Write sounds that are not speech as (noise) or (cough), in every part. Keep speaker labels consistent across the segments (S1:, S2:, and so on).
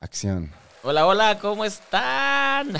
S1: Acción.
S2: Hola, hola, ¿cómo están? (laughs)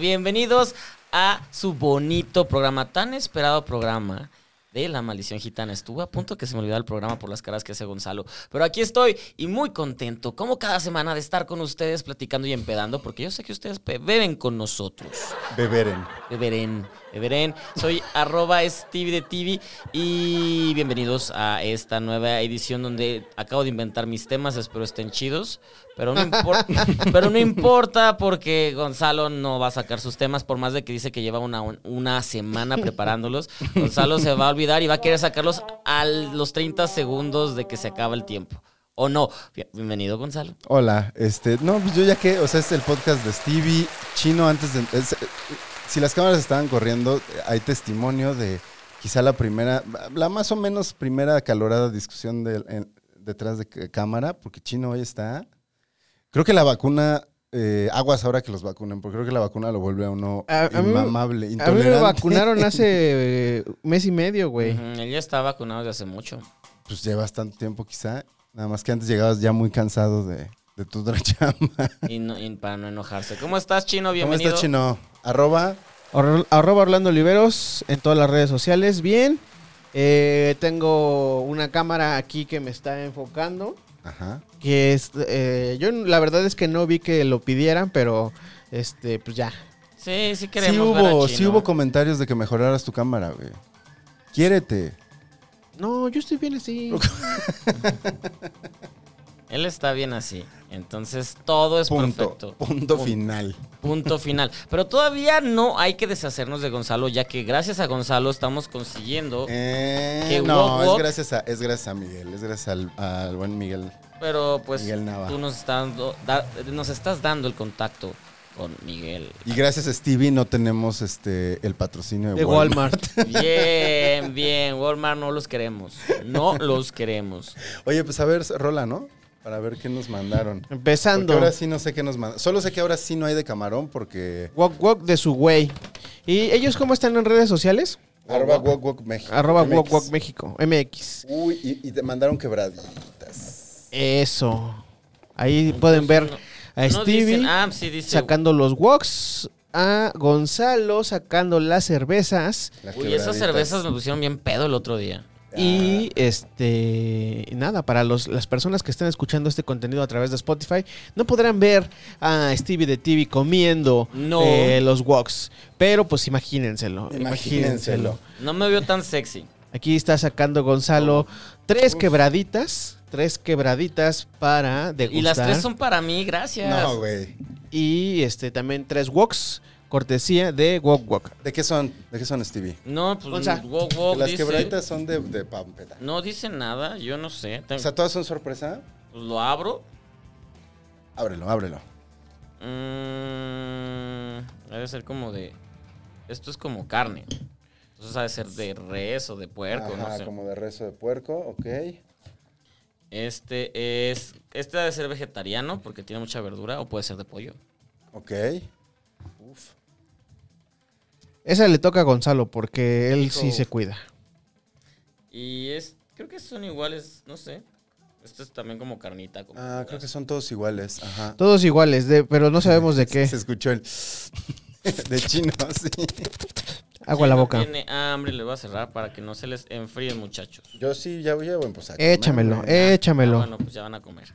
S2: Bienvenidos a su bonito programa, tan esperado programa de La Maldición Gitana. Estuve a punto que se me olvidara el programa por las caras que hace Gonzalo, pero aquí estoy y muy contento, como cada semana, de estar con ustedes platicando y empedando, porque yo sé que ustedes pe- beben con nosotros.
S1: Beberen.
S2: Beberén, Beberén. Soy (laughs) arroba Stevie de TV y bienvenidos a esta nueva edición donde acabo de inventar mis temas, espero estén chidos, pero no, impor- pero no importa porque Gonzalo no va a sacar sus temas por más de que dice que lleva una, una semana preparándolos. Gonzalo se va a olvidar y va a querer sacarlos a los 30 segundos de que se acaba el tiempo. ¿O no? Bien- Bienvenido, Gonzalo.
S1: Hola, este, no, pues yo ya que, o sea, es el podcast de Stevie, chino antes de... es- si las cámaras estaban corriendo, eh, hay testimonio de quizá la primera, la más o menos primera acalorada discusión de- en- detrás de c- cámara, porque chino hoy está... Creo que la vacuna, eh, aguas ahora que los vacunen, porque creo que la vacuna lo vuelve a uno
S3: A- a mí me-
S1: inmamable,
S3: A mí
S1: intolerante. (laughs)
S3: me vacunaron hace eh, mes y medio, güey.
S2: Ujú, Él ya está vacunado desde hace mucho.
S1: Pues llevas tanto tiempo quizá, nada más que antes llegabas ya muy cansado de, de tu otra (laughs) chamba.
S2: Y, no- y para no enojarse. ¿Cómo estás, Chino?
S1: ¿Cómo
S2: Bienvenido.
S1: está Chino? Arroba
S3: Or- Arroba Orlando Oliveros en todas las redes sociales. Bien. Eh, tengo una cámara aquí que me está enfocando.
S1: Ajá.
S3: Que es. eh, yo la verdad es que no vi que lo pidieran, pero. Este, pues ya.
S2: Sí, sí queremos
S1: Sí
S2: ver a
S1: hubo,
S2: Chino.
S1: sí hubo comentarios de que mejoraras tu cámara, güey. Quiérete.
S3: No, yo estoy
S1: (laughs)
S3: bien así.
S2: Él está bien así. Entonces todo es
S1: Punto.
S2: Pues perfecto.
S1: Punto
S2: Pun-
S1: final.
S2: Punto final. Pero todavía no hay que deshacernos de Gonzalo, ya que gracias a Gonzalo estamos consiguiendo.
S1: Eh,
S2: Que
S1: no,
S2: walk, walk.
S1: es gracias a, es gracias a Miguel, es gracias al, al buen Miguel.
S2: Pero pues
S1: Miguel Nava.
S2: tú nos estás, dando, da- nos estás dando el contacto con
S1: (laughs)
S2: Miguel.
S1: Y gracias a Stevie no tenemos este el patrocinio de,
S3: De
S1: Walmart. (laughs)
S3: Walmart.
S2: Bien, bien. Walmart no los queremos. No los queremos.
S1: Oye, pues a ver, Rola, ¿no? Para ver qué nos mandaron. Porque
S3: Empezando.
S1: ahora sí no sé qué nos mandaron. Solo sé que ahora sí no hay de camarón porque
S3: Walk Walk de su güey. ¿Y ellos cómo están en redes sociales?
S1: arroba Walk Walk México.
S3: Arroba
S1: MX.
S3: Walk Walk México, MX.
S1: Uy, y, y te mandaron quebraditas.
S3: Eso. Ahí pueden ver a
S2: No
S3: Stevie
S2: dicen- ah, sí dice.
S3: sacando los walks, a Gonzalo sacando las cervezas
S1: Las
S2: Uy, esas
S1: quebraditas.
S2: cervezas me pusieron bien pedo el otro día.
S3: y este nada, para los, las personas que están escuchando este contenido a través de Spotify, no podrán ver a Stevie de TV comiendo
S2: No.
S3: eh, los walks, pero pues imagínenselo,
S1: Imagínenselo.
S3: imagínenselo.
S2: No me vio tan sexy.
S3: Aquí está sacando Gonzalo tres quebraditas, tres quebraditas para degustar.
S2: Y las tres son para mí, gracias.
S1: No, güey.
S3: Y este también tres woks, cortesía de Wok Wok.
S1: ¿De qué son? ¿De qué son, Stevie?
S2: No, pues
S3: Gonza,
S2: wow, wow,
S1: las
S2: dice-
S1: quebraditas son de, de pampeta.
S2: No dice nada, yo no sé. Te-
S1: O sea, todas son sorpresa.
S2: pues lo abro.
S1: Ábrelo, ábrelo.
S2: Mm, debe ser como de. Esto es como carne. Entonces debe ser de res o de puerco,
S1: Ajá,
S2: no sé.
S1: como de rezo de puerco, ok.
S2: Este es. Este debe ser vegetariano porque tiene mucha verdura o puede ser de pollo.
S1: Ok. Uf.
S3: Esa le toca a Gonzalo porque él sí
S1: Hijo.
S3: se cuida.
S2: Y es. Creo que son iguales, no sé. Esto es también como carnita. Como
S1: Ah, creo que son todos iguales. Ajá.
S3: Todos iguales, de, pero no sabemos de qué.
S1: Se escuchó el... (laughs) de chino, sí.
S3: Agua a la
S2: Quien no
S3: boca.
S2: Tiene hambre, le voy a cerrar para que no se les enfríen, muchachos.
S1: Yo sí, ya voy a... Bueno, pues a comer,
S3: Échamelo, eh.
S1: güey.
S2: Ah,
S3: échamelo.
S2: bueno, pues ya van a comer.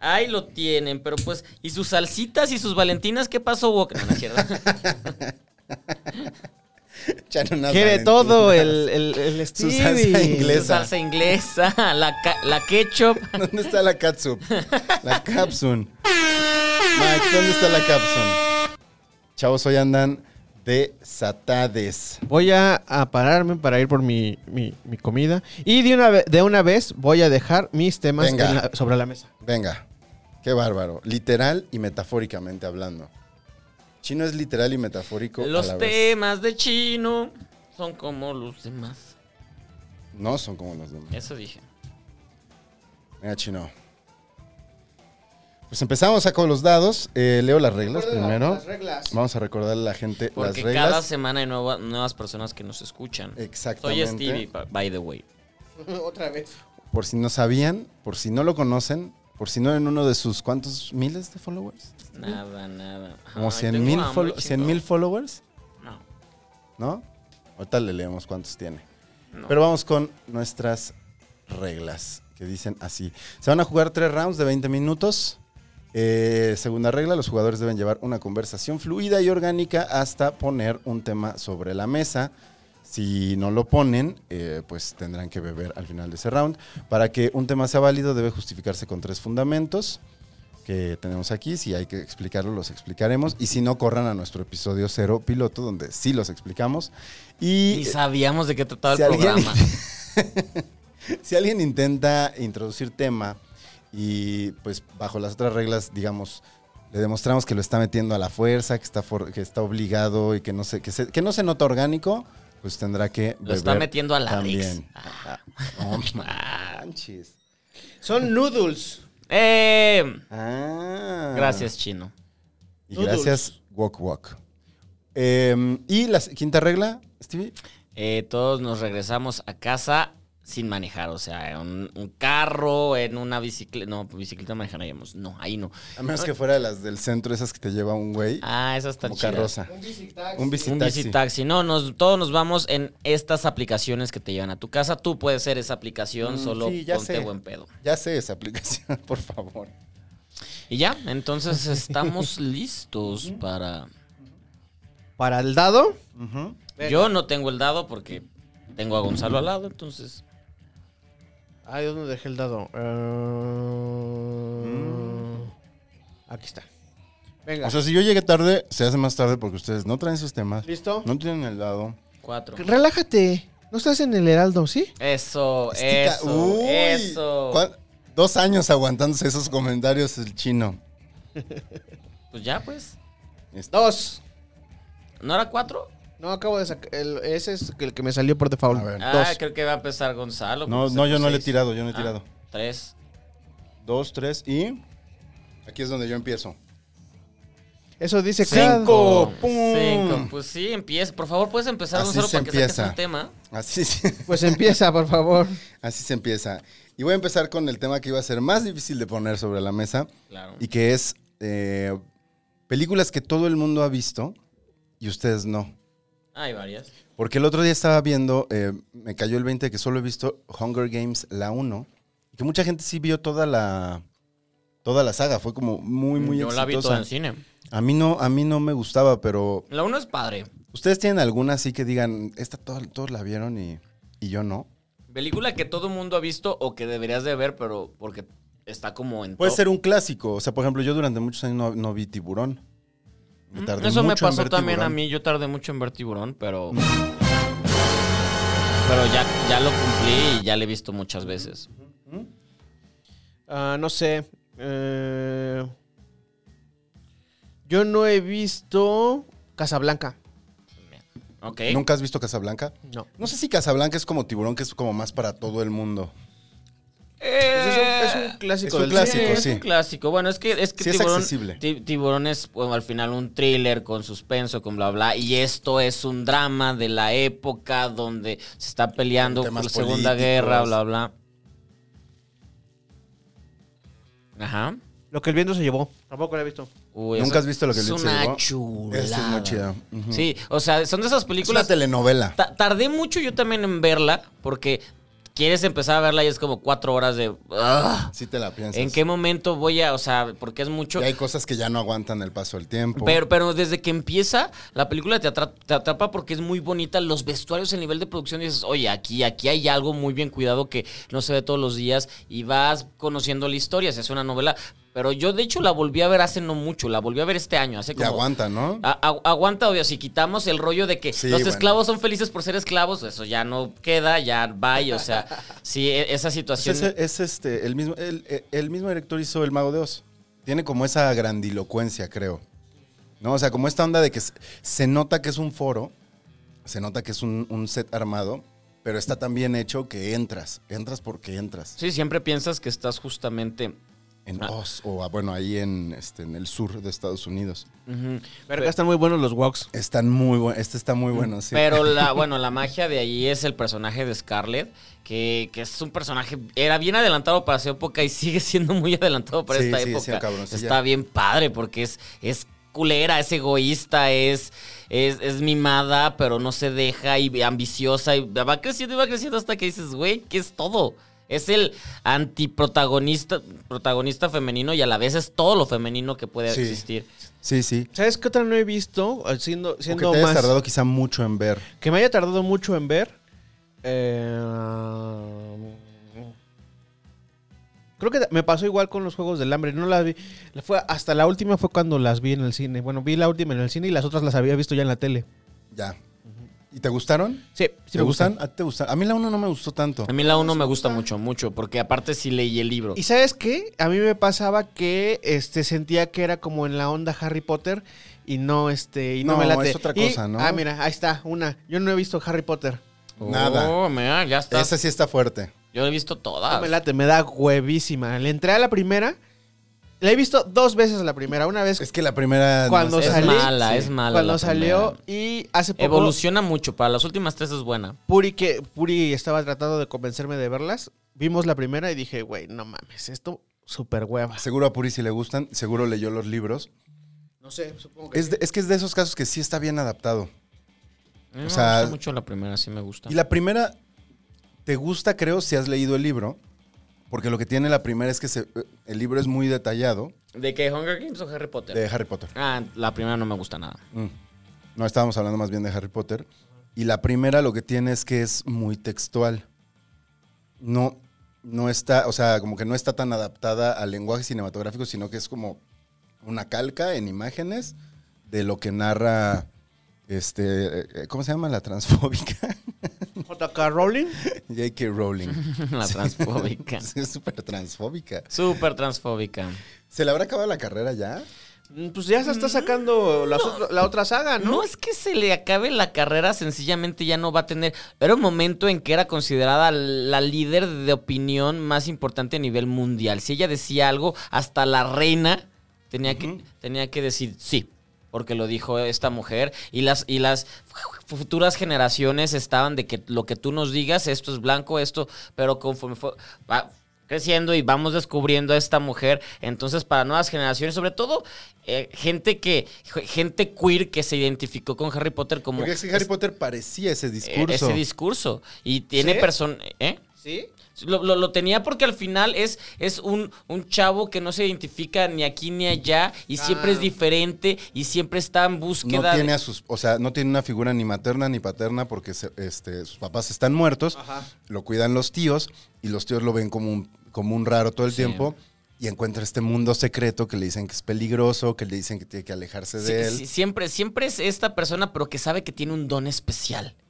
S2: Ahí lo tienen, pero pues, ¿y sus salsitas y sus valentinas qué pasó, Wok? No, no
S1: (laughs)
S2: es cierto.
S1: Echaron unas
S3: Quiere
S1: valentinas.
S3: todo el, el, el
S1: Su
S3: Stevie.
S1: salsa inglés.
S2: Su salsa inglesa, la, ca- la ketchup.
S1: ¿Dónde está la catsup? La capsun. Mike, ¿dónde está la capsun? Chavos, hoy andan desatades.
S3: Voy a, a pararme para ir por mi, mi- mi comida. Y de una, ve- de una vez voy a dejar mis temas
S1: Venga.
S3: en la- sobre la
S1: (laughs)
S3: mesa.
S1: Venga, qué bárbaro. Literal y metafóricamente hablando. Chino es literal y metafórico. a la vez.
S2: Los temas de chino son como los demás.
S1: No son como los demás.
S2: Eso dije.
S1: Mira, chino. Pues empezamos, saco los dados. eh, leo las reglas primero. Vamos a recordarle a la gente
S2: Porque
S1: las reglas.
S2: cada semana hay nueva- nuevas personas que nos escuchan. Soy
S1: Exactamente.
S2: Stevie, by- by the way.
S3: Otra vez.
S1: Por si no sabían, por si no lo conocen, por si no en uno de sus cuántos miles de followers.
S2: Nada, nada.
S1: Como
S2: Ay,
S1: 100
S2: tengo
S1: mil,
S2: hambre,
S1: follow-
S2: chico.
S1: 100 mil followers,
S2: No,
S1: ¿no? Ahorita le leemos cuántos tiene.
S2: no.
S1: Pero vamos con nuestras reglas, que dicen así. Se van a jugar tres rounds de 20 minutos. Eh, segunda regla, los jugadores deben llevar una conversación fluida y orgánica hasta poner un tema sobre la mesa. Si no lo ponen, eh, pues tendrán que beber al final de ese round. Para que un tema sea válido, debe justificarse con tres fundamentos que tenemos aquí. Si hay que explicarlo, los explicaremos. Y si no, corran a nuestro episodio cero piloto, donde sí los explicamos. Y
S2: Ni sabíamos de qué trataba
S1: si
S2: el
S1: alguien-
S2: programa.
S1: (laughs) si alguien intenta introducir tema y pues bajo las otras reglas, digamos, le demostramos que lo está metiendo a la fuerza, que está, for- que está obligado y que no, se, que, se, que no se nota orgánico, pues tendrá que...
S2: Lo está
S1: beber
S2: metiendo a la
S1: también.
S2: Rix.
S1: Ah,
S2: (laughs)
S1: no manches.
S3: Son noodles.
S2: Eh,
S1: Ah.
S2: gracias, chino.
S1: Y
S3: Noodles.
S1: gracias, Wok Wok. Eh, y la quinta regla, Stevie.
S2: Eh, todos nos regresamos a casa sin manejar, o sea, en un, un carro, en una bicicleta. No, bicicleta manejaríamos. No, ahí no.
S1: A menos que fuera de las del centro, esas que te lleva un güey.
S2: Ah, esa está
S1: como
S2: chida.
S1: carroza. Un bicitaxi.
S2: Un bicitaxi. No, nos, todos nos vamos en estas aplicaciones que te llevan a tu casa. Tú puedes ser esa aplicación,
S1: Mm,
S2: solo
S1: sí, ya
S2: ponte
S1: sé.
S2: buen pedo.
S1: Ya sé esa aplicación, (laughs) por favor.
S2: Y ya,
S1: (laughs)
S2: entonces estamos listos para.
S3: Para el dado.
S2: Yo no tengo el dado porque tengo a Gonzalo al lado, entonces.
S3: Ay, ¿dónde dejé el dado? Eh, Aquí está. Venga.
S1: Mm. O sea, si yo llegué tarde, se hace más tarde porque ustedes no traen sus temas.
S3: ¿Listo?
S1: No tienen el dado.
S2: Cuatro.
S3: Relájate. No estás en el Heraldo, ¿sí?
S2: Eso,
S1: Estica-
S2: eso,
S1: Uy,
S2: eso.
S1: ¿cuán- Dos años aguantándose esos comentarios el chino.
S2: Pues ya, pues.
S3: Dos.
S2: ¿No era cuatro?
S3: No, acabo de sacar. el- Ese es el que me salió por default.
S1: A ver.
S2: Ah, creo que va a empezar Gonzalo.
S1: No,
S2: porque
S1: no,
S2: se
S1: yo no le he
S2: seis.
S1: tirado, yo no he
S2: Ah,
S1: tirado.
S2: Tres.
S1: Dos, tres y... Aquí es donde yo empiezo.
S3: Eso dice
S2: Cinco.
S3: cada- ¡Pum!
S2: Cinco. Pues sí, empieza. Por favor, puedes empezar
S1: Así
S2: Gonzalo
S1: se
S2: para que saques
S1: empieza.
S2: un tema.
S1: Así (laughs) se,
S3: Pues empieza, por favor.
S1: así se empieza. Y voy a empezar con el tema que iba a ser más difícil de poner sobre la mesa.
S2: Claro.
S1: Y que es eh, películas que todo el mundo ha visto y ustedes no.
S2: Hay varias.
S1: Porque el otro día estaba viendo, eh, me cayó el 20 que solo he visto Hunger Games la 1. Y que mucha gente sí vio toda la toda la saga, fue como muy muy
S2: yo la vi
S1: exitosa.
S2: toda en cine.
S1: A mí no a mí no me gustaba, pero
S2: La uno es padre.
S1: ustedes tienen alguna así que digan, esta toda- todos la vieron y, y yo no.
S2: Película que todo mundo ha visto o que deberías de ver, pero porque está como en
S1: Puede
S2: top.
S1: ser un clásico, o sea, por ejemplo, yo durante muchos años no, no vi Tiburón. Me
S2: Mm,
S1: tardé
S2: Eso me
S1: mucho en
S2: pasó
S1: ver
S2: también a
S1: Tiburón.
S2: mí. Yo tardé mucho en ver tiburón, pero. Pero ya, ya lo cumplí y ya le he visto muchas veces.
S3: (laughs) Ah, no sé. eh, Yo no he visto Casablanca.
S2: Ok.
S1: ¿Nunca has visto Casablanca?
S3: No.
S1: No sé si Casablanca es como Tiburón, que es como más para todo el mundo.
S3: Pues es, un, es un clásico
S1: es un
S3: del
S1: clásico,
S3: cine.
S2: Es un
S1: sí.
S2: clásico. Bueno, es que, es que
S1: Sí es
S2: tiburón,
S1: accesible.
S2: Ti- tiburón es bueno, al final un thriller con suspenso, con bla, bla. Y esto es un drama de la época donde se está peleando
S1: Con
S2: por la
S1: temas
S2: Segunda
S1: políticos.
S2: Guerra, bla, bla. Ajá.
S3: Lo que el viento se llevó. Tampoco lo he visto.
S2: Uy,
S1: ¿Nunca
S2: esa-
S1: has visto lo que
S2: es
S1: Luis se
S2: una
S1: llevó?
S2: chulada.
S1: Esa es muy chida. Ujú.
S2: Sí, o sea, son de esas
S1: Es una
S2: películas.
S1: telenovela.
S2: Ta- tardé mucho yo también en verla porque quieres empezar a verla y es como cuatro horas de. "Ugh,
S1: Sí te la piensas.
S2: ¿En qué momento voy a.? O sea, porque es mucho.
S1: Y hay cosas que ya no aguantan el paso del tiempo.
S2: Pero, pero desde que empieza, la película te, atra- te atrapa porque es muy bonita. Los vestuarios, el nivel de producción, dices, oye, aquí, aquí hay algo muy bien cuidado que no se ve todos los días. Y vas conociendo la historia. Si es una novela, Pero yo, de hecho, la volví a ver hace no mucho. La volví a ver este año.
S1: Y
S2: Hace como. Ah,
S1: aguanta, ¿no?
S2: A- agu- aguanta, obvio, si quitamos el rollo de que
S1: Sí,
S2: los
S1: bueno.
S2: esclavos son felices por ser esclavos, eso ya no queda, ya bye, o
S1: (laughs)
S2: sea, sí, e- esa
S1: Pues
S2: situación...
S1: es, es este, el mismo, el, el- el mismo director hizo El Mago de Oz. Tiene como esa grandilocuencia, creo. ¿No? O sea, como esta onda de que se, se nota que es un foro, se nota que es un, un set armado, pero está tan bien hecho que entras. Entras porque entras.
S2: Sí, siempre piensas que estás justamente...
S1: En
S2: Ah.
S1: Oz, o ah, bueno, ahí en, este, en el sur de Estados Unidos.
S2: ujú,
S3: Verga, están muy buenos los walks.
S1: Están muy buen- este está muy bueno, sí.
S2: Mm,
S1: (laughs)
S2: Pero la, bueno, la magia de ahí es el personaje de Scarlett, que, que es un personaje, era bien adelantado para su época y sigue siendo muy adelantado para
S1: Sí,
S2: esta
S1: sigue siendo
S2: época.
S1: cabroncilla.
S2: Está bien padre porque es, es culera, es egoísta, es, es, es mimada, pero no se deja y ambiciosa y va creciendo y va creciendo hasta que dices, güey, ¿qué es todo? Es el antiprotagonista protagonista femenino y a la vez es todo lo femenino que puede
S1: Sí.
S2: existir.
S1: Sí, sí.
S3: ¿Sabes qué otra no he visto? Eh, Siendo,
S1: O Que
S3: siendo
S1: te hayas
S3: más.
S1: tardado quizá mucho en ver.
S3: Que me haya tardado mucho en ver. Eh, creo que me pasó igual con los Juegos del Hambre. No las vi. Fue, hasta la última fue cuando las vi en el cine. Bueno, vi la última en el cine y las otras las había visto ya en la tele.
S1: Ya. ¿Y te gustaron?
S3: Sí, sí
S1: ¿Te
S3: me
S1: gustan? ¿A ti te gustan? A mí la 1 no me gustó tanto.
S2: A mí la uno me gusta mucho, mucho, porque aparte sí leí el libro.
S3: ¿Y sabes qué? A mí me pasaba que este sentía que era como en la onda Harry Potter y no este y no,
S1: No,
S3: me late.
S1: es otra
S3: Y-
S1: cosa, ¿no?
S3: Ah, mira, ahí está una. Yo no he visto Harry Potter.
S1: Nada.
S2: Oh, mira, ya está.
S1: Esa sí está fuerte.
S2: Yo he visto todas.
S3: No me late, me da huevísima. Le entré a la primera. La he visto dos veces la primera, una vez
S1: Es que la primera. no
S3: cuando
S2: es
S1: está-
S3: salí,
S2: mala, es mala
S3: cuando
S2: la
S3: salió
S2: primera.
S3: y hace poco
S2: Evoluciona mucho, para las últimas tres es buena.
S3: Puri que Puri estaba tratando de convencerme de verlas. Vimos la primera y dije, güey, no mames, esto super hueva.
S1: Seguro a Puri si le gustan, seguro leyó los libros.
S3: No sé, supongo
S1: Es, de- es que es de esos casos que sí está bien adaptado.
S2: Me
S1: sea-
S2: gusta mucho la primera, sí me gusta.
S1: Y la primera, te gusta, creo, si has leído el libro. Porque lo que tiene la primera es que se- eh, el libro es muy detallado
S2: ¿De qué? ¿Hunger Games o Harry Potter?
S1: de Harry Potter.
S2: Ah, la primera no me gusta nada. (laughs)
S1: Mm. No, estábamos hablando más bien de Harry Potter. Y la primera lo que tiene es que es muy textual. No, no está, o sea, como que no está tan adaptada al lenguaje cinematográfico, sino que es como una calca en imágenes de lo que narra este, eh, ¿cómo se llama? La transfóbica. (laughs)
S3: JK Rowling.
S1: J.K. Rowling.
S2: La
S1: (laughs)
S2: transfóbica.
S1: Sí, es súper transfóbica.
S2: Súper transfóbica.
S1: ¿Se le habrá acabado la carrera ya?
S3: Mm, Pues ya se está sacando las otro- la otra saga,
S2: No
S3: ¿no?
S2: es que se le acabe la carrera, sencillamente ya no va a tener. Era un momento en que era considerada la líder de opinión más importante a nivel mundial. Si ella decía algo, hasta la reina tenía que, tenía que decir sí, porque lo dijo esta mujer. Y las, y las futuras generaciones estaban de que lo que tú nos digas, esto es blanco, esto, pero conforme fue. va- creciendo y vamos descubriendo a esta mujer. Entonces, para nuevas generaciones, sobre todo eh, gente que gente queer que se identificó con Harry Potter como
S1: Porque es que Harry Potter parecía ese
S2: es-
S1: discurso.
S2: ese discurso y tiene
S3: ¿Sí?
S2: persona, ¿eh?
S3: Sí.
S2: Lo, lo- lo tenía porque al final es, es un, un chavo que no se identifica ni aquí ni allá y siempre es
S3: Ah.
S2: diferente y siempre está en
S1: no
S2: búsqueda. de-
S1: tiene a sus, o sea, no tiene una figura ni materna ni paterna porque se- este, sus papás están muertos,
S3: Ajá.
S1: lo cuidan los tíos y los tíos lo ven como un, como un raro todo el
S2: Sí.
S1: tiempo y encuentra este mundo secreto que le dicen que es peligroso, que le dicen que tiene que alejarse
S2: Sí,
S1: de él.
S2: sí, siempre, siempre es esta persona, pero que sabe que tiene un don especial.
S1: (laughs)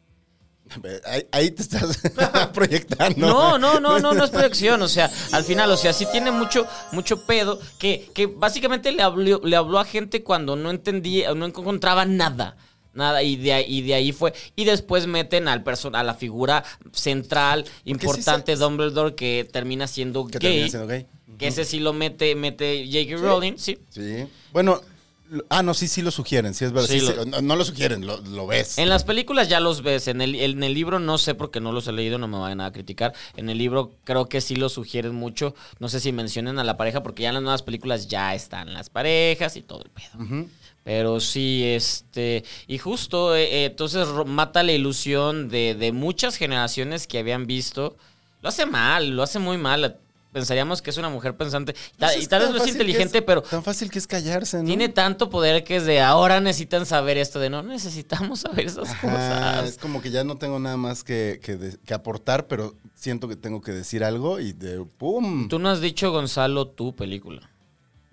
S1: Ahí, ahí te estás (laughs) proyectando.
S2: No, no, no, no, no es proyección. O sea, al final, o sea, sí tiene mucho, mucho pedo que, que básicamente le habló, le habló a gente cuando no entendía, no encontraba nada. Nada, y de, ahí- y de ahí fue. Y después meten al perso- a la figura central, importante, Dumbledore, que termina siendo
S1: Que
S2: gay.
S1: termina siendo gay.
S2: Que ese sí lo mete, mete J.K. Rowling, sí.
S1: Sí. Bueno, lo- ah, no, sí, sí lo sugieren, sí es verdad.
S2: Sí,
S1: sí,
S2: lo-
S1: sí, no, no lo sugieren, lo, lo ves.
S2: En las películas ya los ves, en el, en el libro no sé porque no los he leído, no me vayan a criticar. En el libro creo que sí lo sugieren mucho, no sé si mencionen a la pareja porque ya en las nuevas películas ya están las parejas y todo el pedo.
S1: Ujú.
S2: Pero sí, este, y justo, eh, eh, entonces ro- mata la ilusión de, de muchas generaciones que habían visto. Lo hace mal, lo hace muy mal. Pensaríamos que es una mujer pensante ta-
S1: Pues
S2: y
S1: es
S2: tal vez
S1: tan
S2: no es
S1: fácil que
S2: inteligente, pero
S1: Tan fácil que es callarse, ¿no?
S2: tiene tanto poder que es de ahora necesitan saber esto, de no necesitamos saber
S1: (laughs)
S2: esas
S1: Ajá,
S2: cosas.
S1: Es como que ya no tengo nada más que, que de- que aportar, pero siento que tengo que decir algo y de ¡pum!
S2: Tú no has dicho, Gonzalo, tu película.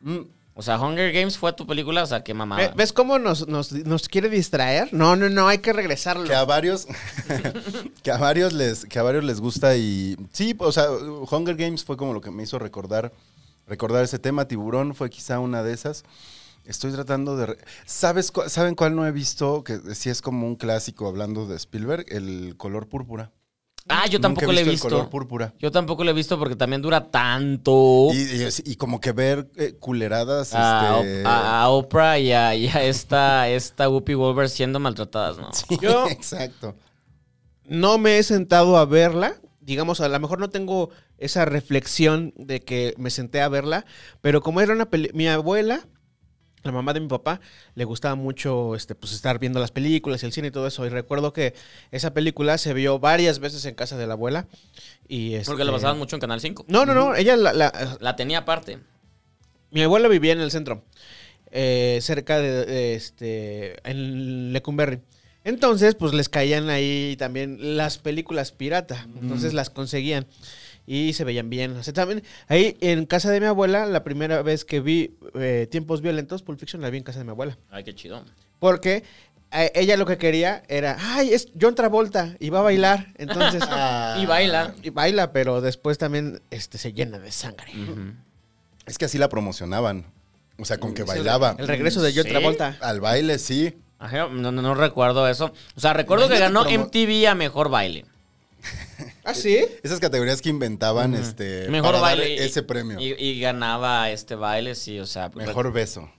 S1: Mm,
S2: O sea, Hunger Games fue tu película, o sea, qué mamada.
S3: Ve- ¿Ves cómo nos, nos- nos quiere distraer? No, no, no, hay que regresarlo.
S1: que a varios (laughs) que a varios les que a varios les gusta y sí o sea Hunger Games fue como lo que me hizo recordar recordar ese tema Tiburón fue quizá una de esas estoy tratando de re- sabes cu- saben cuál no he visto que sí es como un clásico hablando de Spielberg el color púrpura
S2: ah, yo
S1: Nunca
S2: tampoco la he
S1: el
S2: visto.
S1: color púrpura
S2: Yo tampoco la he visto porque también dura tanto.
S1: y, y- y como que ver eh, culeradas
S2: a,
S1: este,
S2: Op- a- a Oprah y a, y a esta, esta Whoopi Wolver siendo maltratadas, ¿no?
S1: (laughs)
S3: Yo-
S1: exacto
S3: No me he sentado a verla. Digamos, a lo mejor no tengo esa reflexión de que me senté a verla, pero como era una peli- mi abuela, la mamá de mi papá, le gustaba mucho este, pues, estar viendo las películas y el cine y todo eso. Y recuerdo que esa película se vio varias veces en casa de la abuela. Y,
S2: Porque
S3: este,
S2: la pasaban mucho en Canal 5.
S3: No, no, no. Ella la- la,
S2: La tenía aparte.
S3: Mi abuela vivía en el centro, eh, cerca de, de, este, en Lecumberri. Entonces, pues les caían ahí también las películas pirata. Entonces las conseguían y se veían bien. O sea, también ahí en casa de mi abuela, la primera vez que vi eh, Tiempos Violentos, Pulp Fiction la vi en casa de mi abuela.
S2: Ay, qué chido.
S3: Porque eh, ella lo que quería era, ay, es John Travolta y va a bailar. Entonces,
S1: Ah,
S2: Y baila.
S3: y baila, pero después también este, se llena de sangre.
S1: es que así la promocionaban o sea con que bailaba
S3: El regreso de John
S2: ¿Sí?
S3: Travolta.
S1: al baile sí
S2: Ajá, No, no, no recuerdo eso. O sea, recuerdo que ganó
S1: Imagínate promo-
S2: MTV a mejor baile.
S3: ¿Ah, sí?
S1: Esas categorías que inventaban este,
S2: Mejor
S1: para dar
S2: baile. y-
S1: ese premio.
S2: Y, y ganaba este baile, sí, o sea. pues,
S1: mejor beso.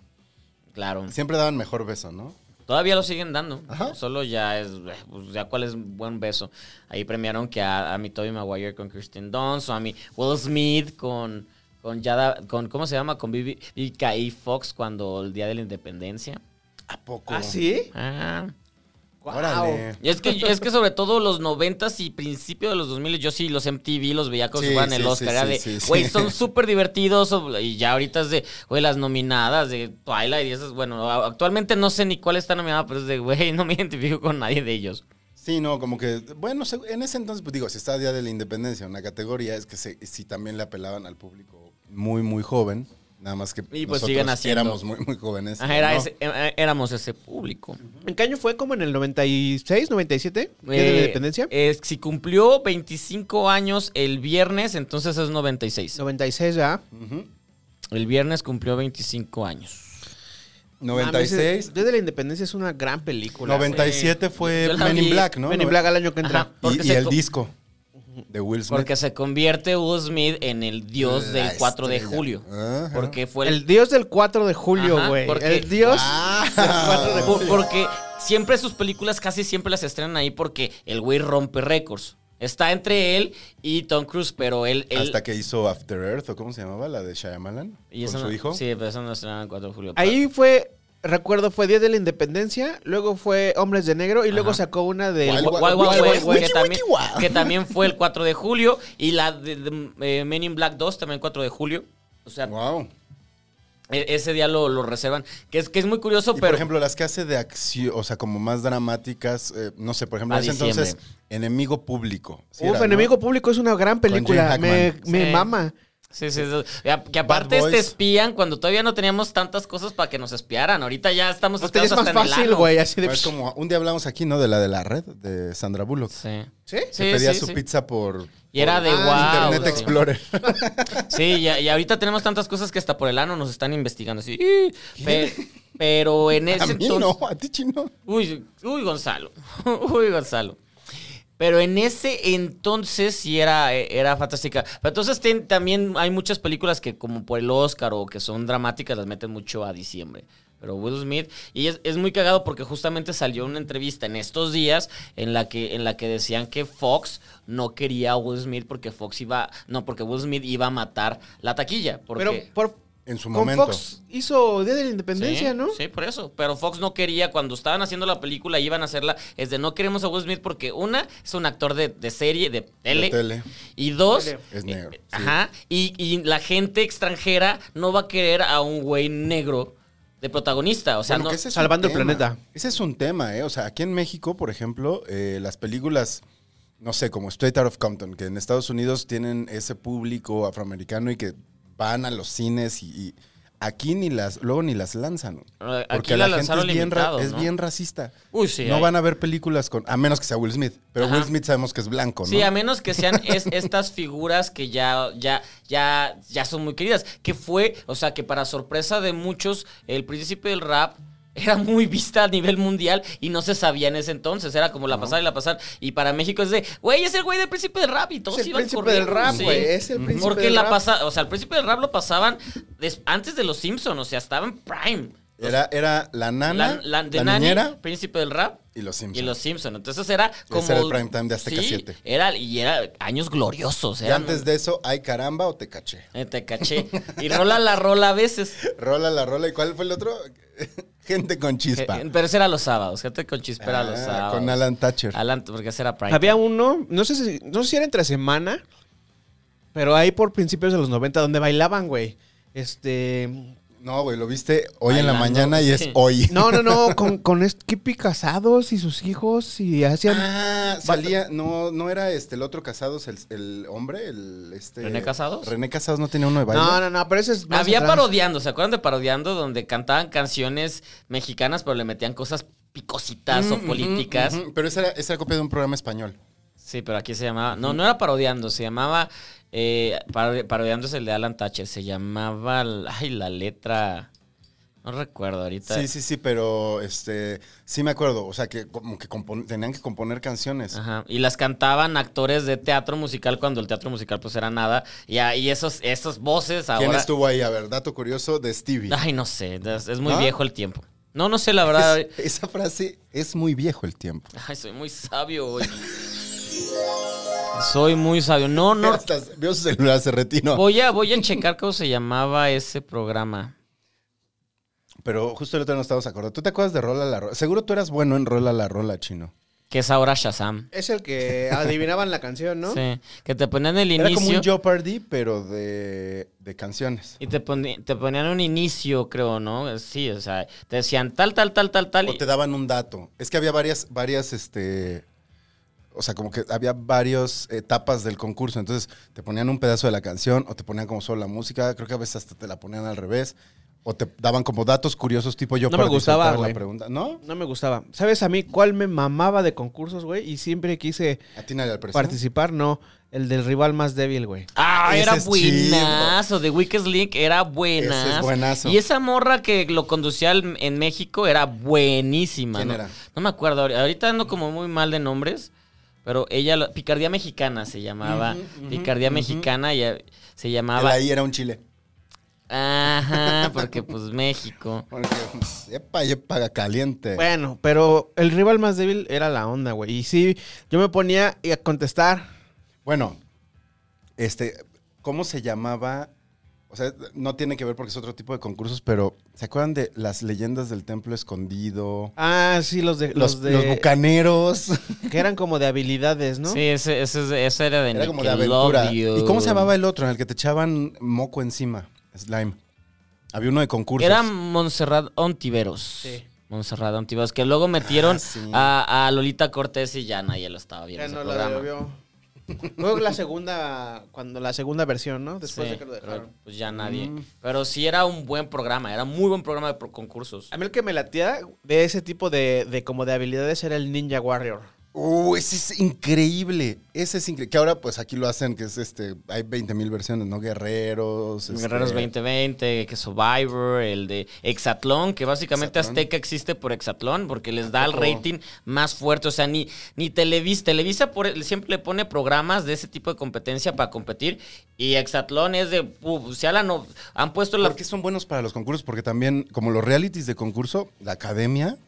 S2: Claro.
S1: Siempre daban mejor beso, ¿no?
S2: Todavía lo siguen dando.
S1: Ajá.
S2: Solo ya es. pues, ya cuál es buen beso. Ahí premiaron que a, a mi Toby Maguire con Kristen Dunst o a mi Will Smith con. Con Yada, con, ¿cómo se llama? Con Bibi y Fox cuando el Día de la Independencia.
S1: ¿A poco?
S3: ¿Ah, sí?
S2: Ah.
S3: Guau.
S1: Órale.
S2: Y es que, es que sobre todo los noventas y principio de los 2000 yo sí los MTV los veía como
S1: Sí,
S2: si fueran el
S1: sí,
S2: Oscar.
S1: sí,
S2: era
S1: sí,
S2: de,
S1: sí, sí. (laughs)
S2: güey, son súper divertidos. o- Y ya ahorita es de, güey, las nominadas de Twilight y esas. Bueno, a- actualmente no sé ni cuál está nominada, pero es de, güey, no me identifico con nadie de ellos.
S1: Sí, no, como que, bueno, se- en ese entonces, pues digo, si está Día de la Independencia, una categoría es que se- si también le apelaban al público muy, muy joven, nada más que
S2: Y, pues, siguen haciendo.
S1: éramos muy, muy jóvenes.
S2: Ajá, era
S1: ¿no?
S2: ese- eh, éramos ese público.
S3: ¿En qué año fue? ¿Como en el 96, 97? ¿Día de
S2: Eh,
S3: la independencia?
S2: es- si cumplió 25 años el viernes, entonces es 96.
S3: 96, ¿verdad? Ah,
S1: Ujú.
S2: El viernes cumplió 25 años.
S3: Mames,
S2: Ah,
S1: 96.
S3: Día de la independencia es una gran película.
S1: 97
S2: Yo
S1: fue
S2: la
S1: Men
S2: vi.
S1: in Black, ¿no?
S3: Men in Black al año que entra.
S2: Ajá.
S1: Y-
S2: Porque
S1: Y,
S2: se
S1: el
S2: co-
S1: disco de Will Smith.
S2: Porque se convierte Will Smith en el dios
S1: La
S2: del 4 de
S1: estrella. Ah,
S2: julio.
S1: Ajá.
S2: Porque fue el,
S3: El dios del 4 de julio,
S2: Ajá,
S3: güey.
S2: porque-
S3: El dios
S1: Ah.
S3: del 4 de
S2: Por-
S3: julio.
S2: porque siempre sus películas casi siempre las estrenan ahí porque el güey rompe récords. Está entre él y Tom Cruise, pero él... él-
S1: Hasta que hizo After Earth, ¿o cómo se llamaba? La de Shyamalan. con
S2: y eso
S1: su
S2: no-
S1: hijo.
S2: Sí, pero eso no estrenaron el 4 de julio.
S3: Ahí fue, recuerdo, fue Día de la Independencia, luego fue Hombres de Negro y luego
S2: Ajá.
S3: sacó una de...
S2: Pero-
S1: Wild
S2: Wild Wild
S1: Wild
S2: West,
S1: West,
S2: que
S1: Wiki,
S2: también-
S1: Wiki, Wild.
S2: Que también
S1: (laughs)
S2: fue el 4 de julio. Y la de, de, eh, Men in Black 2 también el 4 de julio. O sea,
S1: Wow.
S2: e- ese día lo, lo reservan. Que es, que es muy curioso,
S1: Y
S2: pero...
S1: por ejemplo, las que hace de acción, o sea, como más dramáticas, eh, no sé, por ejemplo,
S2: Pa'
S1: en ese entonces,
S2: diciembre.
S1: Enemigo Público. Sí
S3: Uf,
S1: era, ¿no?
S3: Enemigo Público es una gran película.
S1: Gene
S3: Me,
S1: Hackman.
S3: me
S2: Sí.
S3: mama.
S2: Sí, sí, sí. Ya- Que aparte
S1: Boys.
S2: te espían cuando todavía no teníamos tantas cosas para que nos espiaran. Ahorita ya estamos
S3: Hasta ya es
S2: espiados Pues
S3: más
S2: hasta en el
S3: fácil,
S2: ano.
S3: güey. Así de...
S1: Es Pues como, un día hablamos aquí, ¿no? De la de la red, de Sandra Bullock.
S2: Sí.
S3: ¿Sí?
S1: Se
S2: Sí,
S1: pedía
S2: sí,
S1: su
S2: sí.
S1: pizza por,
S2: Y era de
S3: Ah,
S2: wow.
S1: Internet
S2: sí.
S1: Explorer.
S2: Sí, y, y ahorita tenemos tantas cosas que hasta por el ano nos están investigando. Así. "Ih", pe- pero en
S1: (laughs)
S2: ese
S1: a mí
S2: entonces.
S1: no, a ti chino.
S2: Uy, uy, Gonzalo. (laughs) Uy, Gonzalo. Pero en ese entonces sí era, era fantástica. Pero entonces ten- también hay muchas películas que como por el Oscar o que son dramáticas las meten mucho a diciembre. Pero Will Smith, y es, es muy cagado porque justamente salió una entrevista en estos días en la que, en la que decían que Fox no quería a Will Smith porque Fox iba, no, porque Will Smith iba a matar la taquilla. Porque,
S3: Pero por,
S1: En su
S3: con
S1: momento.
S3: Fox hizo Día de la Independencia,
S2: sí,
S3: ¿no?
S2: Sí, por eso. Pero Fox no quería, cuando estaban haciendo la película, iban a hacerla, es de no queremos a Will Smith porque una, es un actor de, de serie, de
S1: De
S2: tele,
S1: tele.
S2: y dos...
S3: Tele.
S1: Es
S2: eh,
S1: negro, sí.
S2: Ajá, y, y la gente extranjera no va a querer a un güey negro de protagonista, o sea,
S1: Bueno,
S2: no...
S1: que ese es un
S3: Salvando el
S1: tema.
S3: planeta.
S1: Ese es un tema, ¿eh? O sea, aquí en México, por ejemplo, eh, las películas, no sé, como Straight Out of Compton, que en Estados Unidos tienen ese público afroamericano y que van a los cines y, y aquí ni las, luego ni las lanzan.
S2: Ah, Aquí
S1: Porque
S2: la
S1: la, gente
S2: lanzaron
S1: es bien, ra-
S2: limitado,
S1: es
S2: ¿no?
S1: bien racista.
S2: Uy, sí,
S1: No
S2: hay-
S1: van a ver películas con, a menos que sea Will Smith, pero
S2: Ajá.
S1: Will Smith sabemos que es blanco, ¿no?
S2: Sí, a menos que sean es- estas figuras que ya, ya, ya, ya son muy queridas. Que fue, o sea, que para sorpresa de muchos, el príncipe del rap era muy vista a nivel mundial y no se sabía en ese entonces. Era como la pasar y la pasar. Y para México es de, güey, es el güey del príncipe del rap y todos
S3: Es el
S2: iban
S3: príncipe
S2: corriendo.
S3: del rap,
S2: sí.
S3: güey. Es el príncipe
S2: Porque
S3: del
S2: la
S3: rap.
S2: pasa, o sea, el príncipe del rap lo pasaban des- antes de los Simpsons, o sea, estaba en prime.
S1: Era, era la nana, la,
S2: la, de Nani,
S1: niñera
S2: príncipe del rap.
S1: y los
S2: Y
S1: Simpsons.
S2: los Simpsons. Entonces era como.
S1: era el prime time de Azteca
S2: Sí,
S1: 7.
S2: Era, y era años gloriosos.
S1: Y
S2: eran-
S1: antes de eso, ¿hay caramba o te caché?
S2: Eh,
S1: (laughs)
S2: Te caché. Y rola la rola a veces.
S1: Rola la rola. ¿Y cuál fue el otro? (laughs) Gente con chispa.
S2: Eh, Pero ese era los sábados. Gente con chispera los
S1: Ah,
S2: sábados.
S1: con Alan Thatcher.
S2: Alan, porque ese era Prime.
S3: Había uno, no sé si, no sé si era entre semana, pero ahí por principios de los 90, donde bailaban, güey. Este.
S1: No, güey, lo viste hoy en la
S2: Bailando,
S1: mañana y es
S2: sí.
S1: hoy.
S3: No, no, (laughs) no, con, con este Kipi Casados y sus hijos y hacían.
S1: Ah, salía, no, no era este el otro Casados, el, el hombre, el este.
S2: ¿René Casados?
S1: René Casados no tenía uno de baile.
S3: no, no, no, pero eso es. más
S2: Había
S3: atrás.
S2: parodiando. ¿Se acuerdan de parodiando? Donde cantaban canciones mexicanas, pero le metían cosas picositas o
S1: Mm,
S2: políticas.
S1: ujú, ujú, Pero esa era, esa era copia de un programa español.
S2: Sí, pero aquí se llamaba. No, no era parodiando. Se llamaba. eh, paro- parodiando es el de Alan Thatcher. Se llamaba. Ay, la letra. No recuerdo ahorita.
S1: Sí, sí, sí, pero este sí me acuerdo. O sea que como que compon- tenían que componer canciones.
S2: Ajá, Y las cantaban actores de teatro musical cuando el teatro musical pues era nada. Y, ahí esos, esos voces ahora...
S1: ¿Quién estuvo ahí? A ver, dato curioso de Stevie.
S2: (laughs) Ay, no sé, es, es muy
S1: ¿No?
S2: viejo el tiempo. No, no sé, la verdad.
S1: ¿Ah? Es- esa frase es muy viejo el tiempo.
S2: Ay, soy muy sabio hoy. soy muy sabio. No, no.
S1: Hasta vio su celular, se retiró.
S2: Voy a, voy a checar cómo se llamaba ese programa.
S1: Pero justo el otro día nos estábamos acordando. ¿Tú te acuerdas de Rola la Rola? Seguro tú eras bueno en Rola la Rola, chino.
S2: Que es ahora Shazam.
S3: Es el que adivinaban la canción, ¿no?
S2: Sí. Que te ponían el
S1: Era como
S2: inicio.
S1: un Jeopardy, pero de, de canciones.
S2: Y te, poni- te ponían un inicio, creo, ¿no? Sí, o sea, te decían tal, tal, tal, tal, tal.
S1: O
S2: y-
S1: te daban un dato. Es que había varias, varias, este. O sea, como que había varias etapas del concurso. Entonces, te ponían un pedazo de la canción, o te ponían como solo la música. Creo que a veces hasta te la ponían al revés. O te daban como datos curiosos, tipo yo
S3: gustaba, güey.
S1: la pregunta. ¿No?
S3: No me gustaba. ¿Sabes a mí cuál me mamaba de concursos, güey? Y siempre quise
S1: Atínale al precio.
S3: participar, no. El del rival más débil, güey.
S2: Ah,
S1: Ese
S2: era
S1: es
S2: buenazo. De Weekest League era buenazo.
S1: Ese es buenazo.
S2: Y esa morra que lo conducía al- en México era buenísima.
S1: ¿Quién
S2: ¿no?
S1: era?
S2: No me acuerdo. ahori- Ahorita ando como muy mal de nombres. Pero ella, lo- Picardía Mexicana se llamaba. Picardía Mexicana ya- se
S1: El
S2: llamaba.
S1: ahí era un chile.
S2: Ajá, porque pues México.
S1: Porque, pues, epa, epa, caliente.
S3: Bueno, pero el rival más débil era la onda, güey. Y sí, yo me ponía a contestar.
S1: Bueno, este, ¿cómo se llamaba? O sea, no tiene que ver porque es otro tipo de concursos, pero ¿se acuerdan de las leyendas del templo escondido?
S3: Ah, sí, los de.
S1: Los,
S3: Los, de.
S1: los bucaneros.
S3: que eran como de habilidades, ¿no?
S2: Sí, ese, ese- ese era de
S1: Era como de aventura.
S2: Nickelodeon.
S1: ¿Y cómo se llamaba el otro en el que te echaban moco encima? Slime. Había uno de concursos.
S2: Era Montserrat Ontiveros.
S3: Sí.
S2: Montserrat Ontiveros, que luego
S1: (laughs)
S2: metieron
S1: Ah, sí.
S2: a, a Lolita Cortés y ya nadie lo estaba viendo.
S3: Ya
S2: ese
S3: no la
S2: programa.
S3: debió. Luego la segunda. Cuando la segunda versión, ¿no? Después
S2: Sí,
S3: de que lo
S2: pero,
S3: dejaron.
S2: pues ya nadie.
S1: Mm.
S2: Pero sí era un buen programa, era muy buen programa de pro- concursos.
S3: A mí el que me latía de ese tipo de, de como de habilidades era el Ninja Warrior.
S1: Uh, ese es increíble. Ese es increíble. Que ahora pues aquí lo hacen, que es este, hay 20 mil versiones, ¿no? Guerreros. este,
S2: Guerreros 2020, que Survivor, el de Exatlón, que básicamente
S1: Hexatlón. Ah,
S2: Azteca existe por Exatlón, porque les da el
S1: poco?
S2: rating más fuerte. O sea, ni, ni Televisa. Televisa por- siempre le pone programas de ese tipo de competencia para competir. Y Exatlón es de. uh, se han, han puesto la.
S1: Porque son buenos para los concursos, porque también, como los realities de concurso, la academia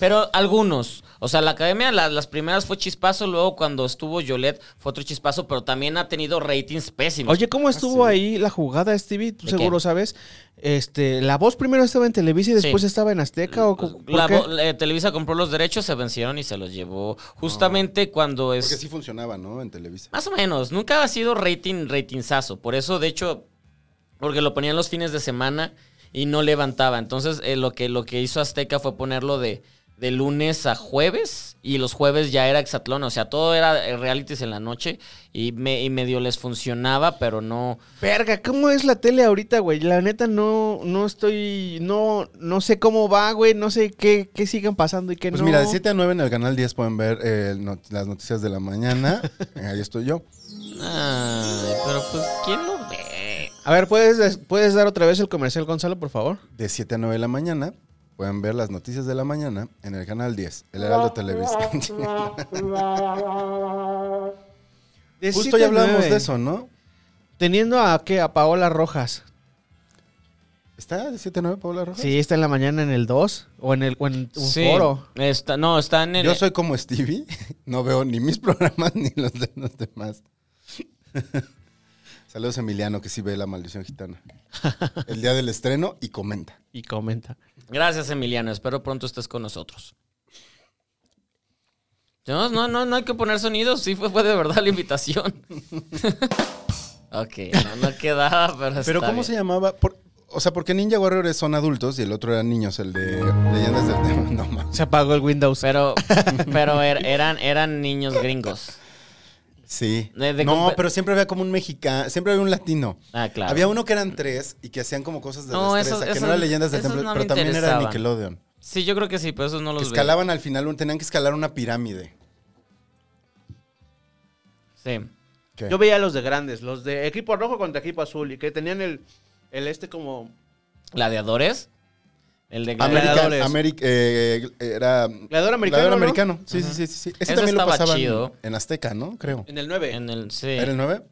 S2: Pero algunos. O sea, la academia, la- las primeras fue chispazo, luego cuando estuvo Yolette fue otro chispazo, pero también ha tenido ratings pésimos.
S3: Oye, ¿cómo estuvo ahí la jugada, Stevie? Tú
S2: ¿De
S3: seguro
S2: qué?
S3: sabes. Este, la voz primero estaba en Televisa y después
S2: Sí.
S3: estaba en Azteca o co-
S2: Pues, La
S3: ¿por qué?
S2: vo- la- Televisa compró los derechos, se vencieron y se los llevó. Justamente cuando es.
S1: Porque sí funcionaba, ¿no? En Televisa.
S2: Más o menos, nunca ha sido rating, ratingzazo. Por eso, de hecho, porque lo ponían los fines de semana y no levantaba. Entonces, eh, lo, que, lo que hizo Azteca fue ponerlo de, de lunes a jueves y los jueves ya era hexatlón, o sea, todo era eh, realities en la noche y, me, y medio les funcionaba, pero no...
S3: Verga, ¿cómo es la tele ahorita, güey? La neta no, no estoy, no, no sé cómo va, güey, no sé qué, qué sigan pasando y qué
S1: Pues
S3: no.
S1: mira, de 7 a 9 en el canal 10 pueden ver eh, not- las noticias de la mañana.
S3: (laughs)
S1: Ahí estoy yo.
S2: Ay, pero pues, ¿quién lo ve?
S3: A ver, ¿puedes, ¿puedes dar otra vez el comercial, Gonzalo, por
S1: (laughs)
S3: favor?
S1: De 7 a 9 de la mañana pueden ver las noticias de la mañana en el canal 10, el Heraldo
S3: (laughs)
S1: Televisión.
S3: De
S1: Justo
S3: siete
S1: ya
S3: a
S1: hablábamos
S3: nueve.
S1: de eso, ¿no?
S3: Teniendo a, ¿qué? A Paola Rojas.
S1: ¿Está de 7 a 9 Paola Rojas?
S3: Sí, está en la mañana en el 2 o en, el, o en un
S2: Sí,
S3: foro.
S2: Está, no, está en el...
S1: Yo soy como Stevie, (laughs) no veo ni mis (laughs) programas ni los de los demás. (laughs) Saludos a Emiliano, que sí ve La Maldición Gitana.
S2: (laughs)
S1: El día del estreno y comenta.
S3: Y comenta.
S2: Gracias, Emiliano. Espero pronto estés con nosotros. No, no, no, no hay que poner sonidos. Sí, fue, fue de verdad la invitación. (laughs) ok, no, no quedaba, pero
S1: Pero
S2: está
S1: ¿cómo
S2: bien.
S1: se llamaba? Por- o sea, porque Ninja Warrior son adultos y el otro eran niños, el de Leyendas del Tema. (laughs) No, mames.
S3: Se apagó el Windows.
S2: Pero, pero er- eran, eran niños gringos.
S1: Sí.
S2: Eh, De- de
S1: no,
S2: compa-
S1: pero siempre había como un mexicano, siempre había un latino.
S2: Ah, claro.
S1: Había uno que eran tres y que hacían como cosas de
S2: No,
S1: destreza,
S2: esos-
S1: que
S2: esos-
S1: no eran leyendas del
S2: esos
S1: templo,
S2: no me
S1: pero también era de
S2: interesaban.
S1: Nickelodeon.
S2: Sí, yo creo que sí, pero esos no
S1: Que
S2: los veía.
S1: escalaban al final, un- tenían que escalar una pirámide.
S2: Sí.
S1: ¿Qué?
S3: Yo veía los de grandes, los de equipo rojo contra equipo azul y que tenían el, el este como...
S2: ¿Gladiadores? El de gladiadores.
S1: American, Ameri-
S3: Gladiadores.
S1: eh, era...
S3: Gladiador americano,
S1: Gladiador
S3: ¿no?
S1: americano. Sí, sí, sí, sí, sí. Ese
S2: Eso
S1: también lo
S2: estaba
S1: pasaban
S2: chido.
S1: en Azteca, ¿no? Creo.
S3: En el 9.
S2: En el, sí.
S1: ¿Era el 9?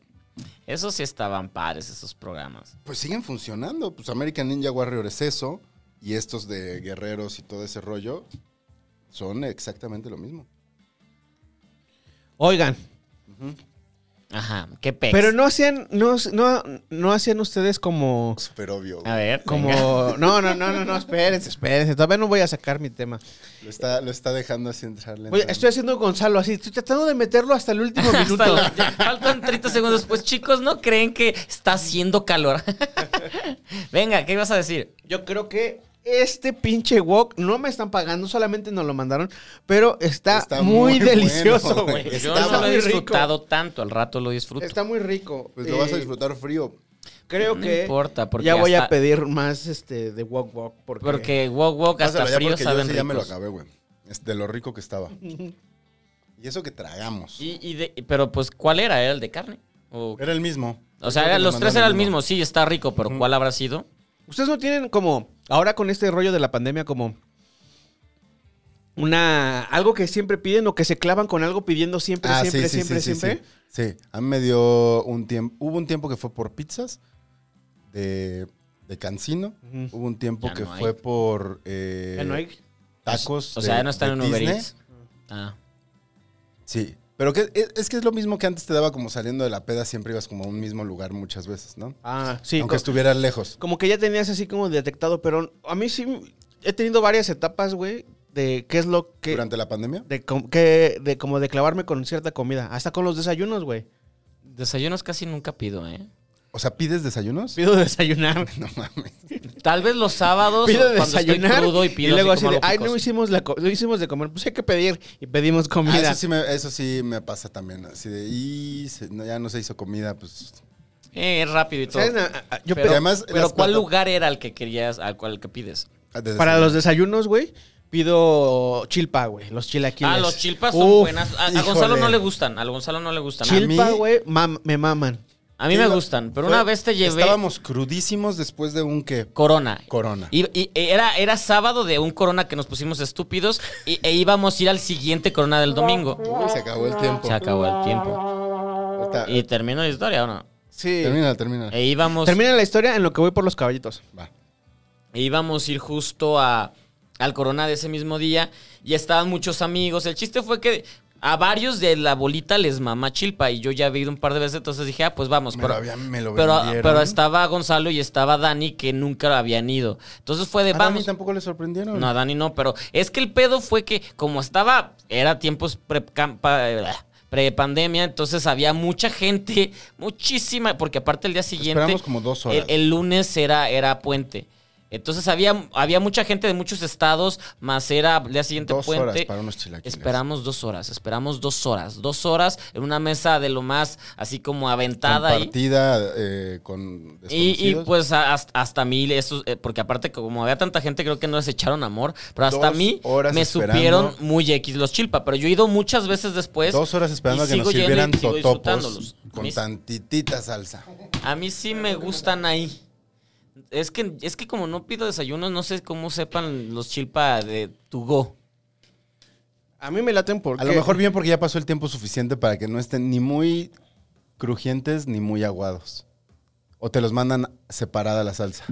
S2: Esos sí estaban pares, esos programas.
S1: Pues siguen funcionando. Pues American Ninja Warrior es eso. Y estos de guerreros y todo ese rollo son exactamente lo mismo.
S3: Oigan,
S2: Ajá, qué pex.
S3: pero no hacían, no, no, no hacían ustedes como...
S1: Súper obvio.
S2: A ver,
S3: Como...
S2: venga.
S3: No, no, no, no, no, espérense, espérense. Todavía no voy a sacar mi tema.
S1: Lo está, lo está dejando así entrar
S3: Oye,
S1: lentamente.
S3: estoy haciendo Gonzalo así, estoy tratando de meterlo hasta el último
S2: Hasta
S3: minuto.
S2: la- ya faltan 30 segundos. Pues chicos, ¿no creen que está haciendo calor? (laughs) Venga, ¿qué ibas a decir?
S3: Yo creo que este pinche wok no me están pagando, solamente nos lo mandaron, pero está,
S1: Está
S3: muy,
S1: muy bueno,
S3: delicioso,
S1: güey.
S3: güey.
S1: Pues Yo
S2: Yo
S1: Estaba
S2: no lo he
S3: muy rico.
S2: disfrutado tanto, al rato lo disfruto.
S3: Está muy rico.
S1: Pues lo vas a
S3: Eh,
S1: disfrutar frío.
S3: Creo
S2: No
S3: que
S2: importa, porque
S3: ya voy a
S2: hasta-
S3: pedir más este de wok wok porque,
S2: Porque wok wok hasta
S1: Pásalo ya
S2: frío
S1: porque yo
S2: saben
S1: sí ya me lo
S2: ricos.
S1: acabé, güey. Es de lo rico que
S2: (laughs)
S1: estaba. y eso que tragamos.
S2: Y, y de- pero pues, ¿cuál era? ¿Era el de carne? O,
S1: Era el mismo.
S2: o
S1: Creo
S2: sea,
S1: que
S2: era-
S1: nos
S2: los tres
S1: mandaron
S2: eran el mismo. Sí, está rico, pero ¿cuál habrá sido?
S3: ustedes no tienen como ahora con este rollo de la pandemia como una algo que siempre piden o que se clavan con algo pidiendo siempre
S1: Ah, sí,
S3: siempre
S1: sí,
S3: siempre
S1: sí, sí,
S3: siempre.
S1: Sí, Sí, a mí me dio un tiempo. Hubo un tiempo que fue por pizzas de, de Cancino.
S3: Ujú.
S1: Hubo un tiempo
S2: Ya
S1: que
S2: no hay.
S1: fue por eh,
S3: Ya no hay-
S1: tacos.
S2: O
S1: de-
S2: sea, ya no están
S1: de
S2: en Uber
S1: Disney.
S2: Eats. Ah.
S1: Sí. Pero que, e, es, es que es lo mismo que antes te daba como saliendo de la peda, siempre ibas como a un mismo lugar muchas veces, ¿no?
S3: Ah, sí,
S1: Aunque
S3: co-
S1: estuvieras lejos.
S3: como que ya tenías así como detectado, pero a mí sí he tenido varias etapas, güey, de qué es lo que
S1: Durante la pandemia.
S3: de com- que de como de clavarme con cierta comida, hasta con los desayunos, güey.
S2: Desayunos casi nunca pido, ¿eh?
S1: O sea, ¿pides desayunos?
S3: Pido
S2: (laughs)
S3: desayunar.
S1: No mames.
S2: Tal vez los sábados
S3: pido
S2: o cuando estoy
S3: desayunar
S2: crudo y
S3: y,
S2: pido
S3: luego
S2: así
S3: así,
S2: como
S3: de,
S2: algo
S3: ay, no
S2: picoso".
S3: hicimos, la co- no hicimos de comer, pues hay que pedir y pedimos
S1: Ah,
S3: comida.
S1: eso, sí me, eso sí me pasa también. Así de, y se- no, ya no se hizo comida, pues.
S2: Eh, es rápido y todo.
S3: ¿Saben? Ah, ah, yo
S2: pero,
S1: pedí- además,
S2: pero
S1: las
S2: ¿cuál
S1: plata-
S2: lugar era el que querías, al cual que pides?
S1: de
S3: para
S1: desayuno.
S3: los desayunos, güey, pido chilpa, güey, los chilaquiles.
S2: Ah, los chilpas son
S3: Uf,
S2: buenas. A, a Gonzalo
S1: híjole.
S2: no le gustan, a Gonzalo no le gustan.
S1: Chil- A
S3: Chilpa,
S1: mí-
S3: güey, mam- me maman.
S2: a mí
S1: Sí,
S2: me
S1: lo-
S2: gustan, pero
S1: fue-
S2: una vez te llevé
S1: Estábamos crudísimos después de un que.
S2: Corona.
S1: Corona.
S2: Y, y era, era sábado de un Corona que nos pusimos estúpidos y, e íbamos a ir al siguiente Corona del domingo.
S1: Uy, se acabó el tiempo. Ah.
S2: Se acabó el tiempo.
S1: Ahorita-
S2: Y terminó la historia, ¿o no?
S3: Sí.
S1: Termina, termina.
S2: E íbamos...
S3: Termina la historia en lo que voy por los caballitos.
S1: Va.
S2: E íbamos a ir justo a, al Corona de ese mismo día y estaban muchos amigos. El chiste fue que a varios de la bolita les mamá chilpa y yo ya había ido un par de veces, entonces dije, ah, pues vamos.
S1: Me
S2: pero,
S1: lo habían- me lo
S2: pero,
S1: vendieron.
S2: pero estaba Gonzalo y estaba Dani que nunca habían ido. Entonces fue de,
S1: Ah, A Dani
S2: vamos.
S1: tampoco le sorprendieron.
S2: No, a Dani no, pero es que el pedo fue que como estaba, era tiempos pre cam- pa- eh, pre-pandemia, entonces había mucha gente, muchísima, porque aparte el día siguiente...
S1: Esperamos como dos horas.
S2: El, el lunes era, era puente. Entonces había, había mucha gente de muchos estados, más era el día siguiente
S1: Dos
S2: puente.
S1: horas para unos chilaquiles.
S2: Esperamos dos horas, esperamos dos horas, dos horas en una mesa de lo más así como aventada. ahí.
S1: Compartida eh, con
S2: Y, y,
S1: desconocidos.
S2: pues a- hasta, hasta a mí, eso, eh, porque aparte como había tanta gente, creo que no les echaron amor, pero hasta a
S1: Dos
S2: mí
S1: horas
S2: me
S1: esperando.
S2: supieron muy X los chilpa, pero yo he ido muchas veces después.
S1: Dos horas esperando
S2: y
S1: a que nos
S2: sigo yendo y
S1: sirvieran
S2: sigo
S1: totopos
S2: disfrutándolos. A
S1: con
S2: mí-
S1: tantitita salsa.
S2: A mí sí me gustan ahí. Es que, es que como no pido desayunos, no sé cómo sepan los chilpa de tu go.
S3: A mí me laten porque.
S1: A lo mejor bien porque ya pasó el tiempo suficiente para que no estén ni muy crujientes ni muy aguados. O te los mandan separada la salsa.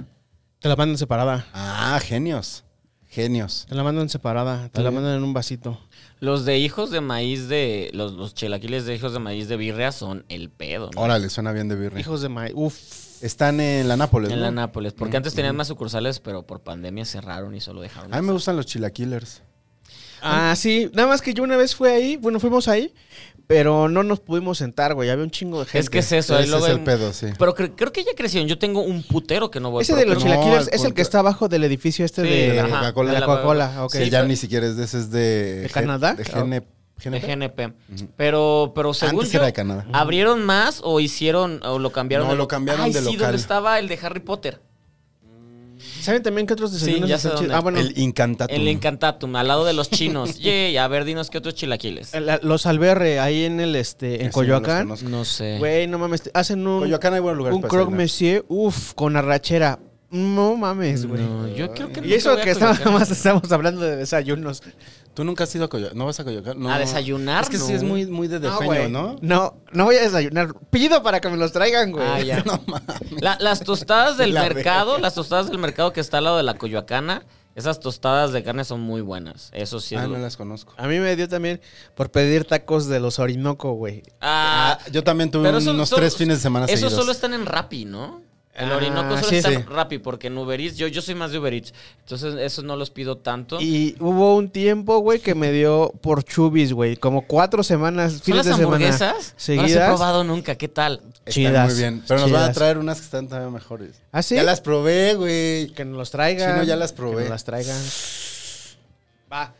S3: Te la mandan separada.
S1: Ah, genios. Genios.
S3: Te la mandan separada. Te la mandan en un vasito.
S2: Los de hijos de maíz de. Los, los chelaquiles de hijos de maíz de birria son el pedo, ¿no?
S1: Órale, suena bien de birria.
S3: Hijos de maíz. Uf.
S1: Están en la Nápoles,
S2: En
S1: pues, ¿no?
S2: la Nápoles, porque antes tenían más sucursales, pero por pandemia cerraron y solo dejaron.
S1: A mí
S2: esa.
S1: me gustan los chilaquilers.
S3: Ah, sí. Nada más que yo una vez fui ahí. Bueno, fuimos ahí. Pero no nos pudimos sentar, güey. Había un chingo de gente.
S2: Es que es eso. ahí
S1: Ese
S2: luego
S1: es el
S2: hay-
S1: pedo, sí.
S2: Pero cre- creo que ya crecieron. Yo tengo un putero que no voy
S3: Ese
S2: pero
S3: de los
S2: creo-
S1: No,
S3: chilaquiles
S1: al
S3: es el que
S1: punto-
S3: está abajo del edificio este
S2: Sí,
S3: de,
S1: de la
S3: ajá,
S1: Coca-Cola.
S3: de la Coca-Cola, ok.
S1: Que ya ni siquiera es de ese, es de...
S3: ¿De Canadá?
S1: De GN
S2: de
S1: GNP.
S2: GNP. Pero, pero según
S1: Antes
S2: yo,
S1: era de Canadá.
S2: ¿abrieron más o hicieron o lo cambiaron?
S1: No,
S2: de
S1: lo
S2: lo-
S1: cambiaron
S2: Ay,
S1: de
S2: sí,
S1: local.
S2: donde estaba el de Harry Potter.
S3: ¿Saben también qué otros desayunos
S2: ya sé
S3: están chidos?
S2: dónde.
S3: Ah, bueno.
S1: El Incantatum.
S2: El Encantatum, al lado de los
S1: (laughs)
S2: chinos. Yey, a ver, dinos qué otros chilaquiles.
S3: el- la- los alberre ahí en el este,
S1: Ese
S3: en
S1: no
S3: Coyoacán.
S1: los conozco.
S2: No sé.
S3: Güey, no mames. te- Hacen un,
S1: Coyoacán hay buenos lugares
S3: un
S1: para
S3: croque
S1: desayunar.
S3: monsieur, uf, con arrachera. No mames, güey.
S2: No, yo creo que
S3: Y eso que
S2: estaba
S3: estamos, más estamos hablando de desayunos.
S1: ¿Tú nunca has ido a Coyoacán? ¿No vas a Coyoacán? No.
S2: ¿A desayunar?
S1: Es que sí
S2: No.
S1: es muy, muy de despeño, (laughs)
S3: güey.
S1: ¿no?
S3: No, no voy a desayunar. Pido para que me los traigan,
S1: (laughs)
S3: güey.
S2: Ah, ya. La- las tostadas del
S1: La
S2: mercado,
S1: verga.
S2: las tostadas del mercado que está al lado de la Coyoacana, esas tostadas de carne son muy buenas. Eso sí. es
S1: Ah,
S2: lo-
S1: no las conozco.
S3: A mí me dio también por pedir tacos de los Orinoco, güey.
S2: Ah,
S1: Ah, yo también tuve
S2: eso
S1: unos
S2: solo-
S1: tres fines de semana
S2: Eso
S1: seguidos.
S2: solo están en Rappi, ¿no? El
S3: Ah,
S2: Orinoco solo
S3: sí,
S2: está
S3: sí.
S2: en Rappi, porque en Uber Eats, yo, yo soy más de Uber Eats. Entonces, eso no los pido tanto.
S3: Y hubo un tiempo, güey, que me dio por chubis, güey. Como cuatro semanas,
S2: ¿Son
S3: fines
S2: las
S3: de semana.
S2: hamburguesas? No las he
S3: Seguidas.
S2: probado nunca, ¿qué tal?
S1: Están
S3: chidas,
S1: muy bien. Pero nos van a
S3: chidas.
S1: traer unas que están todavía mejores.
S3: ¿Ah, sí?
S1: Ya las probé, güey.
S3: Que nos los traigan.
S1: Sí, no, ya las
S3: Que
S1: probé.
S3: nos las traigan. Va.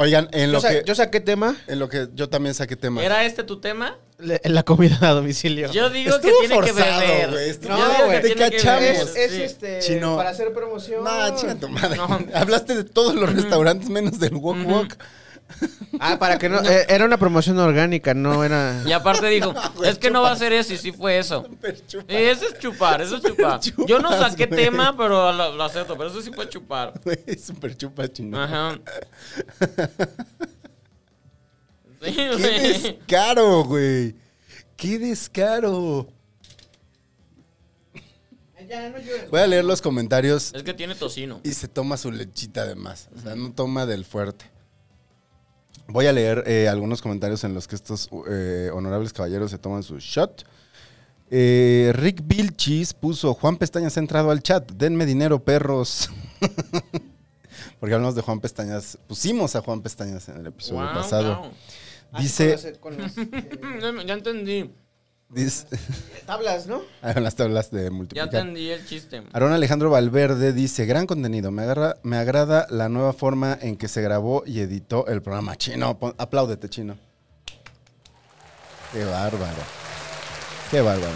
S1: Oigan, en
S3: Yo,
S1: lo,
S3: sa-
S1: que,
S3: yo saqué tema,
S1: en lo que yo también saqué tema.
S2: ¿Era este tu tema?
S3: le- la comida a domicilio.
S2: Yo digo que
S1: Estuvo
S2: tiene
S1: forzado,
S2: que beber.
S1: güey, estuvo-
S2: Yo
S3: No,
S2: digo
S3: güey,
S2: que
S1: te
S2: tiene
S1: cachamos.
S2: que
S3: es,
S2: beber,
S3: es
S2: sí.
S3: este
S1: Chino.
S3: para hacer promoción.
S1: Nah, chinga tu madre.
S2: No.
S1: (laughs) Hablaste de todos los restaurantes menos del Wok
S2: (laughs)
S1: Wok.
S3: Ah, para
S1: (laughs)
S3: que no, eh, era una promoción orgánica, no era
S2: Y aparte dijo,
S1: güey,
S2: es que no va a ser eso, y sí fue eso.
S1: chupas.
S2: Eh, Eso es chupar, eso es
S1: (laughs)
S2: chupar.
S1: chupas,
S2: Yo no saqué
S1: güey.
S2: tema, pero lo, lo acepto, pero eso sí fue chupar.
S1: Güey, super chupa chino.
S2: Ajá. (laughs) Sí,
S1: ¡Qué
S2: güey.
S1: descaro, güey! ¡Qué descaro! Voy a leer los comentarios
S2: Es que tiene tocino.
S1: y se toma su lechita además. O sea, no toma del fuerte. Voy a leer eh, algunos comentarios en los que estos eh, honorables caballeros se toman su shot. Eh, Rick Vilchis puso, Juan Pestañas ha entrado al chat, denme dinero perros. (laughs) Porque hablamos de Juan Pestañas, pusimos a Juan Pestañas en el episodio
S2: Guau,
S1: pasado.
S2: guau. Ah, Mm,
S1: Dice,
S3: con las, con las, eh,
S2: Ya- Ya entendí,
S1: dice (laughs)
S3: tablas, ¿no?
S1: en las tablas de
S2: ya
S1: multiplicar.
S2: entendí el chiste.
S1: Aarón Alejandro Valverde dice, gran contenido, me, agarra- me agrada la nueva forma en que se grabó y editó el programa chino. pon- apláudete, chino. Qué bárbaro. Qué bárbaro.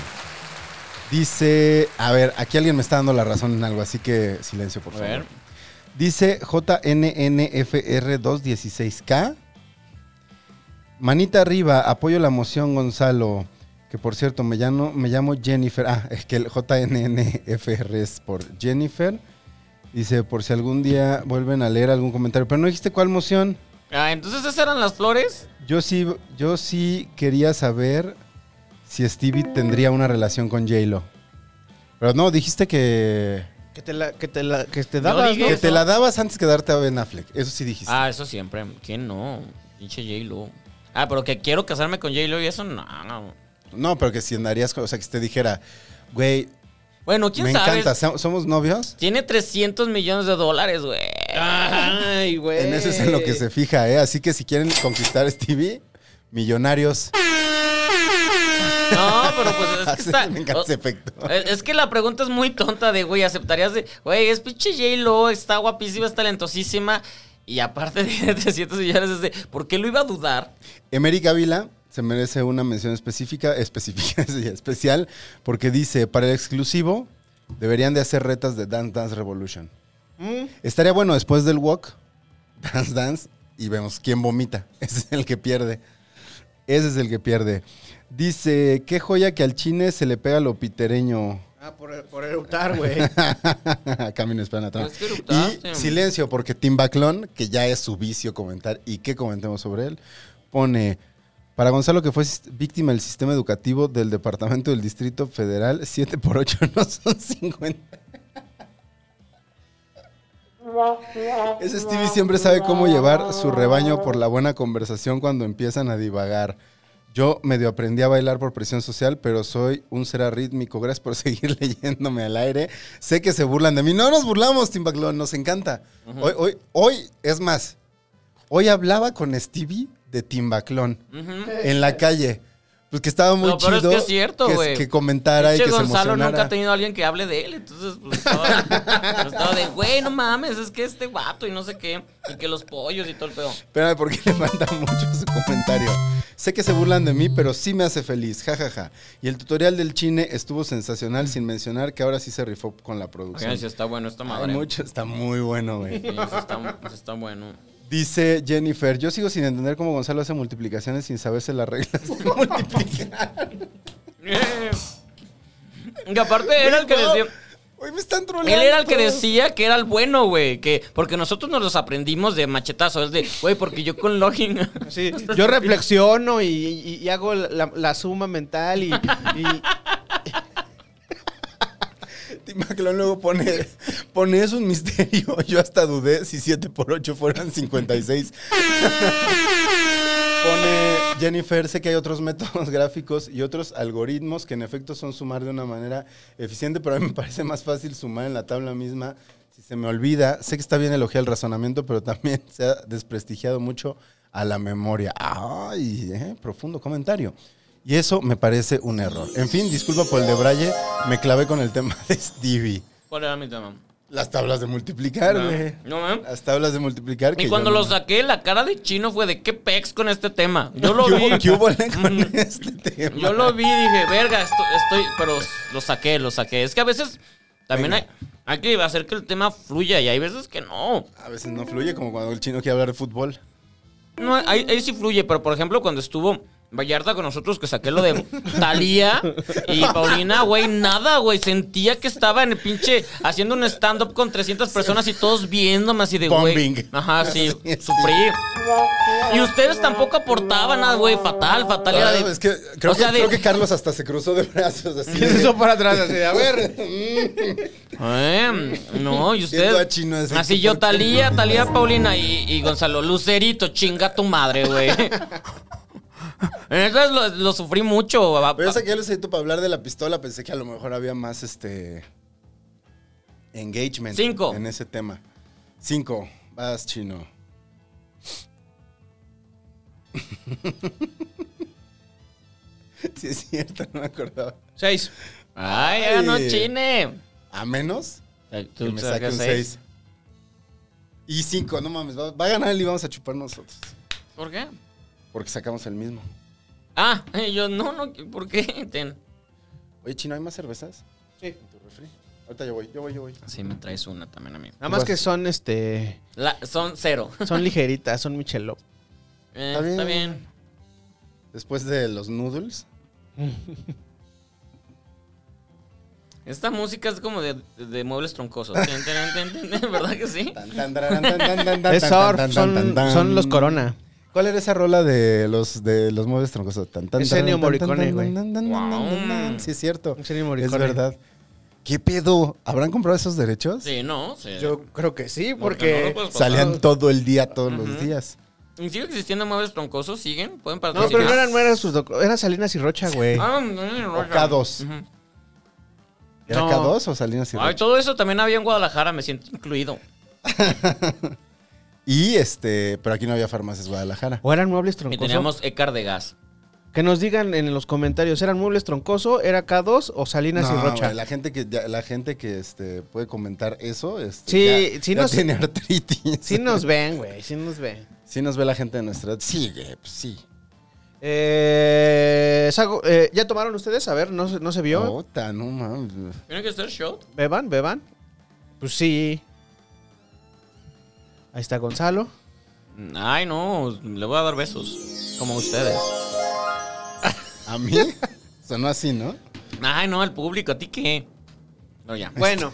S1: Dice, a ver, aquí alguien me está dando la razón en algo, así que silencio, por
S2: A
S1: favor.
S2: ver.
S1: Dice JNNFR216K. Manita arriba, apoyo la moción, Gonzalo. Que por cierto, me llamo, me llamo Jennifer. Ah, es que el JNNFR es por Jennifer. Dice, por si algún día vuelven a leer algún comentario. Pero no dijiste cuál moción.
S2: Ah, entonces esas eran las flores.
S1: Yo sí, yo sí quería saber si Stevie tendría una relación con J-Lo. Pero no, dijiste que,
S3: Que te la que te la que te dabas,
S2: dije
S3: ¿no?
S1: que te la dabas antes que darte a Ben Affleck. Eso sí dijiste.
S2: Ah, eso siempre. ¿Quién no? Pinche J-Lo. Ah, pero que quiero casarme con J-Lo y eso, no, no.
S1: No, pero que si andarías con, o sea, que te dijera, güey,
S2: Bueno, quién
S1: me
S2: sabe.
S1: encanta, ¿so- ¿somos novios?
S2: Tiene 300 millones de dólares, güey.
S3: Ay, güey.
S2: (laughs)
S1: En eso es en lo que se fija, ¿eh? Así que si quieren conquistar a Stevie, millonarios.
S2: No, pero
S1: (laughs)
S2: pues sea, es que está.
S1: Me encanta ese
S2: o-
S1: efecto.
S2: Es Eh, es que la pregunta es muy tonta de, güey, ¿aceptarías de, güey, es pinche J-Lo, está guapísima, es talentosísima? Y aparte (laughs) de 300 millones, es de, ¿por qué lo iba a dudar?
S1: Emery Gavila se merece una mención específica, (laughs) específica, sí, especial, porque dice, para el exclusivo, deberían de hacer retas de Dance Dance Revolution.
S3: Mm.
S1: Estaría bueno después del walk, (laughs) Dance Dance, y vemos quién vomita. (laughs) Ese es el que pierde. Ese es el que pierde. Dice, qué joya que al chine se le pega lo pitereño.
S3: Ah, por, por eructar,
S1: (laughs)
S3: güey.
S1: Camino espera atrás.
S2: Es que
S1: Y
S2: eructaste.
S1: silencio, porque Timbaclón, que ya es su vicio comentar y que comentemos sobre él, pone. Para Gonzalo, que fue sis- víctima del sistema educativo del Departamento del Distrito Federal, 7 por 8 (laughs) no son 50. Ese Stevie siempre sabe cómo llevar su rebaño por la buena conversación cuando empiezan a divagar. Yo medio aprendí a bailar por presión social, pero soy un ser arrítmico. Gracias por (laughs) seguir leyéndome al aire. Sé que se burlan de mí. No nos burlamos, Timbaclón, nos encanta. hoy, hoy, hoy, es más, hoy hablaba con Stevie de Timbaclón
S2: Ujú.
S1: en la calle. Pues que estaba muy
S2: Lo peor
S1: chido.
S2: es que es cierto,
S1: que-
S2: güey.
S1: Que, comentara y
S2: Pinche
S1: que se
S2: Gonzalo
S1: emocionara.
S2: nunca ha tenido a alguien que hable de él, entonces pues, estaba, pues, estaba de, güey, no mames, es que este guato y no sé qué, y que los pollos y todo el pedo.
S1: Espérame, porque le manda mucho su comentario. Sé que se burlan de mí, pero sí me hace feliz, jajaja. Y el tutorial del chine estuvo sensacional, sin mencionar que ahora sí se rifó con la producción.
S2: Oigan, si está bueno esta
S1: Ay,
S2: madre.
S1: mucho, está muy bueno, güey. (laughs)
S2: Oigan, si está, si está bueno. (laughs)
S1: Dice Jennifer, yo sigo sin entender cómo Gonzalo hace multiplicaciones sin saberse las reglas
S2: (laughs)
S1: de multiplicar.
S2: Que aparte era el que decía...
S1: Hoy me están troleando.
S2: Él era el que
S1: todos. (laughs)
S2: decía que era el bueno, güey. Que, porque nosotros nos los aprendimos de machetazo. Es de, güey, porque yo con login.
S3: Sí, yo reflexiono y, y- y hago la, la suma mental y,
S1: (laughs)
S3: y-
S1: Tim McLean luego pone, pone, es un misterio. (laughs) Yo hasta dudé si 7 por 8 fueran 56. pone Jennifer, sé que hay otros métodos (laughs) gráficos y otros algoritmos que en efecto son sumar de una manera eficiente, pero a mí me parece más fácil sumar en la tabla misma. Si se me olvida, sé que está bien elogiar el razonamiento, pero también (laughs) se ha desprestigiado mucho a la memoria. Ay, eh, profundo comentario. Y eso me parece un error. En fin, disculpa por el debraye, me clavé con el tema de Stevie.
S2: (laughs) ¿Cuál era mi tema?
S1: Las tablas de multiplicar,
S2: No,
S1: güey.
S2: no, ¿eh?
S1: Las tablas de multiplicar.
S2: Y
S1: que
S2: cuando
S1: yo
S2: lo
S1: no-
S2: saqué, la cara de chino fue de qué pex con este tema. Yo lo
S1: (laughs) ¿Qué
S2: vi.
S1: hubo- qué
S2: (laughs)
S1: hubo ¿eh? con
S2: Mm.
S1: este tema?
S2: Yo lo vi y dije, verga, esto- estoy. Pero lo saqué, lo saqué. Es que a veces también hay,
S1: Venga.
S2: hay que hacer que el tema fluya y hay veces que no.
S1: A veces no fluye, como cuando el chino quiere hablar de fútbol.
S2: No, ahí, ahí sí fluye, pero por ejemplo, cuando estuvo Vallarta con nosotros, que saqué lo de Talía
S1: (laughs)
S2: y Paulina, güey, nada, güey. Sentía que estaba en el pinche haciendo un stand-up con 300 personas y todos viéndome así de güey.
S1: Bombing.
S2: Ajá, sí,
S1: Sí, sí.
S2: sufrí. Y ustedes tampoco aportaban nada, güey. Fatal, fatal. Era
S1: Ah,
S2: de,
S1: es que creo,
S2: o sea,
S1: que,
S2: de-
S1: creo que Carlos hasta se cruzó de Mm. brazos. Así
S2: (laughs)
S3: y se
S1: (laughs)
S3: hizo para atrás así de, a ver.
S2: Eh, no,
S1: (laughs)
S2: y
S1: Viendo a
S2: usted.
S1: Chino así,
S2: así yo,
S1: ¿por qué
S2: Talía,
S1: no?
S2: Talía Paulina y, y Gonzalo. Lucerito, chinga tu madre,
S1: (laughs)
S2: güey. Eso es lo, lo sufrí mucho. va-
S1: Pero yo saqué el Lucerito para hablar de la pistola. Pensé que a lo mejor había más este. Engagement.
S2: Cinco.
S1: En ese tema. Cinco. Vas, chino. (laughs) sí, es cierto, no me acordaba.
S3: Seis.
S2: Ay, ya no
S1: Ay.
S2: chine.
S1: A menos que
S2: Tú
S1: me
S2: sacas
S1: saque un
S2: seis.
S1: seis. Y cinco, no mames. Va, va a ganar él y vamos a chupar nosotros.
S2: ¿Por qué?
S1: Porque sacamos el mismo.
S2: Ah, (laughs) y yo, no, no, ¿por qué? Ten.
S1: Oye, chino, ¿hay más cervezas?
S3: Sí.
S1: en tu refri? Ahorita yo voy, yo voy, yo voy.
S2: Sí, me traes una también a
S1: Pues
S2: mí.
S3: Nada más que son este.
S2: La- son cero. (laughs)
S3: Son ligeritas, son Michelop.
S2: Eh,
S1: Está bien.
S2: está bien.
S1: Después de los noodles.
S2: Esta música es como de, de muebles troncosos. Ten, ten, ten, ten, ten, ¿Verdad que sí?
S1: Tan, tan, tararán, tan, tan, tan, tan,
S3: Es
S1: tan,
S3: surf,
S1: tan,
S3: son,
S1: tan, tan.
S3: son los Corona.
S1: ¿Cuál era esa rola de los de los muebles troncosos? Tan, tan,
S3: Es
S1: tararán,
S3: Ennio
S1: tan,
S3: Morricone,
S1: tan,
S3: güey.
S1: tan, tan, tan, tan, tan, tan.
S2: Wow.
S1: Sí, es cierto.
S3: Es Ennio
S1: Es
S3: Morricone.
S1: verdad. ¿Qué pedo? ¿Habrán comprado esos derechos?
S2: Sí, no, sí.
S3: Yo creo que sí,
S2: Porque Eh, no pues,
S3: porque.
S2: lo puedes pasar.
S1: Salían todo el día, todos los días.
S2: ¿Y ¿Sigue existiendo muebles troncosos? ¿Siguen? ¿Pueden
S3: No,
S2: participar?
S3: pero no eran, no eran sus doc- Eran Salinas y Rocha, güey.
S2: Ah, no, no, no,
S1: O
S2: no.
S1: K2.
S2: Ujú.
S1: ¿Era
S3: No.
S1: K2 o salían así?
S2: Ay, todo eso también había en Guadalajara, me siento incluido.
S1: Y este, pero aquí no había farmacias Guadalajara.
S3: O eran muebles
S2: Y
S3: troncosos.
S2: teníamos Ecar de gas.
S3: Que nos digan en los comentarios, ¿eran muebles troncoso, era K2 o Salinas y
S1: No,
S3: Rocha?
S1: güey, la gente que ya- la gente que este puede comentar eso, este,
S3: Sí,
S1: ya,
S3: sí
S1: ya
S3: nos-
S1: tiene (laughs) artritis.
S3: (laughs) Sí nos ven, güey, sí nos ven.
S1: Sí nos ve la gente de nuestra edad. Sí, güey, pues sí.
S3: Eh, Sago, eh, ¿Ya tomaron ustedes? A ver, no, se- no se vio.
S1: Puta, no mames.
S2: ¿Tiene que estar shot?
S3: ¿Beban? ¿Beban? Pues sí. Ahí está Gonzalo.
S2: Ay, no, le voy a dar besos. Como ustedes.
S1: ¿A mí? (laughs) Sonó así, ¿no?
S2: Ay, no, al público, ¿a ti qué? No, ya.
S3: Bueno,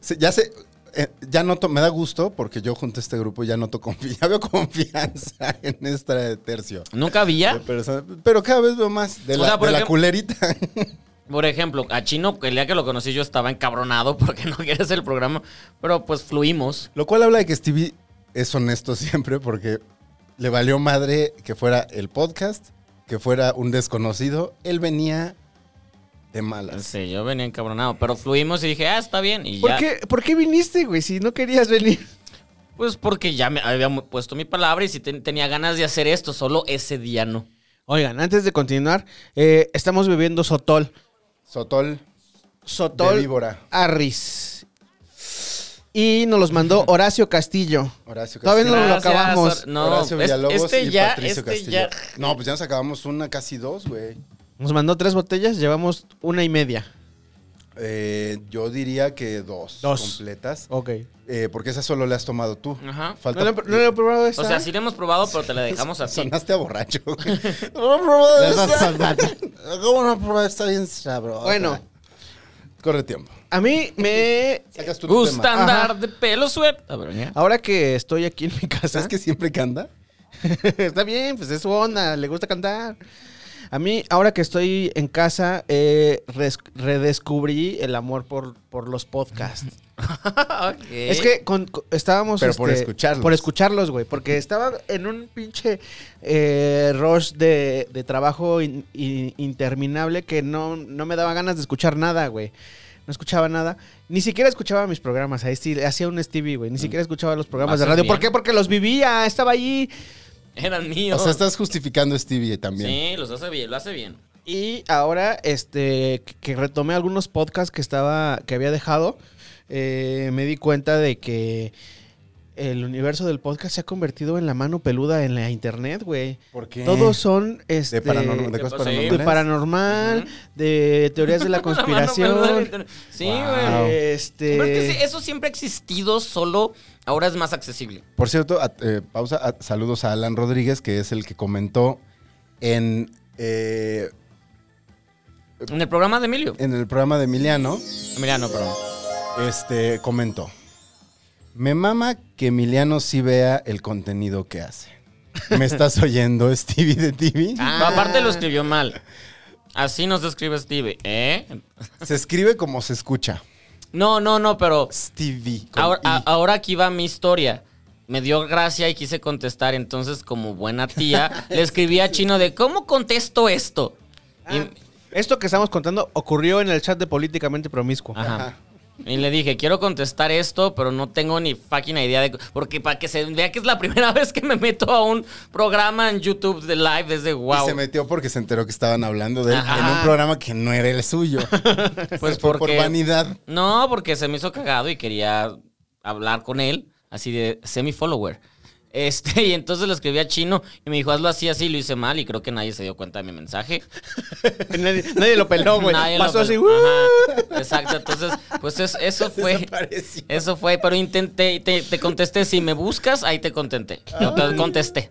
S1: Se- ya sé, eh, ya noto, me da gusto porque yo junto a este grupo y ya noto confianza, (laughs) ya veo confianza (laughs) en esta tercio.
S2: (laughs) ¿Nunca
S1: de
S2: había?
S1: personas. Pero cada vez veo más de
S2: O
S1: la,
S2: sea, por
S1: de la
S2: ejemplo-
S1: culerita.
S2: Por ejemplo, a Chino, el día que lo conocí yo estaba encabronado (laughs) porque no quería hacer el programa, pero pues fluimos.
S1: Lo cual habla de que Stevie es honesto (laughs) siempre porque le valió madre que fuera el podcast, que fuera un desconocido. Él venía de malas.
S2: Sí, yo venía encabronado, pero fluimos y dije, ah, está bien. Y
S3: ¿por
S2: ya.
S3: qué, ¿por qué viniste, güey? Si no
S2: (laughs)
S3: querías venir.
S2: Pues porque ya me había mu- puesto mi palabra y si ten- tenía ganas de hacer esto, solo ese día no.
S3: Oigan, antes de continuar, eh, estamos bebiendo Sotol.
S1: Sotol de
S3: Sotol
S1: víbora.
S3: Arris. Y nos
S1: (laughs)
S3: los mandó Horacio Castillo.
S1: Horacio
S3: Todavía no
S1: Castillo.
S3: lo acabamos.
S2: Or- No,
S1: Horacio
S2: es-
S1: Villalobos
S2: este
S1: y
S2: ya,
S1: Patricio
S2: este
S1: Castillo.
S2: ya.
S1: No, pues ya nos acabamos una, casi dos, güey.
S3: Nos mandó tres botellas, llevamos una y media.
S1: Eh, yo diría que dos,
S3: Dos.
S1: completas.
S3: Ok.
S1: Eh, porque esa solo la has tomado tú.
S2: Ajá.
S1: Falta-
S3: No lo, he- no lo he probado esta.
S2: O sea, sí lo hemos probado, pero te la dejamos
S1: (laughs)
S2: así.
S1: Sonaste a borracho.
S3: (laughs)
S1: güey. No, probado esta. ¿Cómo no probado? Está bien sabroso.
S3: Bueno.
S1: Corre tiempo.
S3: A mí me...
S1: Sacas tú tu
S2: Gusta
S1: tema.
S2: andar de pelo suelto. A ver, ya.
S3: Ahora que estoy aquí en mi casa...
S1: ¿Sabes que siempre que anda?
S3: (laughs) Está bien, pues es su onda, le gusta cantar. A mí, ahora que estoy en casa, eh, res- redescubrí el amor por, por los podcasts.
S2: Ok.
S3: Es que con- con- estábamos... este,
S1: Pero por escucharlos.
S3: Por escucharlos, güey. Porque estaba en un pinche eh, rush de, de trabajo in- in- interminable que no, no me daba ganas de escuchar nada, güey. No escuchaba nada. Ni siquiera escuchaba mis programas. Ahí sí, hacía un Stevie,
S1: Mm.
S3: güey. Ni siquiera escuchaba los programas de
S2: Haces
S3: radio. ¿Por
S2: bien.
S3: qué? Porque los vivía. Estaba allí.
S2: Eran míos.
S1: O sea, estás justificando a Stevie también.
S2: Sí, los hace bien, lo hace bien. (laughs)
S3: Y ahora, este, que- que retomé algunos podcasts que estaba, que había dejado, eh, me di cuenta de que el universo del podcast se ha convertido en la mano peluda en la internet, güey.
S1: ¿Por qué?
S3: Todos son, este,
S1: De, paranormal, de
S2: Sí,
S1: cosas
S2: pues, sí.
S3: de
S1: paranormales.
S3: paranormal,
S2: Ujú.
S3: de teorías de la
S2: (laughs) La mano peluda del
S3: conspiración,
S2: internet. Sí,
S1: Wow.
S2: güey.
S3: este,
S2: Pero es que sí, eso siempre ha existido, solo ahora es más accesible.
S1: Por cierto, a- eh, pausa. a- saludos a Alan Rodríguez, que es el que comentó en, eh,
S2: En el programa de Emilio.
S1: en el programa de Emiliano.
S2: Emiliano, perdón.
S1: Este, comentó. Me mama que Emiliano sí vea el contenido que hace. ¿Me estás oyendo, Stevie de TV?
S2: Pero Ah. Aparte lo escribió mal. Así nos describe Steve, ¿eh?
S1: Se escribe como se escucha.
S2: No, no, no, pero
S1: Stevie. con
S2: ahora,
S1: I.
S2: a- ahora aquí va mi historia. Me dio gracia y quise contestar, entonces como buena tía, le escribí a Chino de ¿cómo contesto esto? Y-
S3: esto que estamos contando ocurrió en el chat de Políticamente Promiscuo.
S2: ajá. Y le dije, quiero contestar esto, pero no tengo ni fucking idea de... Porque para que se vea que es la (laughs) primera vez que me meto a un programa en YouTube de live desde
S1: Y
S2: wow.
S1: se metió porque se enteró que estaban hablando de él
S2: Ajá.
S1: en un programa que no era el suyo.
S2: (laughs) Pues
S1: Se fue por
S2: porque-
S1: vanidad.
S2: No, porque se me hizo cagado y quería hablar con él, así de semi-follower. Este, (laughs) y entonces le escribí a Chino y me dijo, hazlo así, así, y lo hice mal y creo que nadie se dio cuenta de mi mensaje.
S3: (laughs) nadie, nadie lo
S1: Oh,
S3: peló, güey.
S2: Nadie lo
S3: Pasó así,
S2: peló.
S3: "Uh".
S2: Ajá, Exacto, entonces, pues es-
S1: (laughs)
S2: eso fue.
S1: Desapareció.
S2: Eso fue, pero intenté, y te, te contesté, si me buscas, ahí te contenté. Yo te contesté.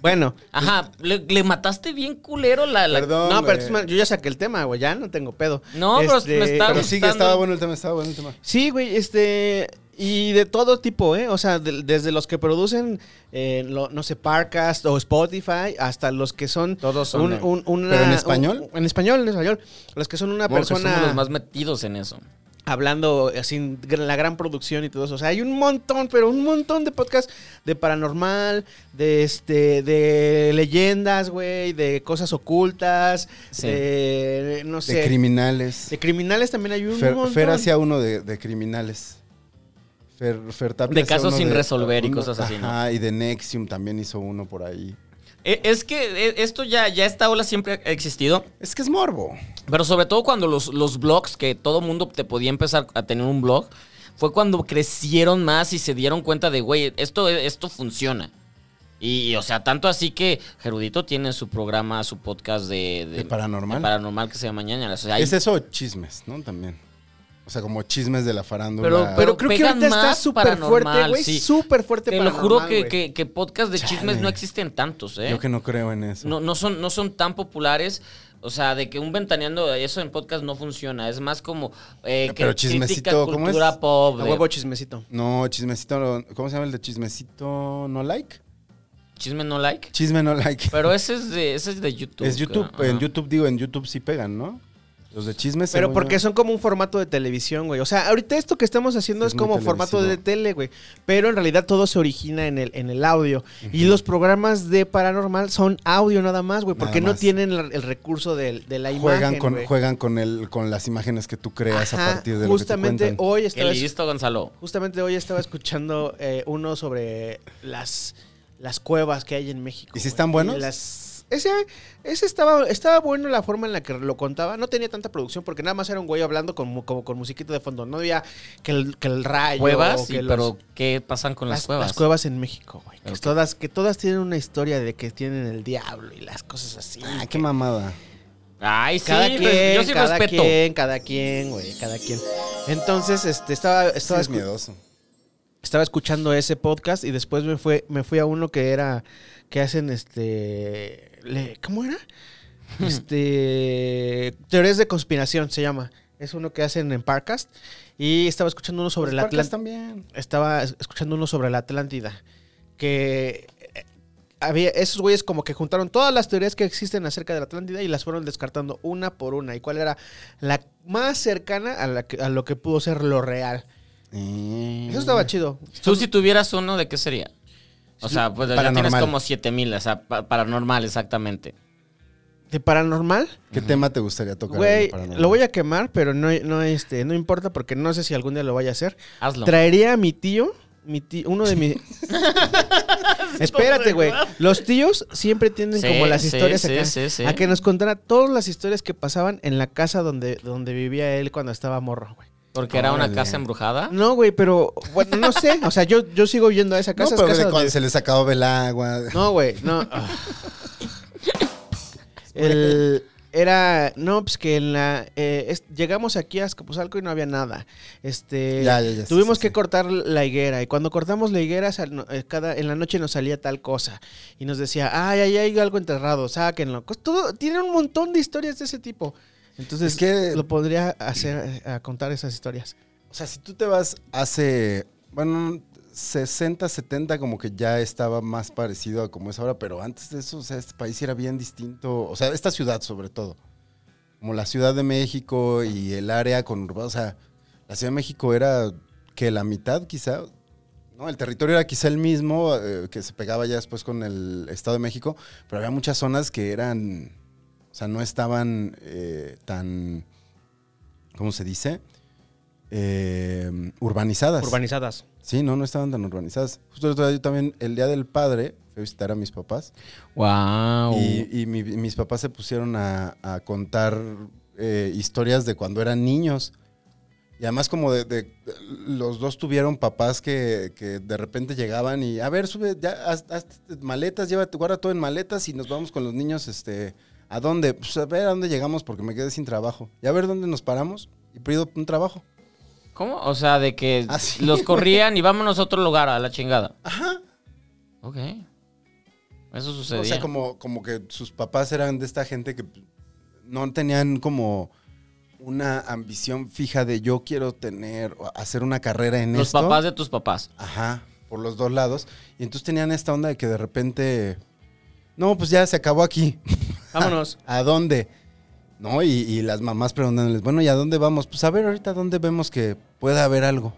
S3: Bueno,
S2: Ajá, le, le mataste bien culero la... la-
S1: Perdón.
S3: No, pero
S1: güey.
S3: entonces, yo ya saqué el tema, güey, ya no tengo pedo. Este,
S2: No, pero me está-
S1: Pero sí que
S2: gustando.
S1: estaba bueno el tema, estaba bueno el tema.
S3: Sí, güey, este... Y de todo tipo, ¿eh? O sea, de- desde los que producen, eh, lo- no sé, Parcast o Spotify, hasta los que son...
S2: Todos son,
S3: un-
S2: eh.
S3: un- una-
S1: ¿Pero en
S3: un-
S1: español?
S3: en español, en español. Los que son una
S2: Porque
S3: persona
S2: somos los más metidos en eso.
S3: hablando eh, sin gr- la gran producción y todo eso. O sea, hay un montón, pero un montón de podcasts de paranormal, de este, de leyendas, güey, de cosas ocultas,
S2: Sí.
S3: de, no sé...
S1: De criminales.
S3: De criminales también hay un
S1: Fer,
S3: montón.
S1: Fer hacía uno de, de criminales. Fer, Fer Tapia
S2: De
S1: hacía
S2: casos
S1: uno
S2: sin resolver y cosas así, ¿no?
S1: Ajá, y de Nexium también hizo uno por ahí.
S2: E- Es que e- esto ya, ya esta ola siempre ha existido.
S1: Es que es morbo.
S2: Pero sobre todo cuando los, los blogs, que todo mundo te podía empezar a tener un blog, fue cuando crecieron más y se dieron cuenta de, güey, esto, esto funciona. Y, y, o sea, tanto así que Gerudito tiene su programa, su podcast de...
S1: De paranormal.
S2: de paranormal que se llama Ñañaras. O sea, ahí-
S1: Es eso o chismes, ¿no? También. O sea, como chismes de la farándula.
S2: Pero-
S3: Pero creo que
S2: pegan
S3: ahorita está
S2: más
S3: súper fuerte,
S2: paranormal,
S3: güey.
S2: sí.
S3: Súper fuerte
S2: te lo juro
S3: paranormal,
S2: que,
S3: güey.
S2: que, que podcast de chismes no existen tantos, ¿eh?
S1: Yo que no creo en eso.
S2: No, no, son, no son tan populares. O sea, de que un ventaneando eso en podcast no funciona. Es más como eh, que
S1: Pero
S2: critica
S1: chismecito, ¿cómo
S2: cultura
S1: es?
S2: pop.
S3: A
S2: de-
S3: huevo chismecito.
S1: No, chismecito, no- ¿cómo se llama el de chismecito no like?
S2: Chisme no like.
S1: Chisme no like.
S2: Pero ese es de, ese es de YouTube.
S1: es YouTube,
S2: creo.
S1: en
S2: Ajá.
S1: YouTube digo, en YouTube sí pegan, ¿no? Los de chismes.
S3: Pero
S1: según
S3: porque
S1: yo-
S3: son como un formato de televisión, güey. O sea, ahorita esto que estamos
S1: Sí,
S3: haciendo
S1: es
S3: es,
S1: muy
S3: como formato de
S1: televisivo.
S3: tele, güey. Pero en realidad todo se origina en el, en el audio. Y los programas de paranormal son audio nada más, güey.
S1: Nada
S3: Porque no
S1: más.
S3: tienen el, el recurso del- de, la imagen.
S1: juegan con
S3: güey.
S1: juegan con el con las imágenes que tú creas
S3: Ajá,
S1: a partir de
S3: justamente
S1: lo que te cuentan.
S3: hoy
S2: Qué
S3: estaba
S2: listo, Gonzalo.
S3: justamente hoy estaba escuchando eh, uno sobre las las cuevas que hay en México
S1: ¿Y si
S3: güey.
S1: están buenos?
S3: las ese, ese estaba, estaba bueno la forma en la que lo contaba. No tenía tanta producción porque nada más era un güey hablando con, mu- como con musiquita de fondo. No había que el, que el rayo.
S2: Cuevas,
S3: o
S2: sí,
S3: que los-
S2: pero ¿qué pasan con las, cuevas?
S3: Las cuevas en México, güey. Que,
S2: Ok.
S3: todas, que todas tienen una historia de que tienen el diablo y las cosas así.
S1: Ah,
S3: que-
S1: qué mamada.
S2: Ay, sí,
S3: cada
S2: pues,
S3: quien,
S2: yo sí
S3: cada
S2: respeto.
S3: quien, cada quien, güey, cada quien. Entonces, este, estaba,
S1: Esto
S3: estaba
S1: es
S3: escu-
S1: miedoso.
S3: estaba escuchando ese podcast y después me fue me fui a uno que era que hacen este le- ¿cómo era? Este teorías de conspiración se llama. Es uno que hacen en Parcast y estaba escuchando uno sobre
S1: Los
S3: la
S1: parques
S3: Atlántida.
S1: también.
S3: Estaba es- escuchando uno sobre la Atlántida que eh, había esos güeyes como que juntaron todas las teorías que existen acerca de la Atlántida y las fueron descartando una por una y cuál era la más cercana a la que- a lo que pudo ser lo real.
S1: Eh.
S3: Eso estaba chido.
S2: Tú si tuvieras uno, ¿de qué sería? O sea, pues ya tienes
S1: Paranormal.
S2: como 7000, o sea, pa- paranormal, exactamente.
S3: ¿De paranormal?
S1: ¿Qué tema te gustaría tocar?
S3: Güey,
S1: para no-
S3: lo voy a quemar, pero no, no, este, no importa porque no sé si algún día lo vaya a hacer.
S2: Hazlo.
S3: Traería a mi tío, mi (laughs) tío uno
S1: (laughs)
S3: de mis... Espérate, güey. Los tíos siempre tienen
S2: Sí,
S3: como las
S2: sí,
S3: historias
S2: sí,
S3: acá.
S2: sí, sí.
S3: A que nos contara todas las historias que pasaban en la casa donde, donde vivía él cuando estaba morro, güey.
S2: Porque era una
S1: Órale.
S2: casa embrujada.
S3: No, güey, pero bueno, no sé. O sea, yo, yo sigo yendo a esa
S1: No,
S3: casa. es
S1: pero
S3: casa
S1: de cuando
S3: donde-
S1: se les acababa el agua.
S3: No, güey, no. Ah. El- era, no, pues que en la, eh, es- llegamos aquí a Azcapotzalco y no había nada. Este,
S1: Ya, ya, ya, sí,
S3: tuvimos
S1: sí,
S3: que
S1: sí.
S3: cortar la higuera y cuando cortamos la higuera, sal- no, eh, cada, en la noche nos salía tal cosa y nos decía, ay, ahí hay algo enterrado, sáquenlo. Cos- Todo, tiene un montón de historias de ese tipo. Entonces,
S1: Es que-
S3: lo podría hacer, eh, a contar esas historias.
S1: (laughs) O sea, si tú te vas hace, bueno, 60, 70, como que ya estaba más parecido a como es ahora, pero antes de eso, o sea, este país era bien distinto, o sea, esta ciudad sobre todo, como la Ciudad de México y el área conurbada, o sea, la Ciudad de México era que la mitad quizá, ¿no? El territorio era quizá el mismo, eh, que se pegaba ya después con el Estado de México, pero había muchas zonas que eran, o sea, no estaban eh, tan, ¿cómo se dice? Eh, urbanizadas.
S3: Urbanizadas.
S1: sí, no, no estaban tan urbanizadas. Justo el otro día yo también, el Día del Padre, fui a visitar a mis papás
S2: Wow.
S1: (laughs) y, y mi- mis papás se pusieron a, a contar eh, historias de cuando eran niños. Y además como de, de- los dos tuvieron papás que, que de repente llegaban y, a ver, sube, ya, haz, haz maletas, llévate, guarda todo en maletas y nos vamos con los niños, este, ¿a dónde? Pues a ver a dónde llegamos porque me quedé sin trabajo. Y a ver dónde nos paramos y pido un trabajo.
S2: ¿Cómo? O sea, de que
S1: Ah, sí,
S2: los
S1: güey.
S2: corrían y vámonos a otro lugar, a la chingada.
S1: Ajá.
S2: Ok. Eso sucedía.
S1: O sea, como, como que sus papás eran de esta gente que no tenían como una ambición fija de yo quiero tener, o hacer una carrera en
S2: los
S1: esto.
S2: papás de tus papás.
S1: Ajá, por los dos lados. Y entonces tenían esta onda de que de repente, no, pues ya se acabó aquí.
S3: Vámonos.
S1: ¿A dónde? No, y, y las mamás preguntándoles, bueno, ¿y a dónde vamos? Pues a ver ahorita dónde vemos que pueda haber algo.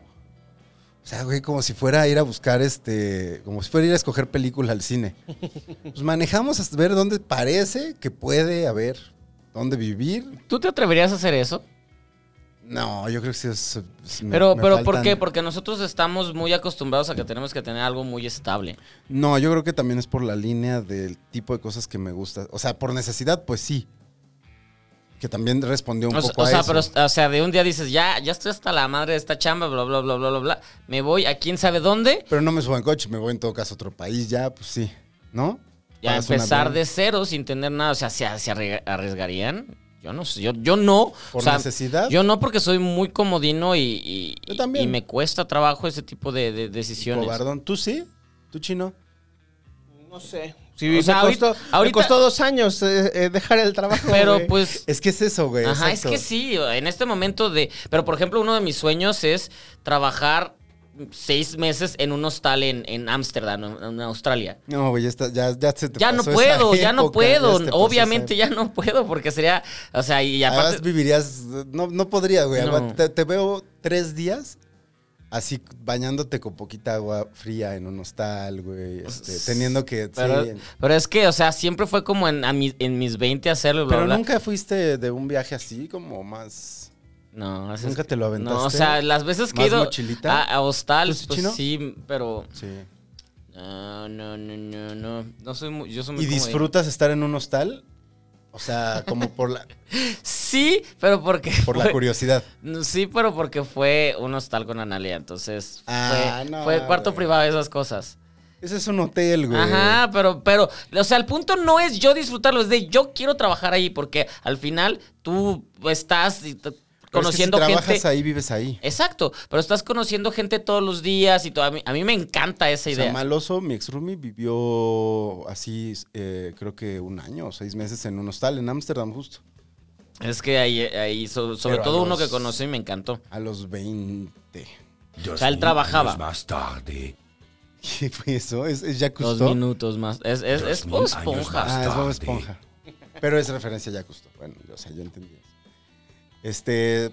S1: O sea, güey, como si fuera a ir a buscar este, como si fuera a ir a escoger película al
S2: (laughs)
S1: cine. Pues manejamos hasta ver dónde parece que puede haber, dónde vivir.
S2: ¿Tú te atreverías a hacer eso?
S1: No, yo creo que sí es- es- me-
S2: Pero,
S1: me
S2: pero ¿por
S1: faltan-
S2: qué? Porque nosotros estamos muy acostumbrados a que tenemos que tener algo muy estable.
S1: No, yo creo que también es por la línea del tipo de cosas que me gusta. O sea, por necesidad, pues sí. Que también respondió un
S2: O,
S1: poco
S2: o
S1: a
S2: sea,
S1: eso.
S2: pero o sea, de un día dices, ya, ya estoy hasta la madre de esta chamba, bla, bla, bla, bla, bla, bla. Me voy a quién sabe dónde
S1: Pero no me subo en coche, me voy en todo caso a otro país, ya, pues sí. ¿No?
S2: y a
S1: Pagas un
S2: empezar
S1: avión.
S2: de cero sin tener nada. O sea, ¿se, se arre- arriesgarían? Yo no sé, yo, yo no.
S1: ¿Por
S2: o sea,
S1: necesidad?
S2: Yo no porque soy muy comodino y, y-
S1: Yo
S2: y-
S1: también.
S2: y me cuesta trabajo ese tipo de, de decisiones.
S1: Cobardón. ¿Tú sí? ¿Tú chino?
S3: No sé. Sí,
S2: O sea,
S3: me,
S2: ahorita-
S3: costó, me
S2: ahorita-
S3: costó dos años eh, eh, dejar el trabajo.
S2: Pero
S3: güey.
S2: pues
S1: (laughs) Es que es eso, güey.
S2: Ajá,
S1: exacto.
S2: es que sí, en este momento de... Pero, por ejemplo, uno de mis sueños es trabajar seis meses en un hostal en en Ámsterdam, en, en Australia.
S1: No, güey, ya, está- ya, ya se te
S2: Ya no
S1: pasó esa
S2: puedo, ya no
S1: época,
S2: puedo.
S1: se te pasó
S2: Obviamente
S1: esa Ah,
S2: ya no puedo porque sería... O sea, y
S1: época.
S2: aparte...
S1: Además vivirías... No, no podría, güey.
S2: No.
S1: Aguanta- Te, te veo tres días así bañándote con poquita agua fría en un hostal, güey. este, teniendo que...
S2: Pero,
S1: sí,
S2: pero es que, o sea, siempre fue como en, a mis- en mis 20 hacerlo, bla,
S1: Pero
S2: bla.
S1: nunca fuiste de un viaje así como más...
S2: no, o sea,
S1: ¿Nunca
S2: es-
S1: te lo aventaste?
S2: No, o sea, las veces que he
S1: ¿Más
S2: ido
S1: mochilita?
S2: a, a hostal,
S1: ¿Tú sí,
S2: pues
S1: chino?
S2: sí, pero...
S1: Sí.
S2: No, no, no, no, no. No soy muy... Yo soy muy
S1: ¿Y
S2: comodino.
S1: disfrutas estar en un hostal? O sea, como por la,
S2: Sí, pero porque...
S1: (laughs) por la
S2: fue-
S1: curiosidad.
S2: No, Sí, pero porque fue un hostal con Analia, entonces
S1: Ah,
S2: fue,
S1: no,
S2: fue cuarto
S1: güey.
S2: privado esas cosas.
S1: Ese es un hotel, güey.
S2: Ajá, pero, pero, o sea, el punto no es yo disfrutarlo, es de yo quiero trabajar ahí, porque al final tú estás y te-
S1: Pero es que
S2: conociendo
S1: si trabajas
S2: gente.
S1: ahí, vives ahí.
S2: Exacto, pero estás conociendo gente todos los días y todo. A mí, a mí me encanta esa
S1: O
S2: idea.
S1: sea, Maloso, mi ex roomie, vivió así, eh, creo que un año o seis meses en un hostal en Ámsterdam, justo.
S2: es que ahí, ahí so- sobre
S1: Pero a
S2: todo uno
S1: los-
S2: que conocí me encantó.
S1: A los (laughs) 20.
S2: O sea, él trabajaba.
S1: ¿Qué fue eso? ¿Es, es Jacques
S2: Dos
S1: Cousteau?
S2: minutos más. Es, es, es Bob esponja.
S1: Ah, es Bob Esponja. Pero es referencia a Jacques Cousteau. Bueno, o sea, yo entendí eso. Este.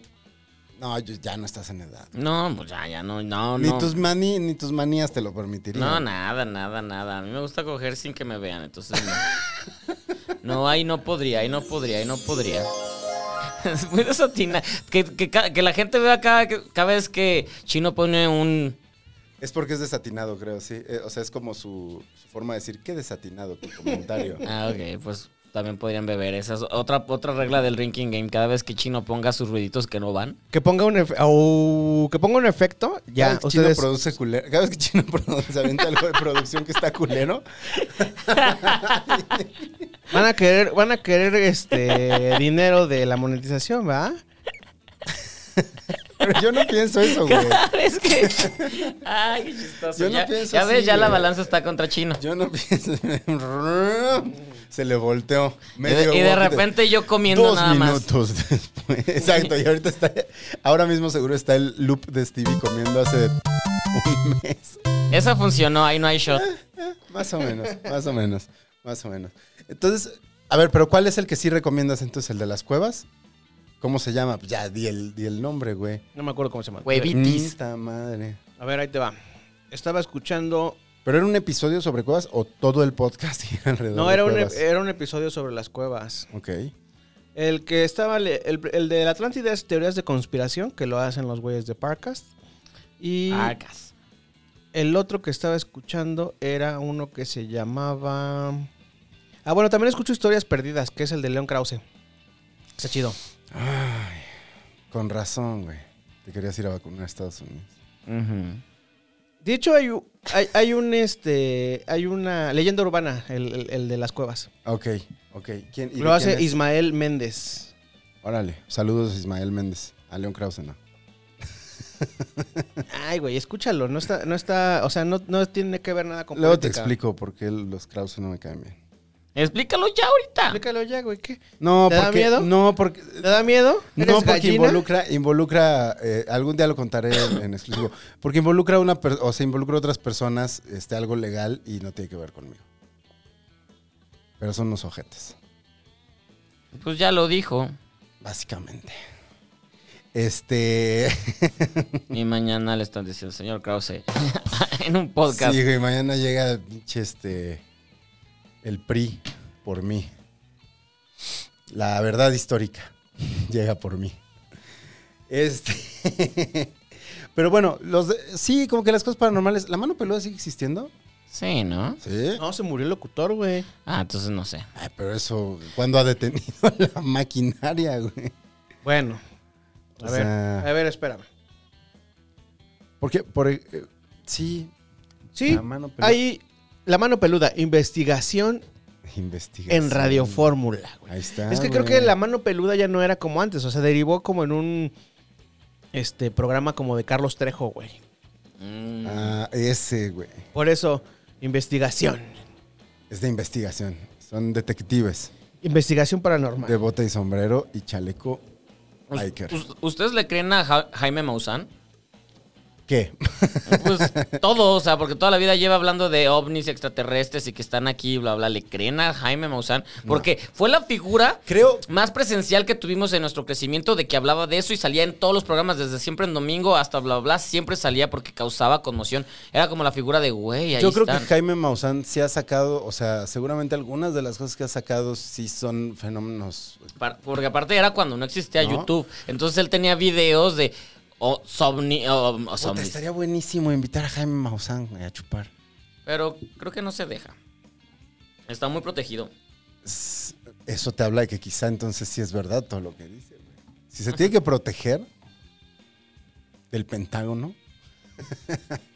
S1: No, yo- ya no estás en edad.
S2: No, pues ya, ya no, no,
S1: ni,
S2: no.
S1: tus mani- ni tus manías te lo permitirían.
S2: No, nada, nada, nada. A mí me gusta coger sin que me vean, entonces no. (laughs) No, ahí no podría, ahí no podría, ahí no podría. (laughs) Es muy desatina. Que, que ca- que la gente vea cada, que- cada vez que Chino pone un...
S1: Es porque es desatinado, creo, sí. Eh, o sea, es como su, su forma de decir, qué desatinado tu
S2: (laughs)
S1: comentario.
S2: Ah, ok, pues también podrían beber. Esa es otra, otra regla del drinking game. Cada vez que Chino ponga sus ruiditos que no van.
S3: Que ponga un, efe- au, que ponga un efecto,
S1: Cada
S3: ya.
S1: vez que Chino
S3: Ustedes,
S1: produce culero. Cada vez que Chino (laughs) produce, se avienta algo de producción que está culero.
S3: van a querer, van a querer (laughs) este dinero de la monetización, ¿va?
S1: Pero yo no pienso eso, güey.
S2: (laughs)
S1: (laughs)
S2: ¿Sabes qué? Ay, qué chistoso.
S1: Yo no
S2: ya
S1: pienso
S2: ya ves,
S1: así,
S2: ya la
S1: güey.
S2: balanza está contra Chino.
S1: Yo no pienso. (laughs) Se le volteó.
S2: Y de, y de repente yo comiendo
S1: Dos
S2: nada más.
S1: minutos (laughs) después. Exacto, y ahorita está. Ahora mismo seguro está el loop de Stevie comiendo hace un mes.
S2: Esa funcionó, ahí no hay shot.
S1: Más o menos, más o menos, más o menos. Entonces, a ver, pero ¿cuál es el que sí recomiendas entonces? ¿El de las cuevas? ¿Cómo se llama? Pues Ya, di el, di el nombre, güey.
S3: No me acuerdo cómo se llama.
S2: Huevitis.
S1: Puta madre.
S3: A ver, ahí te va. Estaba escuchando.
S1: ¿Pero era un episodio sobre cuevas o todo el podcast (laughs) gira alrededor
S3: No,
S1: de
S3: era un, eh,
S1: cuevas?
S3: era un episodio sobre las cuevas.
S1: Ok.
S3: El que estaba, le- el, el de la Atlántida es teorías de conspiración, que lo hacen los güeyes de Parcast. Y
S2: Arcas.
S3: el otro que estaba escuchando era uno que se llamaba... Ah, bueno, también escucho Historias Perdidas, que es el de León Krause. Está chido.
S1: Con razón, güey. Te querías ir a vacunar a Estados Unidos.
S3: De hecho, hay, u- hay, hay un, este, hay una leyenda urbana, el, el- el de las cuevas.
S1: Ok, ok. ¿Quién, y de
S3: Lo hace
S1: quién es? (laughs)
S3: Ismael Méndez.
S1: Órale, saludos Ismael Méndez. A León Krause, no.
S3: Ay, güey, escúchalo. No está, no está, o sea, no, no tiene que ver nada con
S1: Luego te
S3: política.
S1: explico por qué los Krause no me caen bien.
S2: Explícalo ya ahorita.
S3: Explícalo ya, güey. ¿qué?
S1: No,
S3: ¿Te da
S1: porque,
S3: miedo?
S1: No, porque
S3: ¿Te da miedo?
S1: No,
S3: ¿Eres
S1: porque
S3: gallina?
S1: involucra, involucra, eh, algún día lo contaré en, en exclusivo, porque involucra una, per- o sea, involucra a otras personas, este, algo legal y no tiene que ver conmigo. Pero son unos ojetes,
S2: Pues ya lo dijo.
S1: básicamente. Este,
S2: Y mañana le están diciendo, señor Krause, (laughs) en un podcast.
S1: sí, güey, mañana llega pinche, este, el PRI por mí. (laughs) La verdad histórica llega por mí. Este. (laughs) Pero bueno, los de- sí, como que las cosas paranormales. ¿La mano peluda sigue existiendo?
S2: Sí, ¿no?
S1: Sí.
S3: No, se murió el locutor, güey.
S2: Ah, entonces no sé.
S1: Ay, pero eso, ¿cuándo ha detenido (laughs) la maquinaria, güey?
S3: Bueno. A
S1: O
S3: ver,
S1: sea-
S3: a ver, espérame.
S1: Porque, por, eh, sí,
S3: Sí,
S1: La mano peluda.
S3: ahí la mano peluda, investigación
S1: investigación.
S3: en Radio Fórmula. güey.
S1: Ahí está.
S3: es que creo
S1: güey.
S3: que la mano peluda ya no era como antes, o sea, derivó como en un este programa como de Carlos Trejo, güey.
S2: Mm.
S1: Ah, ese, güey.
S3: Por eso, investigación.
S1: Es de investigación. Son detectives
S3: Investigación paranormal.
S1: de bota y sombrero y chaleco
S2: Us-
S1: biker.
S2: us- ¿Ustedes le creen a Ja- Jaime Maussan?
S1: ¿Qué?
S2: Pues todo, o sea, porque toda la vida lleva hablando de ovnis extraterrestres y que están aquí, bla, bla. ¿Le creen a Jaime Maussan? Porque fue la figura
S1: Creo.
S2: más presencial que tuvimos en nuestro crecimiento de que hablaba de eso y salía en todos los programas, desde siempre en domingo hasta bla, bla, bla, siempre salía porque causaba conmoción. Era como la figura de, güey, ahí
S1: Yo creo
S2: están.
S1: que Jaime Maussan sí ha sacado, o sea, seguramente algunas de las cosas que ha sacado sí son fenómenos.
S2: Par- Porque aparte era cuando no existía
S1: ¿No?
S2: YouTube. Entonces él tenía videos de... o somni, o- o
S1: Puta,
S2: zombies.
S1: estaría buenísimo invitar a Jaime Maussan güey, a chupar.
S2: Pero creo que no se deja. Está muy protegido.
S1: S- Eso te habla de que quizá entonces sí es verdad todo lo que dice. güey. Si se tiene que proteger del Pentágono. (laughs)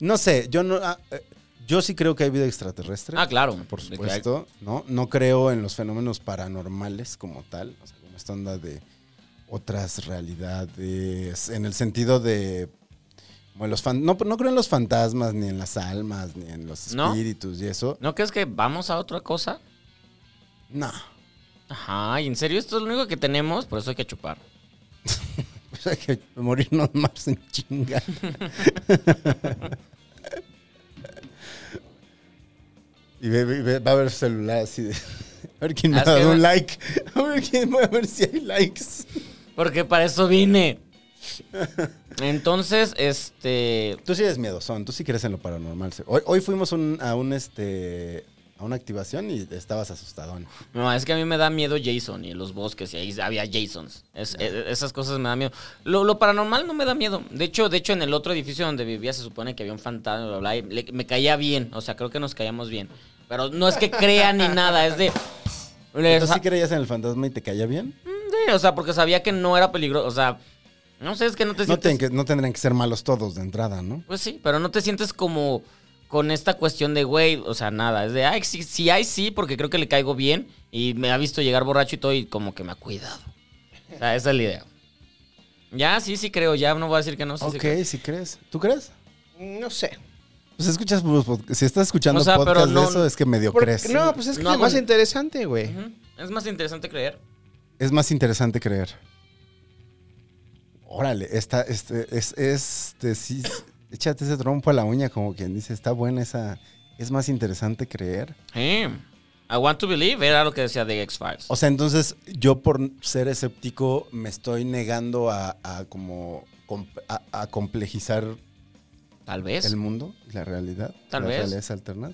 S1: no sé, yo no. ah, eh, yo sí creo que hay vida extraterrestre.
S2: Ah, claro.
S1: Por
S2: De que hay-
S1: supuesto, ¿no? No creo en los fenómenos paranormales como tal, o sea, como esta onda de otras realidades, en el sentido de... como los fan- no, no creo en los fantasmas, ni en las almas, ni en los
S2: ¿No?
S1: espíritus y eso.
S2: ¿No crees que vamos a otra cosa?
S1: No. (laughs)
S2: Ajá, ¿y en serio esto es lo único que tenemos? Por eso hay que chupar.
S1: Pues hay que morirnos más en
S2: (laughs)
S1: chinga. y ve- ve- ve- va a haber celular así de... (laughs) A ver quién me
S2: Ah,
S1: ha
S2: es que
S1: dado un
S2: va-
S1: like. (laughs) A ver quién, voy a ver si hay likes.
S2: Porque para eso
S1: (laughs)
S2: vine. Entonces, este...
S1: Tú sí eres miedosón, tú sí crees en lo paranormal. Hoy, hoy fuimos un- a un este a una activación y estabas asustadón.
S2: No, es que a mí me da miedo Jason y los bosques y ahí había Jasons. Es- e- esas cosas me dan miedo. Lo, lo paranormal no me da miedo. De hecho, de hecho, en el otro edificio donde vivía se supone que había un fantasma, bla, bla, y le- me caía bien. O sea, creo que nos caíamos bien. Pero no es que crea ni nada, es de...
S1: ¿Tú sí creías en el fantasma y te caía bien?
S2: Sí, o sea, porque sabía que no era peligroso. O sea, no sé, es que no te
S1: No,
S2: sientes.
S1: tienen que- no tendrían que ser malos todos de entrada, ¿no?
S2: Pues sí, pero no te sientes como con esta cuestión de, güey, o sea, nada. Es de, ay, sí, sí, ay, sí, porque creo que le caigo bien y me ha visto llegar borracho y todo y como que me ha cuidado. O sea, esa es la idea. Ya, sí, sí creo, ya no voy a decir que no. Sí, sí
S1: ok,
S2: creo.
S1: sí crees. ¿tú crees?
S3: No sé.
S1: Pues escuchas puros pod- Si estás escuchando
S2: O sea, pero
S1: podcast de
S2: no-
S1: eso, es que medio
S3: Porque-
S1: crees.
S3: No, pues es que
S2: No
S3: es más
S2: hago-
S3: interesante, güey.
S2: Ujú. Es más interesante creer.
S1: Es más interesante creer. Órale, esta, este, es, este, sí, échate ese trompo a la uña, como quien dice, está buena esa. Es más interesante creer.
S2: Sí. I want to believe era lo que decía de X-Files.
S1: O sea, entonces yo por ser escéptico me estoy negando a, a como com- a, a complejizar
S2: Tal vez.
S1: el mundo, la realidad,
S2: Tal
S1: las
S2: vez.
S1: realidades alternas.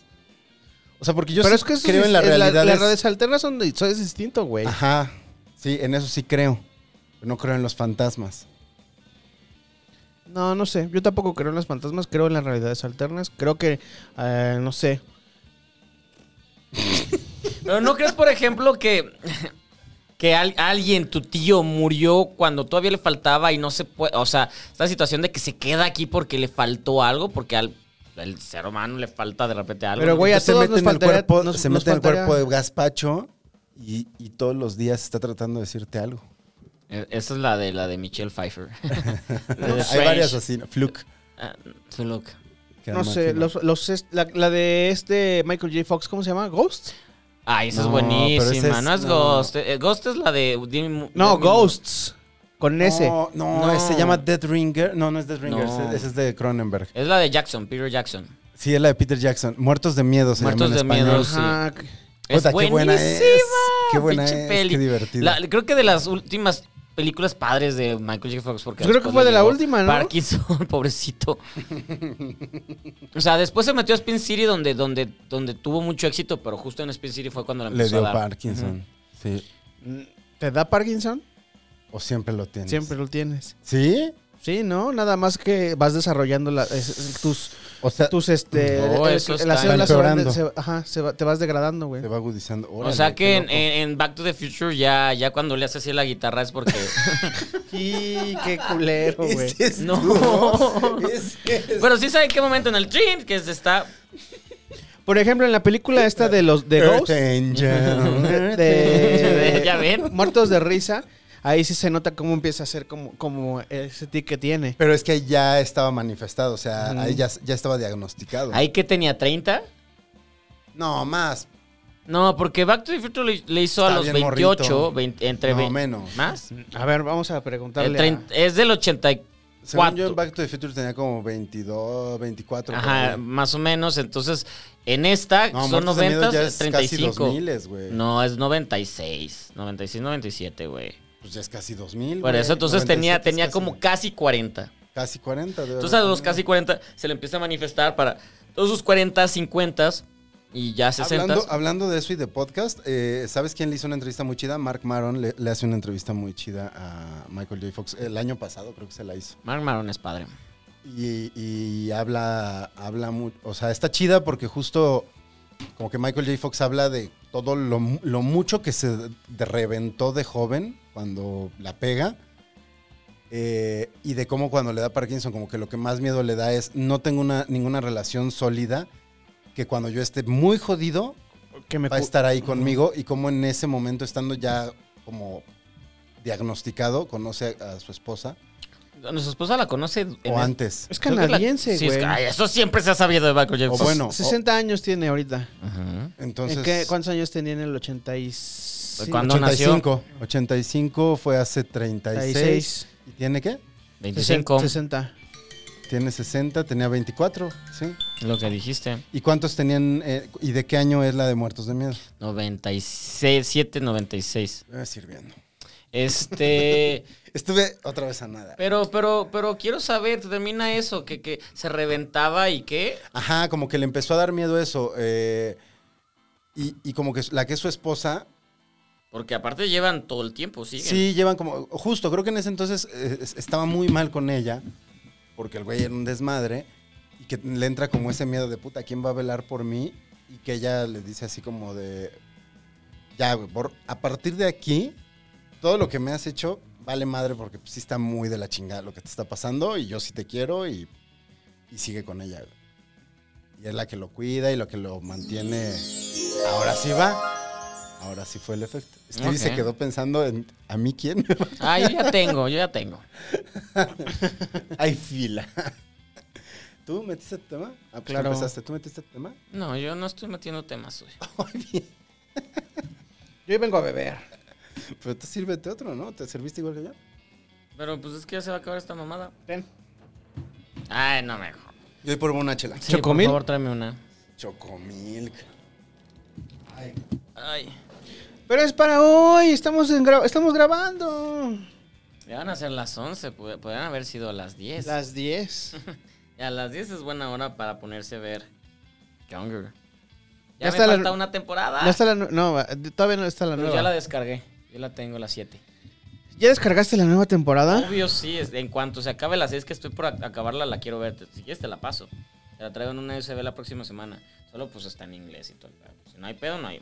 S1: O sea, porque yo
S3: Pero
S1: sí
S3: es que eso
S1: creo
S3: sí-
S1: en la
S3: es-
S1: realidad.
S3: las redes alternas son, de- son- es distinto, güey.
S1: Ajá, sí, en eso sí creo. No creo en los fantasmas.
S3: No, no sé. Yo tampoco creo en los fantasmas, creo en las realidades alternas. Creo que, eh, no sé.
S2: Pero ¿no crees, por ejemplo, que, que al- alguien, tu tío, murió cuando todavía le faltaba y no se puede... O sea, esta situación de que se queda aquí porque le faltó algo, porque al, al ser humano le falta de repente algo.
S3: Pero,
S2: ¿no?
S3: güey, a
S1: se
S3: todos
S1: mete
S3: nos
S1: en el
S3: faltaría-
S1: cuerpo,
S3: nos-
S1: se
S3: nos
S1: mete en el
S3: faltaría-
S1: cuerpo de gazpacho y, y todos los días está tratando de decirte algo.
S2: Eh, Esa es la de la de
S1: (laughs)
S2: Michelle Pfeiffer. Ah,
S1: Hay varias así, Fluke.
S2: Su look.
S1: que
S3: No
S1: era
S3: sé.
S1: máximo.
S3: Los, los, es- la, la de este Michael J. Fox, ¿cómo se llama? ¿Ghost?
S2: Ay, esa
S1: No,
S2: es
S1: pero
S2: buenísima.
S1: esa es-
S2: no es
S1: no.
S2: Ghost. Eh, Ghost es la de...
S3: No, Ghosts. Con ese.
S1: No, no,
S2: No.
S1: ese se llama Dead Ringer. No, no es Dead Ringer,
S2: No.
S1: ese, ese es de Cronenberg.
S2: Es la de Jackson, Peter Jackson.
S1: Sí, es la de Peter Jackson. Muertos de miedo se
S2: Muertos
S1: llama en
S2: de
S1: español.
S2: miedo.
S3: Ajá.
S2: Es
S1: Puta, qué buena es,
S2: buenísima,
S1: qué buena
S2: Ah, pinche
S1: es,
S2: peli.
S1: qué divertida.
S2: La- creo que de las últimas películas padres de Michael J. Fox. Porque
S3: Yo Pues creo que
S2: después
S3: fue
S2: le
S3: de la
S2: llegó
S3: última, ¿no?
S2: Parkinson, (laughs) pobrecito. o sea, después se metió a Spin City donde, donde, donde tuvo mucho éxito, pero justo en Spin City fue cuando la
S1: Le
S2: empezó
S1: dio
S2: a dar.
S1: Parkinson. Sí.
S3: ¿Te da Parkinson?
S1: ¿O siempre lo tienes?
S3: Siempre lo tienes.
S1: ¿Sí?
S3: Sí, ¿no? Nada más que vas desarrollando la- es- es- tus,
S1: O sea,
S3: tus, este,
S2: No,
S3: el-
S2: eso
S3: el-
S2: está
S3: las células se van de-
S1: empeorando.
S3: se- ajá, se va- te vas degradando, güey.
S1: te va agudizando.
S2: O
S1: Órale,
S2: sea que
S1: qué
S2: en,
S1: loco.
S2: en- en Back to the Future ya, ya cuando le hace así la guitarra es porque...
S3: Y qué culero, güey.
S1: Ese (laughs) es
S2: No.
S1: tú. Ese es-
S2: Pero sí sabe qué momento en el dream que se está...
S3: Por ejemplo, en la película esta de los de
S1: Earth
S3: Ghost,
S1: Angel.
S3: de-
S2: (laughs) Ya ven.
S3: Muertos de risa, ahí sí se nota cómo empieza a ser como, como ese tic que tiene.
S1: Pero es que ya estaba manifestado, o sea, ahí ya, ya estaba diagnosticado.
S2: ¿Ahí que tenía 30?
S1: No, más.
S2: No, porque Back to the Future le, le hizo a
S1: Está
S2: los
S1: bien
S2: 28,
S1: morrito.
S2: 20 entre
S1: No,
S2: 20
S1: menos.
S2: ¿Más? Eh,
S3: A ver, vamos a preguntarle. a-
S2: 30 es del
S1: Según
S2: 84.
S1: yo, en Back to the Future tenía como 22, 24.
S2: Ajá,
S1: por ahí.
S2: más o menos. Entonces, en esta
S1: No,
S2: son
S1: Muertos de Miedo
S2: 90,
S1: ya es casi eh.
S2: 35.
S1: 2000, güey.
S2: no, es 96. 96, 97, güey.
S1: Pues ya es casi 2000.
S2: Por
S1: güey.
S2: eso entonces
S1: 97
S2: tenía,
S1: es
S2: tenía
S1: casi-
S2: como casi 40.
S1: Casi 40. debe
S2: Entonces a
S1: haber
S2: los
S1: tenido.
S2: casi 40 se le empieza a manifestar para todos sus 40, 50 y ya 60.
S1: Hablando, hablando de eso y de podcast, eh, ¿sabes quién le hizo una entrevista muy chida? Mark Maron le, le hace una entrevista muy chida a Michael J. Fox. El año pasado creo que se la hizo.
S2: Mark Maron es padre.
S1: Y, y habla, habla mucho. O sea, está chida porque justo como que Michael J. Fox habla de todo lo, mu- lo mucho que se de- reventó de joven cuando la pega. eh, y de cómo cuando le da Parkinson, como que lo que más miedo le da es no tengo una, ninguna relación sólida que cuando yo esté muy jodido
S3: que me
S1: va a
S3: cu-
S1: estar ahí conmigo y como en ese momento estando ya como diagnosticado conoce a, a su esposa
S2: Nuestra esposa la conoce en
S1: o
S2: el-
S1: antes.
S3: Es
S2: Creo que la-
S3: canadiense,
S2: Sí,
S3: güey.
S2: es que- ay, eso siempre se ha sabido de Michael J.
S1: O
S2: Fox.
S1: bueno, o-
S3: 60 años tiene ahorita.
S2: Ajá.
S1: entonces
S3: ¿En qué- ¿Cuántos años tenía en el 85?
S2: ¿Cuándo? nació?
S1: 85, 85 fue hace 36.
S3: 86.
S1: ¿Y tiene qué?
S2: 25,
S3: 60.
S1: Tiene 60, tenía 24, ¿sí?
S2: lo que dijiste.
S1: ¿Y cuántos tenían eh, y de qué año es la de Muertos de Miedo?
S2: 96, 7, 96.
S1: Me va sirviendo.
S3: (laughs)
S2: Este,
S1: Estuve otra vez a nada.
S2: pero, pero, pero quiero saber, termina eso, que, que se reventaba y qué.
S1: Ajá, como que le empezó a dar miedo eso. eh, y, y como que la que es su esposa
S2: Porque aparte llevan todo el tiempo, siguen.
S1: Sí, llevan como. Justo, creo que en ese entonces eh, es- estaba muy mal con ella, porque el güey era un desmadre, y que le entra como ese miedo de puta, ¿quién va a velar por mí? Y que ella le dice así como de. Ya, güey, por- a partir de aquí, todo lo que me has hecho vale madre, porque pues, sí está muy de la chingada lo que te está pasando, y yo sí te quiero, y, y sigue con ella, güey. Y es la que lo cuida y lo que lo mantiene. Ahora sí va. Ahora sí fue el efecto. Stevie se
S2: Ok.
S1: quedó pensando en a mí quién. (laughs)
S2: Ah, yo ya tengo, yo ya tengo.
S1: Hay fila. (laughs) ¿Tú metiste el tema? Ah, pues tú
S3: Claro.
S1: empezaste. ¿Tú metiste el tema?
S2: No, yo no estoy metiendo temas hoy.
S1: Muy bien.
S3: Yo vengo a beber.
S1: Pero tú sírvete otro, ¿no? ¿Te serviste igual que yo?
S2: Pero pues es que ya se va a acabar esta mamada.
S3: Ven.
S2: Ay, no mejor.
S1: Yo voy por una chela.
S2: Sí,
S3: ¿Chocomil?
S2: Por favor, tráeme una.
S1: Chocomilk.
S2: Ay.
S3: Pero es para hoy, estamos, en gra- estamos grabando.
S2: Ya van a ser las 11, pu- podrían haber sido las 10.
S3: Las 10.
S2: Y a las 10 es buena hora para ponerse a ver Younger. Ya,
S3: Ya
S2: me
S3: está la-
S2: falta una temporada.
S3: Ya está la nu- no, va, de- todavía no está la
S2: Ah. Pero
S3: nueva.
S2: ya
S3: ¿Ya,
S2: la descargué. Yo la tengo las 7.
S3: descargaste la nueva temporada?
S2: Obvio sí, es- en cuanto se acabe las 6 que estoy por ac- acabarla la quiero ver. Te- Si quieres te la paso. Te la traigo en una USB la próxima semana. Solo pues está en inglés y todo. el pedo. Si no hay pedo, no hay.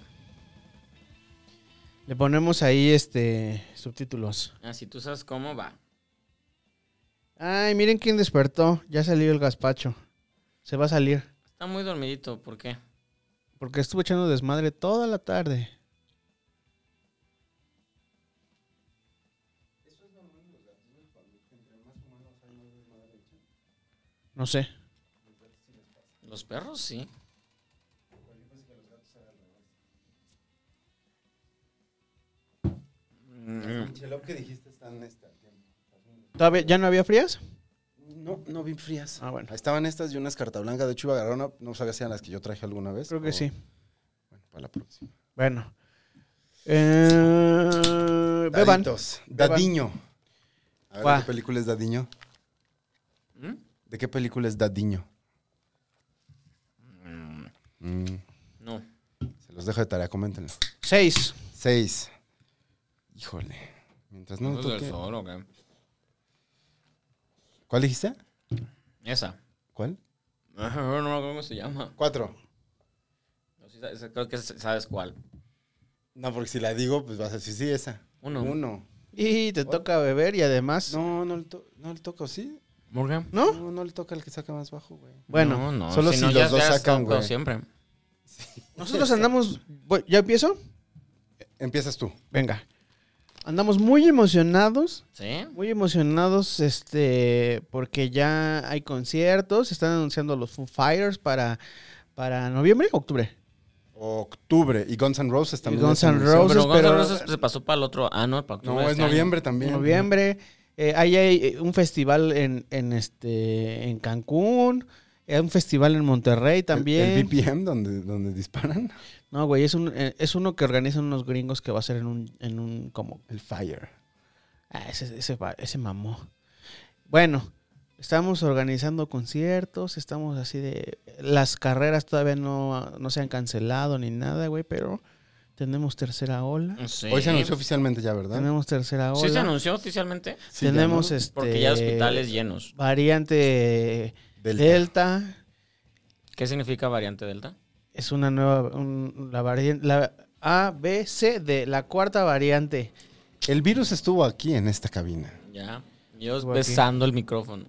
S3: Le ponemos ahí este subtítulos.
S2: Ah, si tú sabes cómo va.
S3: Ay, miren quién despertó. Ya salió el gazpacho. Se va a salir.
S2: Está muy dormidito, ¿por qué?
S3: Porque estuvo echando desmadre toda la tarde. No sé.
S2: Los perros sí. Mm.
S1: Chelo que dijiste están estas.
S3: ¿Todavía, ¿Ya no había frías?
S1: No, no vi frías.
S3: Ah, bueno.
S1: Estaban estas y unas carta blanca. De hecho, iba a agarrar una. No sabía si eran las que yo traje alguna vez.
S3: Creo que
S1: o-
S3: sí.
S1: Bueno, para la próxima.
S3: Bueno. Eh, beban.
S1: Daditos.
S3: Beban.
S1: Dadiño. A ver,
S3: Va.
S1: ¿de qué película es Dadiño?
S2: ¿Mm?
S1: ¿De qué película es Dadiño? Mm,
S2: No.
S1: se los dejo de tarea, coméntenlo.
S3: Seis.
S1: Seis. Híjole. Mientras no
S2: Luz del
S1: toque.
S2: Sol, ¿o qué?
S1: ¿Cuál dijiste?
S2: Esa.
S1: ¿Cuál?
S2: No me acuerdo cómo se llama.
S1: Cuatro.
S2: No, sí sabes- Creo que sabes cuál.
S1: No, porque si la digo, pues vas a decir sí, esa.
S2: Uno.
S1: Uno.
S3: Y te toca beber y además.
S1: No, no le, to- no le toca, ¿sí?
S2: Morgan.
S3: ¿No?
S1: No, no le toca al que saca más bajo, güey.
S3: Bueno,
S2: no, no.
S1: solo si
S2: no,
S1: los
S2: ya-
S1: dos
S2: ya has
S1: sacan,
S2: tocado
S1: güey.
S2: siempre.
S3: nosotros andamos. voy- ¿Ya empiezo?
S1: Empiezas tú.
S3: Venga. Andamos muy emocionados.
S2: ¿Sí?
S3: Muy emocionados, este, porque ya hay conciertos. Se están anunciando los Foo Fighters para, para noviembre o octubre.
S1: Octubre. Y Guns N' Roses también.
S3: Guns
S1: ya se
S3: N'
S1: anunció.
S3: Roses,
S2: pero Guns N'
S3: pero-
S2: Roses pues, se pasó para el otro. Ah, no, para octubre
S1: No,
S2: de
S1: es
S2: este
S1: noviembre
S2: año.
S1: también.
S3: En noviembre. Eh, ahí hay eh, un festival en, en, este, en Cancún. Hay un festival en Monterrey
S1: El-
S3: también.
S1: El, BPM donde, donde disparan.
S3: No, güey, es, un, eh, es uno que organizan unos gringos que va a ser en un, en un como...
S1: El Fire.
S3: Ah, ese, ese, va- ese mamó. Bueno, estamos organizando conciertos, estamos así de... Las carreras todavía no, no se han cancelado ni nada, güey, pero tenemos tercera ola.
S2: Sí.
S1: Hoy se anunció oficialmente ya, ¿verdad?
S3: Tenemos tercera
S2: ¿Sí
S3: ola.
S2: se anunció oficialmente?
S1: Sí, ya,
S3: tenemos
S1: ¿no?
S3: este...
S2: Porque ya hospitales llenos.
S3: Variante
S1: Delta.
S3: Delta
S2: ¿Qué significa variante delta?
S3: es una nueva... un- la variante... La A, B, C, D, la cuarta variante.
S1: El virus estuvo aquí en esta cabina.
S2: Ya. Yo
S3: Estuvo aquí.
S2: besando el micrófono.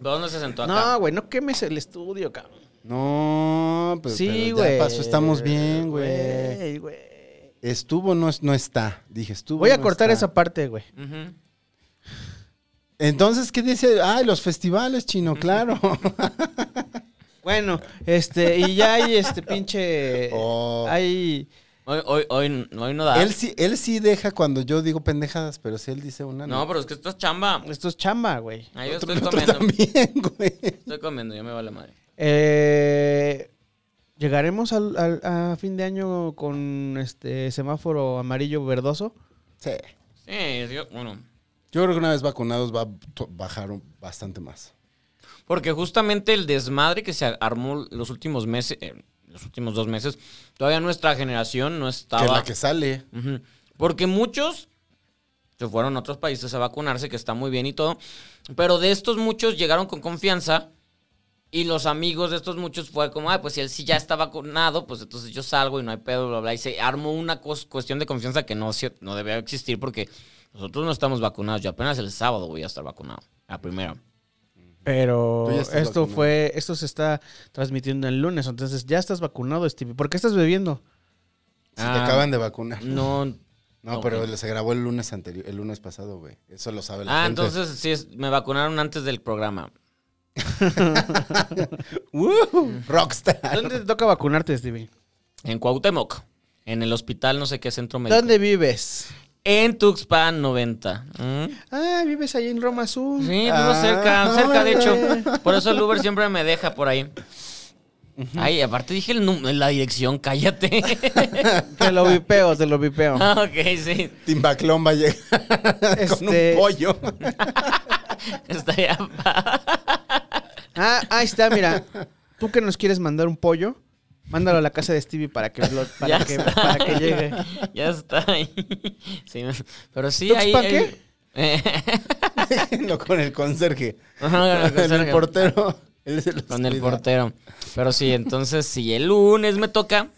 S2: ¿Dónde se sentó acá?
S3: No, güey, no quemes el estudio, cabrón.
S1: No, pero,
S3: sí,
S1: Pues, pero
S3: güey.
S1: ya pasó, estamos bien, güey.
S3: Güey, güey.
S1: Estuvo, no, es- no está. Dije, estuvo.
S3: Voy a
S1: no
S3: cortar
S1: está.
S3: esa parte, güey.
S2: Ujú.
S1: Entonces, ¿qué dice? Ah, los festivales,
S2: (laughs)
S1: chino, claro.
S3: Bueno, este, y ya hay este pinche.
S1: (laughs) Oh.
S3: Hay.
S2: Hoy, hoy, hoy, hoy no da.
S1: él, sí, él sí deja cuando yo digo pendejadas, pero si él dice una.
S2: No, pero es que esto es chamba.
S3: Esto es chamba, güey.
S2: Ah, yo
S1: Otro-
S2: estoy
S1: otro
S2: comiendo.
S1: también, (laughs) güey.
S2: Estoy comiendo, yo me vale madre.
S3: Eh, Llegaremos al, al- a fin de año con este semáforo amarillo verdoso.
S1: Sí.
S2: Sí, yo, bueno.
S1: Yo creo que una vez vacunados va a to- bajar un- bastante más.
S2: Porque justamente el desmadre que se armó los últimos meses, eh, los últimos dos meses, todavía nuestra generación no
S1: Que
S2: estaba.
S1: la que sale.
S2: Ujú. Porque muchos se fueron a otros países a vacunarse, que está muy bien y todo. Pero de estos muchos llegaron con confianza. Y los amigos de estos muchos fue como, ah, pues si él sí ya está vacunado, pues entonces yo salgo y no hay pedo, bla, bla. Y se armó una cos- cuestión de confianza que no, se- no debía existir porque nosotros no estamos vacunados. Yo apenas el sábado voy a estar vacunado. La primera.
S3: Pero
S1: Tú ya estás
S3: esto
S1: vacunado.
S3: fue, esto se está transmitiendo el lunes, entonces ya estás vacunado, Stevie. ¿Por qué estás bebiendo?
S1: Si te
S2: Ah.
S1: acaban de vacunar.
S2: No.
S1: No,
S2: No,
S1: pero
S2: güey.
S1: se grabó el lunes anterior, el lunes pasado, güey. Eso lo sabe la
S2: Ah,
S1: gente.
S2: entonces sí, es- me vacunaron antes del programa.
S1: ¡Woo! (laughs) Rockstar.
S3: ¿Dónde te toca vacunarte, Stevie?
S2: En Cuauhtémoc. En el hospital, no sé qué centro médico.
S3: ¿Dónde vives?
S2: En Tuxpan 90. ¿Mm?
S3: Ah, vives ahí en Roma Sur.
S2: Sí, vivo
S1: Ah,
S2: cerca, cerca de
S1: órale.
S2: hecho. Por eso el Uber siempre me deja por ahí. Ay, aparte dije el num- la dirección,
S3: (laughs)
S2: cállate. (laughs)
S3: Te lo vipeo, te
S1: (laughs)
S3: lo vipeo.
S2: Ah, ok, sí.
S1: Timbaclón va a llegar con
S3: Este-
S1: un pollo. (laughs)
S2: Estaría pa-
S3: Ah, ahí está, mira. Tú que nos quieres mandar un pollo, mándalo a la casa de Stevie para que, lo- para
S2: Ya
S3: que,
S2: está.
S3: para que
S1: (laughs)
S3: llegue.
S2: (laughs) Ya está ahí. Sí, pero sí, ahí.
S3: ¿Tuxpan qué?
S2: ahí- Eh,
S1: no con el conserje.
S2: (laughs)
S3: (laughs)
S2: Ajá, con el
S1: Con el
S2: conserje.
S1: portero. Él se los
S2: con el
S1: cuida.
S2: portero. Pero sí, entonces, si el lunes me toca.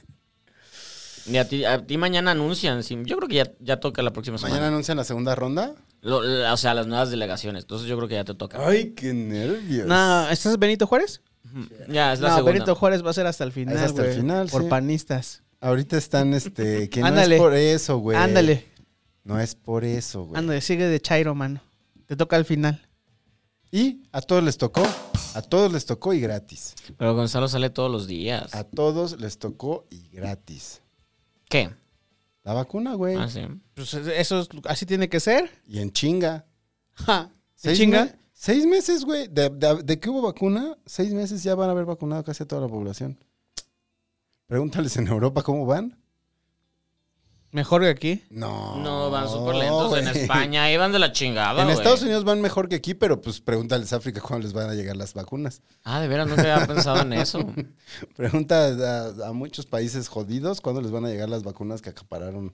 S2: Y a ti, a ti mañana anuncian. sí, yo creo que ya, ya toca la próxima semana.
S1: Mañana anuncian la segunda ronda.
S2: Lo- la- o sea, las nuevas delegaciones. Entonces yo creo que ya te toca.
S1: Ay, qué nervios.
S3: No, ¿estás Benito Juárez?
S2: Ujú. Ya, es la
S3: no,
S2: segunda.
S3: Benito Juárez va a ser hasta el final,
S1: Es hasta el
S3: güey,
S1: final,
S3: Por
S1: sí.
S3: panistas.
S1: Ahorita están, este, que no
S3: Ándale.
S1: es por eso, güey.
S3: Ándale,
S1: No es por eso, güey.
S3: ándale, sigue de Chairo, mano. Te toca al final.
S1: Y a todos les tocó. A todos les tocó y gratis.
S2: Pero Gonzalo sale todos los días.
S1: A todos les tocó y gratis.
S2: ¿Qué?
S1: La vacuna, güey.
S2: Ah, sí.
S3: Pues eso es- así tiene que ser.
S1: Y en chinga.
S3: Ja. ¿Se
S1: Seis
S3: chinga?
S1: me- seis meses, güey. De, de- de que hubo vacuna, seis meses ya van a haber vacunado casi a toda la población. Pregúntales en Europa cómo van.
S3: Mejor que aquí.
S1: No.
S2: No, van súper lentos. En
S1: Oh, güey.
S2: España, ahí van de la chingada.
S1: En
S2: güey.
S1: Estados Unidos van mejor que aquí, pero pues pregúntales a África cuándo les van a llegar las vacunas.
S2: Ah, de veras, nunca había pensado en eso.
S1: Pregunta a, a muchos países jodidos cuándo les van a llegar las vacunas que acapararon.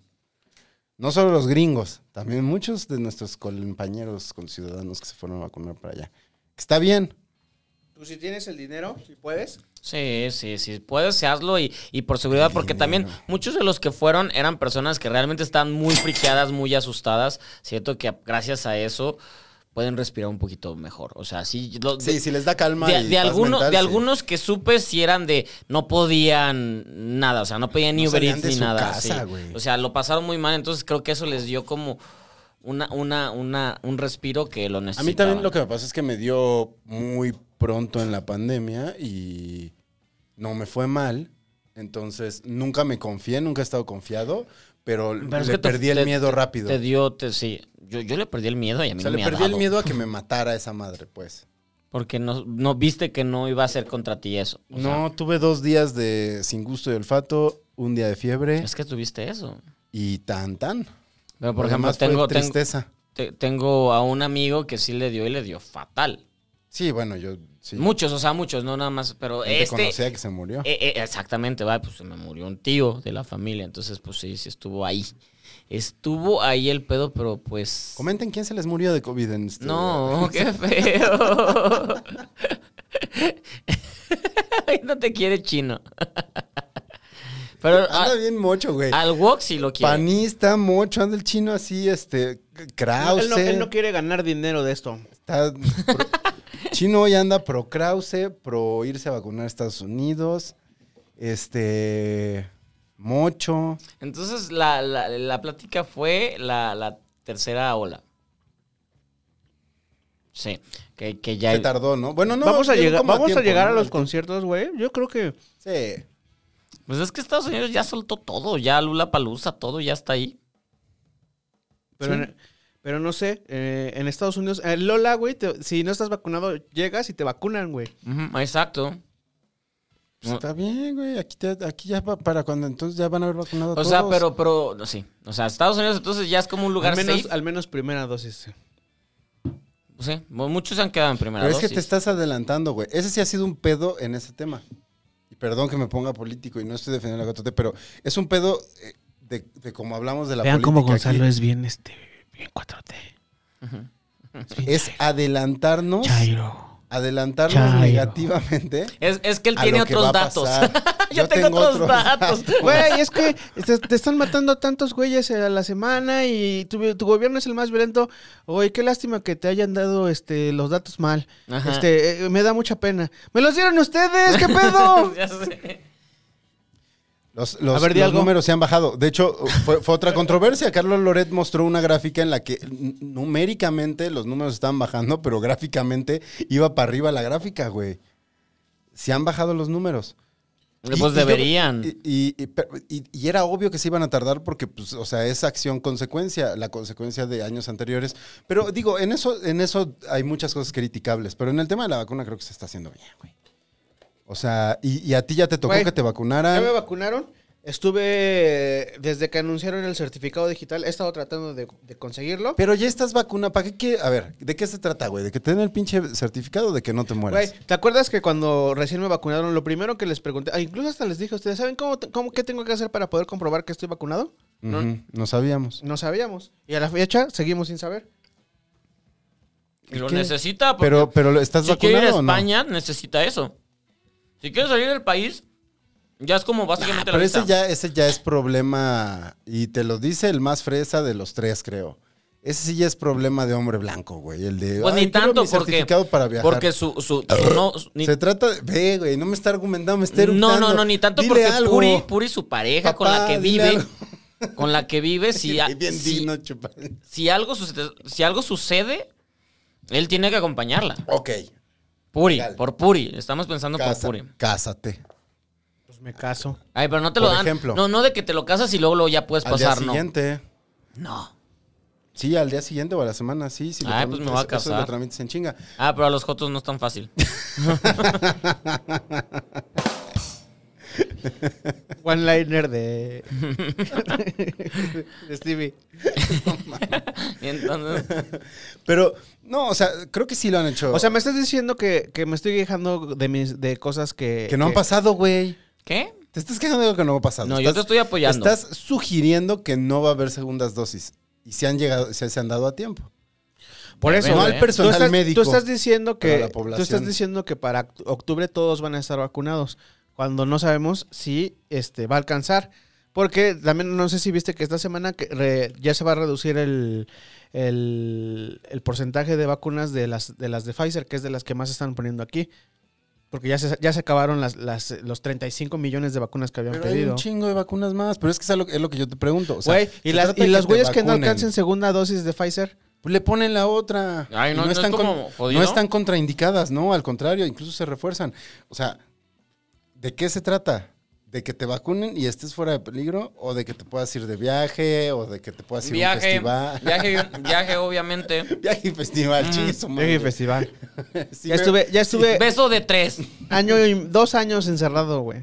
S1: No solo los gringos, también muchos de nuestros compañeros conciudadanos que se fueron a vacunar para allá. Está bien.
S3: Tú si tienes el dinero y puedes.
S2: Sí, sí, sí, puedes, hazlo y, y por seguridad, porque también muchos de los que fueron eran personas que realmente están muy friqueadas, muy asustadas. Siento que gracias a eso pueden respirar un poquito mejor. O sea, sí, lo-
S1: Sí, si les da calma.
S2: de,
S1: y
S2: de
S1: paz
S2: alguno-
S1: mental,
S2: de
S1: sí.
S2: algunos que supe si eran de no podían nada, o sea, no podían ni
S1: No
S2: Uber
S1: salían
S2: Eats
S1: de
S2: ni
S1: su
S2: nada.
S1: casa,
S2: sí.
S1: güey.
S2: O sea, lo pasaron muy mal, entonces creo que eso les dio como una, una, una, un respiro que lo
S1: A
S2: necesitaban.
S1: mí también lo que me pasó es que me dio muy pronto en la pandemia y no me fue mal. Entonces, nunca me confié, nunca he estado confiado, pero,
S2: Pero es
S1: le
S2: que te-
S1: perdí
S2: te-
S1: el miedo rápido.
S2: Te dio, te, sí. Yo, yo le perdí el miedo y a mí
S1: o sea,
S2: no
S1: le
S2: me ha
S1: perdí el
S2: dado.
S1: miedo a que me matara esa madre, pues.
S2: Porque no, no viste que no iba a ser contra ti eso. O
S1: no, tuve dos días de sin gusto y olfato, un día de
S2: sea,
S1: fiebre
S2: es que tuviste eso.
S1: y tan tan.
S2: Pero por
S1: Lo
S2: ejemplo,
S1: demás fue
S2: tengo, tengo,
S1: tristeza.
S2: te- tengo a un amigo que sí le dio y le dio fatal.
S1: Sí, bueno, yo sí.
S2: Muchos, o sea, muchos, no nada más. Pero
S1: Gente
S2: este.
S1: conocida que se murió.
S2: eh, eh, exactamente, va, pues se me murió un tío de la familia. Entonces, pues sí, sí estuvo ahí. Estuvo ahí el pedo, pero pues.
S1: Comenten quién se les murió de COVID en este (laughs)
S2: No, qué feo. (laughs) Ay, no te quiere chino. (laughs) Pero ah,
S1: Anda
S2: a-
S1: bien mocho, güey.
S2: al Wok sí lo quiere.
S1: Panista, mocho, anda el chino así, este, Krause.
S3: él, no, él no quiere ganar dinero de esto.
S1: está pro- chino hoy anda pro Krause, pro irse a vacunar a Estados Unidos, este, mocho.
S2: Entonces la, la, la plática fue la, la tercera ola. Sí, que, que ya...
S1: Se tardó, ¿no? Bueno, no.
S3: vamos a
S1: llegó
S3: llegar,
S1: como
S3: vamos a
S1: tiempo,
S3: llegar a
S1: ¿no?
S3: los conciertos, güey. Yo creo que
S1: Sí.
S2: Pues es que Estados Unidos ya soltó todo, ya Lula Palusa, todo ya está ahí.
S3: Pero, en- pero no sé, eh, en Estados Unidos, eh, Lola, güey, te- si no estás vacunado, llegas y te vacunan, güey.
S2: Ujú, exacto.
S1: Pues está bien, güey. Aquí, te- aquí ya va- para cuando entonces ya van a haber vacunado a
S2: O sea,
S1: todos.
S2: pero, pero, no, sí. O sea, Estados Unidos entonces ya es como un lugar
S3: Al menos,
S2: safe.
S3: al menos primera dosis.
S2: Sí, mu- muchos se han quedado en primera
S1: Pero es
S2: dosis.
S1: que te estás adelantando, güey. Ese sí ha sido un pedo en ese tema. Y perdón que me ponga político y no estoy defendiendo la 4T, pero es un pedo eh, de, de como hablamos de la política. aquí.
S3: es bien, este, bien 4T.
S1: es adelantarnos,
S3: Chairo.
S1: adelantarnos
S3: Chairo.
S1: negativamente.
S2: Es, es que él
S1: a
S2: tiene
S1: lo que va
S2: otros
S1: a
S2: datos.
S1: pasar.
S2: (laughs) Yo tengo otros datos.
S3: Güey, es que te, te están matando tantos güeyes a la semana y tu, tu gobierno es el más violento. Oye, qué lástima que te hayan dado este los datos mal.
S2: Ajá.
S3: Este, eh, me da mucha pena. ¡Me los dieron ustedes!
S2: (laughs)
S3: ¡Qué pedo!
S2: (laughs) Ya sé.
S1: Los, los-
S3: A ver, di
S1: los
S3: algo.
S1: números se han bajado. De hecho, fue, fue otra controversia. Carlos Loret mostró una gráfica en la que n- numéricamente los números estaban bajando, pero gráficamente iba para arriba la gráfica, güey. Se han bajado los números. Y-
S2: Pues
S1: y yo-
S2: deberían.
S1: y- Y, y- pero- y- y era obvio que se iban a tardar porque, pues, o sea, es acción-consecuencia, la consecuencia de años anteriores. Pero digo, en eso, en eso hay muchas cosas criticables, pero en el tema de la vacuna creo que se está haciendo bien, güey. O sea, y, y a ti ya te tocó
S3: Güey,
S1: que te
S3: Ya me
S1: vacunaran.
S3: vacunaron. Estuve, desde que anunciaron el certificado digital, he estado tratando de, de conseguirlo.
S1: Pero ya estás vacuna, ¿para qué? quie- A ver, ¿de qué se trata, güey? ¿De que te den el pinche certificado o de que no te mueras?
S3: Güey, ¿te acuerdas que cuando recién me vacunaron, lo primero que les pregunté, ah, incluso hasta les dije a ustedes, ¿saben cómo, te- cómo qué tengo que hacer para poder comprobar que estoy vacunado?
S1: Ujú, no, sabíamos.
S3: No sabíamos. Y a la fecha seguimos sin saber.
S2: Y lo
S1: ¿Qué?
S2: necesita. porque
S1: Pero, pero ¿estás
S2: si quiere ir a
S1: vacunado o no?
S2: España, necesita eso. Si quiere salir del país, ya es como básicamente
S1: Ah, Pero
S2: la
S1: ese
S2: visa.
S1: ya, ese ya es problema, y te lo dice el más fresa de los tres, creo. Ese sí ya es problema de hombre blanco, güey. El de.
S2: Pues
S1: "Ay,
S2: ni
S1: quiero
S2: tanto,
S1: mi
S2: porque,
S1: certificado para viajar".
S2: porque su, su, su- no, su- ni-
S1: Se trata de. Ve, güey, no me está argumentando, me está
S2: no,
S1: eructando.
S2: no, no, ni tanto
S1: Dile
S2: porque
S1: algo.
S2: Puri, Puri, su pareja con la
S1: Papá,
S2: que
S1: dile
S2: vive,
S1: algo.
S2: con la
S1: (laughs)
S2: que vive, si, a-
S1: Y bien
S2: si-
S1: digno, chupa.
S2: si algo sucede, si algo sucede, él tiene que acompañarla.
S1: Ok.
S2: Puri,
S1: Legal.
S2: por Puri. Estamos pensando
S1: casa-
S2: por Puri.
S1: cásate.
S3: Pues me caso.
S2: Ay, pero no te
S1: Por
S2: lo dan.
S1: ejemplo.
S2: no, no de que te lo casas y luego, luego ya puedes
S1: Al día
S2: pasar, no.
S1: siguiente.
S2: No.
S1: Sí, al día siguiente o a la semana, sí. Si lo
S2: Ay, pues me
S1: tramitas-
S2: voy a
S1: eso
S2: casar.
S1: lo tramites en chinga.
S2: Ah, pero a los Jotos no es tan fácil. (laughs)
S3: One liner (laughs) de... de Stevie.
S2: Y entonces,
S1: Pero, no, o sea, creo que sí lo han hecho.
S3: O sea, me estás diciendo que, que me estoy quejando de mis de cosas que
S1: que no han pasado, güey.
S2: ¿qué?
S1: Te estás quejando de algo que no ha pasado.
S4: No, yo
S1: Estás-
S4: te estoy apoyando.
S1: Estás sugiriendo que no va a haber segundas dosis. Y se han llegado, se, se han dado a tiempo.
S3: Por eso,
S1: no
S3: güey.
S1: al personal
S3: tú estás,
S1: médico,
S3: Tú estás diciendo
S1: pero a la
S3: que tú
S1: población.
S3: estás diciendo que para oct- octubre todos van a estar vacunados, cuando no sabemos si este va a alcanzar, porque también no sé si viste que esta semana que re- ya se va a reducir el, el, el porcentaje de vacunas de las de las de Pfizer, que es de las que más se están poniendo aquí. Porque ya se, ya se acabaron las, las, los 35 millones de vacunas que habían
S1: Pero hay
S3: pedido.
S1: un chingo de vacunas más. Pero es que es lo, es lo que yo te pregunto. O sea,
S3: Güey, y
S1: se
S3: las,
S1: trata
S3: y
S1: de
S3: los
S1: te
S3: güeyes que no
S1: vacunen.
S3: alcancen segunda dosis de Pfizer,
S1: Pues le ponen la otra.
S2: Ay,
S1: Y
S2: no, ¿no es
S1: están
S2: como jodido?
S1: no están contraindicadas, ¿no? Al contrario, incluso se refuerzan. O sea, ¿de qué se trata? ¿De que te vacunen y estés fuera de peligro? ¿O de que te puedas ir de viaje? ¿O de que te puedas ir a un
S2: Viaje,
S1: festival?
S2: viaje, viaje, (laughs) obviamente.
S1: (laughs) Viaje y festival, chingue su madre.
S3: viaje y festival.
S1: Sí,
S3: Ya
S1: me-
S3: estuve, ya (laughs) estuve
S2: Beso de tres.
S3: Año y- dos años encerrado, güey.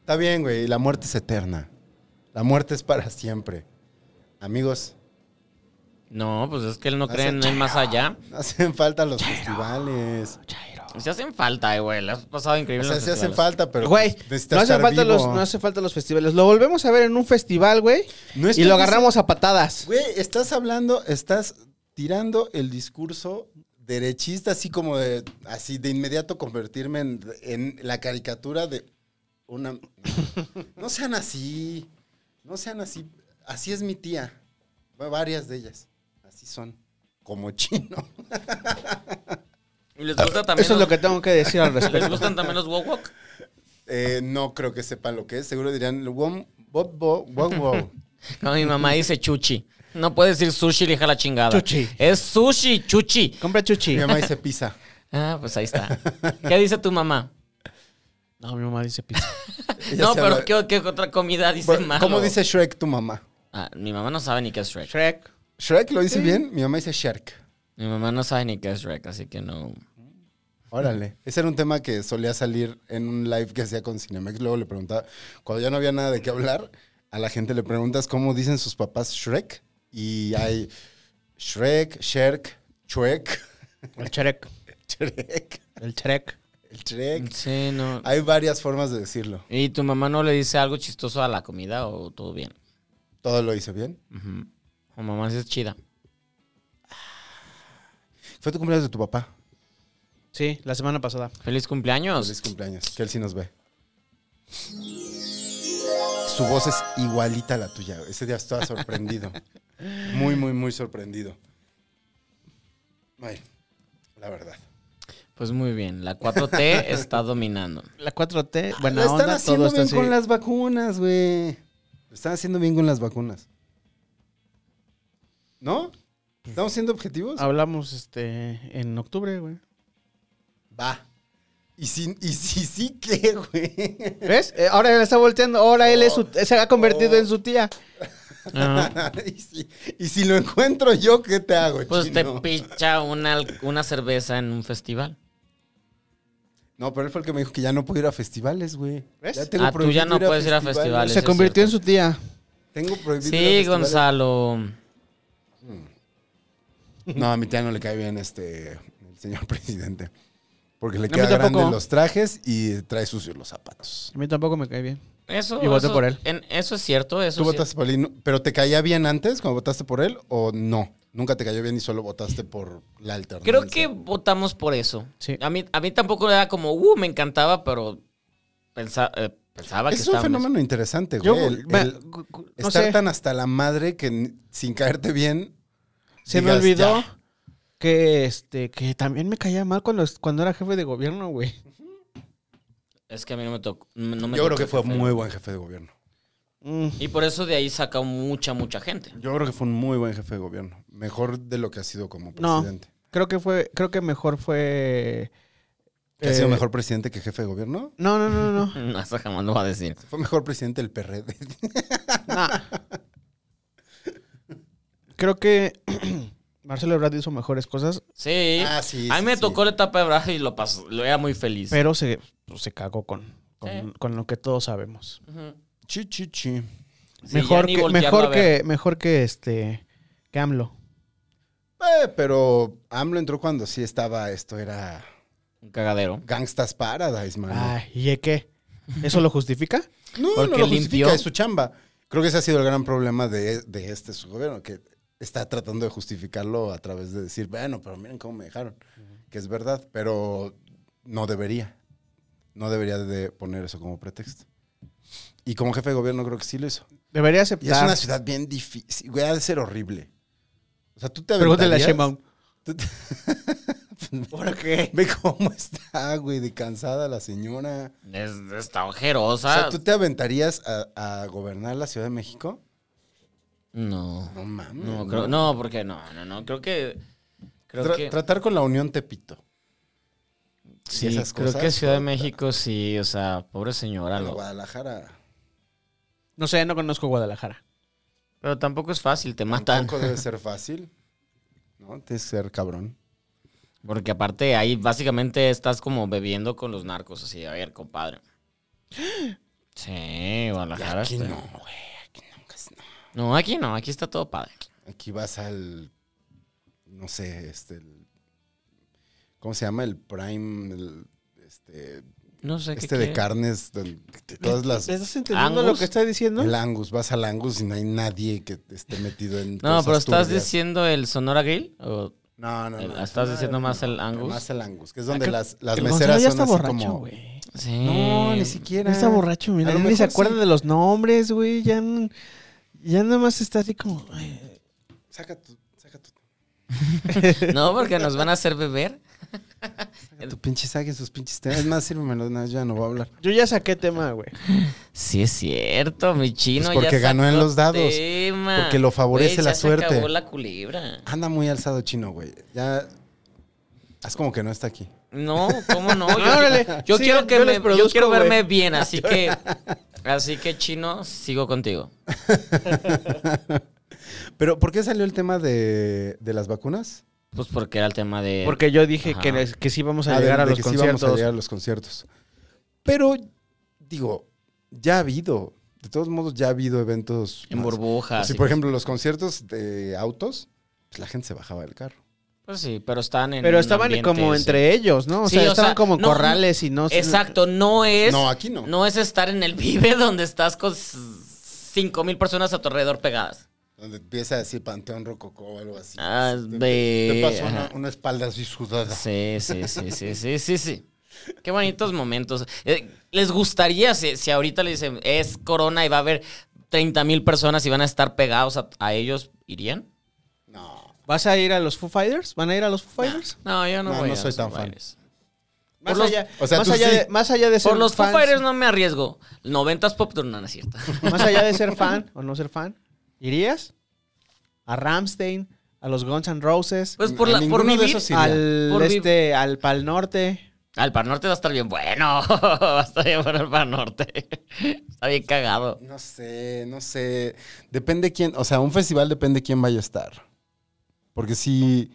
S1: Está bien, güey. La muerte es eterna. La muerte es para siempre. Amigos, (laughs)
S2: No, pues es que él no
S1: Hace-
S2: cree en el más allá.
S1: no hacen falta los festivales.
S2: Se hacen falta, eh, güey. Le has pasado
S1: O
S2: increíble.
S1: sea,
S2: en los
S1: se hacen
S2: festivales.
S1: falta, pero
S3: Güey,
S1: pues,
S3: no
S1: necesitas
S3: hace,
S1: estar
S3: falta
S1: vivo.
S3: los, no hace falta los festivales. Lo volvemos a ver en un festival, güey.
S1: No
S3: y
S1: estoy
S3: lo agarramos a patadas.
S1: Güey, estás hablando, estás tirando el discurso derechista, así como de, así de inmediato convertirme en, en la caricatura de una... No sean así, no sean así. Así es mi tía. Va- Varias de ellas, así son, como chino. (laughs)
S2: Y les gusta también.
S3: Eso es
S2: los-
S3: lo que tengo que decir al
S2: ¿Les
S1: (laughs)
S3: respecto.
S2: gustan también los Wok Wok?
S1: Eh, no creo que sepan lo que es, seguro dirían, wow, wow, wow, wow.
S2: No, mi mamá dice chuchi. No puede decir sushi, le hija la chingada.
S3: Chuchi.
S2: Es sushi, chuchi.
S3: Compra
S1: Mi
S3: chuchi.
S1: mamá dice pizza.
S2: Ah, pues ahí (laughs) está. ¿Qué dice tu mamá?
S3: No, mi mamá dice pizza.
S1: Ella
S2: no,
S1: se
S2: pero
S1: habla-
S2: ¿qué, qué otra comida Pues, dice
S1: Bueno,
S2: malo?
S1: ¿Cómo dice Shrek tu mamá?
S2: Ah, mi mamá no sabe ni qué es Shrek.
S3: Shrek.
S1: ¿Shrek lo dice bien? Mi mamá dice Shrek.
S2: Mi mamá no sabe ni qué es Shrek, así que no.
S1: Órale. Ese era un tema que solía salir en un live que hacía con Cinemex. Luego le preguntaba, cuando ya no había nada de qué hablar, a la gente le preguntas cómo dicen sus papás Shrek. Y hay Shrek, Shrek, Shrek, (laughs)
S3: El Shrek.
S1: Shrek,
S3: El Shrek.
S1: el Shrek.
S2: Sí, no.
S1: Hay varias formas de decirlo.
S2: ¿Y tu mamá no le dice algo chistoso a la comida o todo bien?
S1: Todo lo hice bien.
S2: Ujú. O mamá sí es chida.
S1: Fue tu cumpleaños de tu papá.
S3: Sí, la semana pasada.
S2: Feliz cumpleaños.
S1: Feliz cumpleaños. Que él sí nos ve. Su voz es igualita a la tuya. Ese día estaba sorprendido. Muy, muy, muy sorprendido. Ay, la verdad.
S2: Pues muy bien, la 4T
S1: (laughs)
S2: está dominando.
S3: La 4T,
S1: Lo
S3: buena
S1: Ah, están
S3: onda, todo
S1: haciendo
S3: está
S1: bien
S3: así.
S1: con las vacunas, güey. Lo están haciendo bien con las vacunas. ¿No? ¿Estamos siendo objetivos?
S3: Hablamos este en octubre, güey.
S1: Va. Y si, y si sí que, güey.
S3: ¿Ves? Eh, ahora él está volteando. Ahora él es su- se ha convertido
S1: Oh.
S3: en su tía.
S2: Ah,
S1: (laughs) ¿Y, si, y si lo encuentro yo, ¿qué te hago?
S2: pues te
S1: chino?
S2: picha una, al- una cerveza en un festival.
S1: No, pero él fue el que me dijo que ya no puedo ir a festivales, güey.
S3: ¿Ves?
S1: tengo
S2: Ah, tú ya
S1: prohibido
S2: no
S1: ir
S2: puedes ir a festivales.
S3: Se
S2: es
S3: convirtió en
S2: cierto.
S3: su tía.
S1: Tengo prohibido ir a
S2: Sí,
S1: festivales.
S2: Gonzalo.
S1: ¿eh? No, a mi tía no le cae bien este el señor (laughs) presidente. Porque le
S3: No, a
S1: queda
S3: mí tampoco.
S1: grande los trajes y trae sucios los zapatos.
S3: A mí tampoco me cae bien.
S2: Eso,
S3: Y voté
S2: eso-
S3: por él.
S2: en- eso es cierto, eso
S1: ¿Tú
S2: es
S1: votaste por él? y no- ¿Pero te caía bien antes cuando votaste por él o no? Nunca te cayó bien y solo votaste por la alternativa.
S2: Creo que votamos por eso.
S3: Sí.
S2: A mí, a mí tampoco era como, uh, me encantaba, pero pensa- eh, pensaba que
S1: Es un
S2: estábamos.
S1: fenómeno interesante, güey.
S3: Yo,
S1: El-
S3: me-
S1: el
S3: gu- gu- no
S1: estar
S3: sé.
S1: tan hasta la madre que n- sin caerte bien.
S3: Se me
S1: digas,
S3: olvidó
S1: "Ya".
S3: que este que también me caía mal cuando, cuando era jefe de gobierno, güey.
S2: Es que a mí no me tocó. no me
S1: Yo creo
S2: tocó
S1: que fue
S2: ese fenómeno.
S1: muy buen jefe de gobierno.
S3: Mm.
S2: Y por eso de ahí saca mucha, mucha gente.
S1: Yo creo que fue un muy buen jefe de gobierno. Mejor de lo que ha sido como
S3: No.
S1: presidente.
S3: Creo que fue, creo que mejor fue.
S1: ¿Que ha sido
S3: eh,
S1: mejor presidente que jefe de gobierno?
S3: No, no, no, no, no.
S2: (laughs) No, eso jamás lo va a decir.
S1: Fue mejor presidente el PRD.
S3: Nah. Creo que (clears throat) Marcelo Ebrard hizo mejores cosas,
S2: Sí.
S1: Ah, sí,
S2: a mí
S1: sí,
S2: me
S1: sí.
S2: tocó la etapa de Braja y lo pasó. Lo era muy feliz.
S3: pero se, pues, se cagó con, con,
S2: Sí.
S3: con lo que todos sabemos.
S2: Ujú.
S1: Chi, chi, chi.
S2: Sí, ya
S3: mejor
S2: ni
S3: que,
S2: voltearlo a
S3: mejor
S2: ver.
S3: que, mejor que este que AMLO.
S1: Eh, pero AMLO entró cuando sí estaba, esto era
S2: Un cagadero.
S1: Gangstas Paradise, man.
S2: Ah,
S3: Ay, ¿y de qué? ¿Eso lo justifica?
S1: No,
S2: Porque
S1: no lo justifica,
S2: limpió.
S1: es su chamba. Creo que ese ha sido el gran problema de, de este su gobierno, que está tratando de justificarlo a través de decir, bueno, pero miren cómo me dejaron. Que es verdad, pero no debería. No debería de poner eso como pretexto. Y como jefe de gobierno creo que sí lo hizo.
S3: Debería
S1: (laughs) Y
S3: aceptar.
S1: es una ciudad bien difícil, güey, ha de ser horrible. O sea, tú te
S3: Pregúntale a
S1: aventarías-
S3: Sheinbaum.
S1: tú te- (laughs)
S3: ¿Por qué?
S1: Ve cómo está, güey, de cansada la señora.
S2: Es, está ojerosa.
S1: O sea, ¿tú te aventarías a, a gobernar la Ciudad de México?
S2: No.
S1: No mames.
S2: No, creo, no, porque no, no, no. Creo que. Creo
S1: Tra-
S2: que.
S1: Tratar con la Unión Tepito.
S2: sí,
S1: esas
S2: creo
S1: cosas,
S2: que Ciudad de
S1: puta.
S2: México sí, o sea, pobre señora.
S1: Bueno,
S2: lo-
S1: Guadalajara.
S3: No sé, no conozco Guadalajara.
S2: pero tampoco es fácil, te matan.
S1: Tampoco debe ser fácil. No, tienes que ser cabrón.
S2: Porque aparte ahí básicamente estás como bebiendo con los narcos, así, a
S1: (gasps)
S2: ver, compadre. Sí, Guadalajara.
S1: Aquí
S2: está-
S1: no, güey. Aquí nunca es no.
S2: No, aquí no, aquí está todo padre.
S1: Aquí vas al. No sé, este. el- ¿Cómo se llama? El Prime. el- este
S2: No sé
S1: este
S2: qué.
S1: de carnes. del- de todas las.
S3: ¿Estás entendiendo
S2: Angus?
S3: lo que está diciendo?
S1: El Angus. Vas al Angus y no hay nadie que esté metido en.
S2: (laughs) No,
S1: cosas
S2: pero estás
S1: turbias.
S2: diciendo el Sonora Grill o
S1: No, no,
S2: el-
S1: no.
S2: estás diciendo más el Angus. Ah,
S1: Más el Angus, que es donde
S3: creo-
S1: las, las
S3: El
S1: meseras
S3: Gonzalo
S1: son
S3: ya está
S1: así
S3: borracho,
S1: como.
S3: güey.
S2: Sí.
S1: No, ni siquiera.
S3: Ya está borracho, mira.
S1: A lo
S3: Ni se
S1: mejor
S3: acuerda
S1: sí.
S3: de los nombres, güey. Ya, n- ya nada más está así como... ay,
S1: Saca tu, saca tu,
S2: (laughs) No, porque nos van a hacer beber.
S1: saca tu pinche saca sus pinches temas. Es más, sírvemelo de una vez, yo ya no voy a hablar.
S3: Yo ya saqué tema, güey.
S2: Sí, es cierto, mi chino.
S1: Pues porque
S2: ya
S1: ganó en
S2: sacó
S1: los dados,
S2: tema.
S1: porque lo favorece
S2: Güey,
S1: la
S2: ya
S1: suerte.
S2: Se acabó la culebra.
S1: Anda muy alzado chino, güey. Ya. Haz como que no está aquí.
S2: No, ¿cómo
S3: (laughs)
S2: no? Yo,
S3: Órale.
S2: yo
S3: Sí,
S2: quiero que
S3: yo
S2: me-
S3: les
S2: yo
S3: produzco,
S2: quiero
S3: güey.
S2: verme
S3: (laughs)
S2: bien, así que así que chino, sigo contigo.
S1: Pero, ¿por qué salió el tema de, de las vacunas?
S2: Pues porque era el tema de
S3: Porque yo dije
S2: Ajá.
S3: que, que sí vamos a
S1: Ah, de-
S3: llegar a
S1: de
S3: los
S1: que sí vamos
S3: conciertos.
S1: a llegar a los conciertos. Pero, digo, ya ha habido. De todos modos, ya ha habido eventos.
S2: en
S1: más.
S2: burbujas.
S1: Pues Sí,
S2: y
S1: por
S2: cosas.
S1: ejemplo, los conciertos de autos, pues la gente se bajaba del carro.
S2: Pues sí, pero estaban en
S3: Pero
S2: un
S3: estaban
S2: ambiente,
S3: como
S2: sí.
S3: entre ellos, ¿no? O
S2: Sí,
S3: sea,
S2: o
S3: estaban
S2: sea,
S3: como en
S2: no,
S3: corrales y no...
S2: Exacto, no es
S1: eh, no,
S2: no,
S1: aquí no.
S2: es estar en el vive (laughs) donde estás con cinco mil personas a tu alrededor pegadas.
S1: Donde empieza a decir Panteón Rococó o algo así.
S2: Ah,
S1: Te- te-
S2: de-
S1: Te pasa una,
S2: ajá.
S1: una espalda así sudada.
S2: Sí, sí, sí, sí, sí, sí, sí. Qué bonitos momentos. Eh, ¿Les gustaría si, si ahorita le dicen es corona y va a haber 30 mil personas y van a estar pegados a, a ellos? ¿Irían?
S1: No.
S3: ¿Vas a ir a los Foo Fighters? ¿Van a ir a los Foo Fighters?
S2: No, yo no,
S1: No,
S2: voy
S1: no
S2: a
S1: soy
S2: los
S1: tan
S2: Foo
S1: fan.
S2: Fighters.
S3: Más,
S1: los-
S3: allá,
S1: o sea,
S3: más,
S1: tú
S3: allá
S1: sí.
S3: de, más allá de ser
S2: Por los Foo
S3: fans,
S2: Fighters no me arriesgo. 90s Pop Tour, no, no es cierto. (laughs)
S3: Más allá de ser fan o no ser fan, ¿irías? A Ramstein, a los Guns N' Roses,
S2: Pues por,
S1: A
S2: la, por
S1: ninguno de
S2: vivir.
S1: esos sí.
S3: al
S2: Por vi-
S3: este, al Pal Norte.
S2: Al Ah, Par Norte va a estar bien bueno. (laughs) Va a estar bien bueno el Par Norte. (laughs) Está bien cagado.
S1: No sé, no sé. Depende quién. O sea, un festival depende quién vaya a estar. Porque si.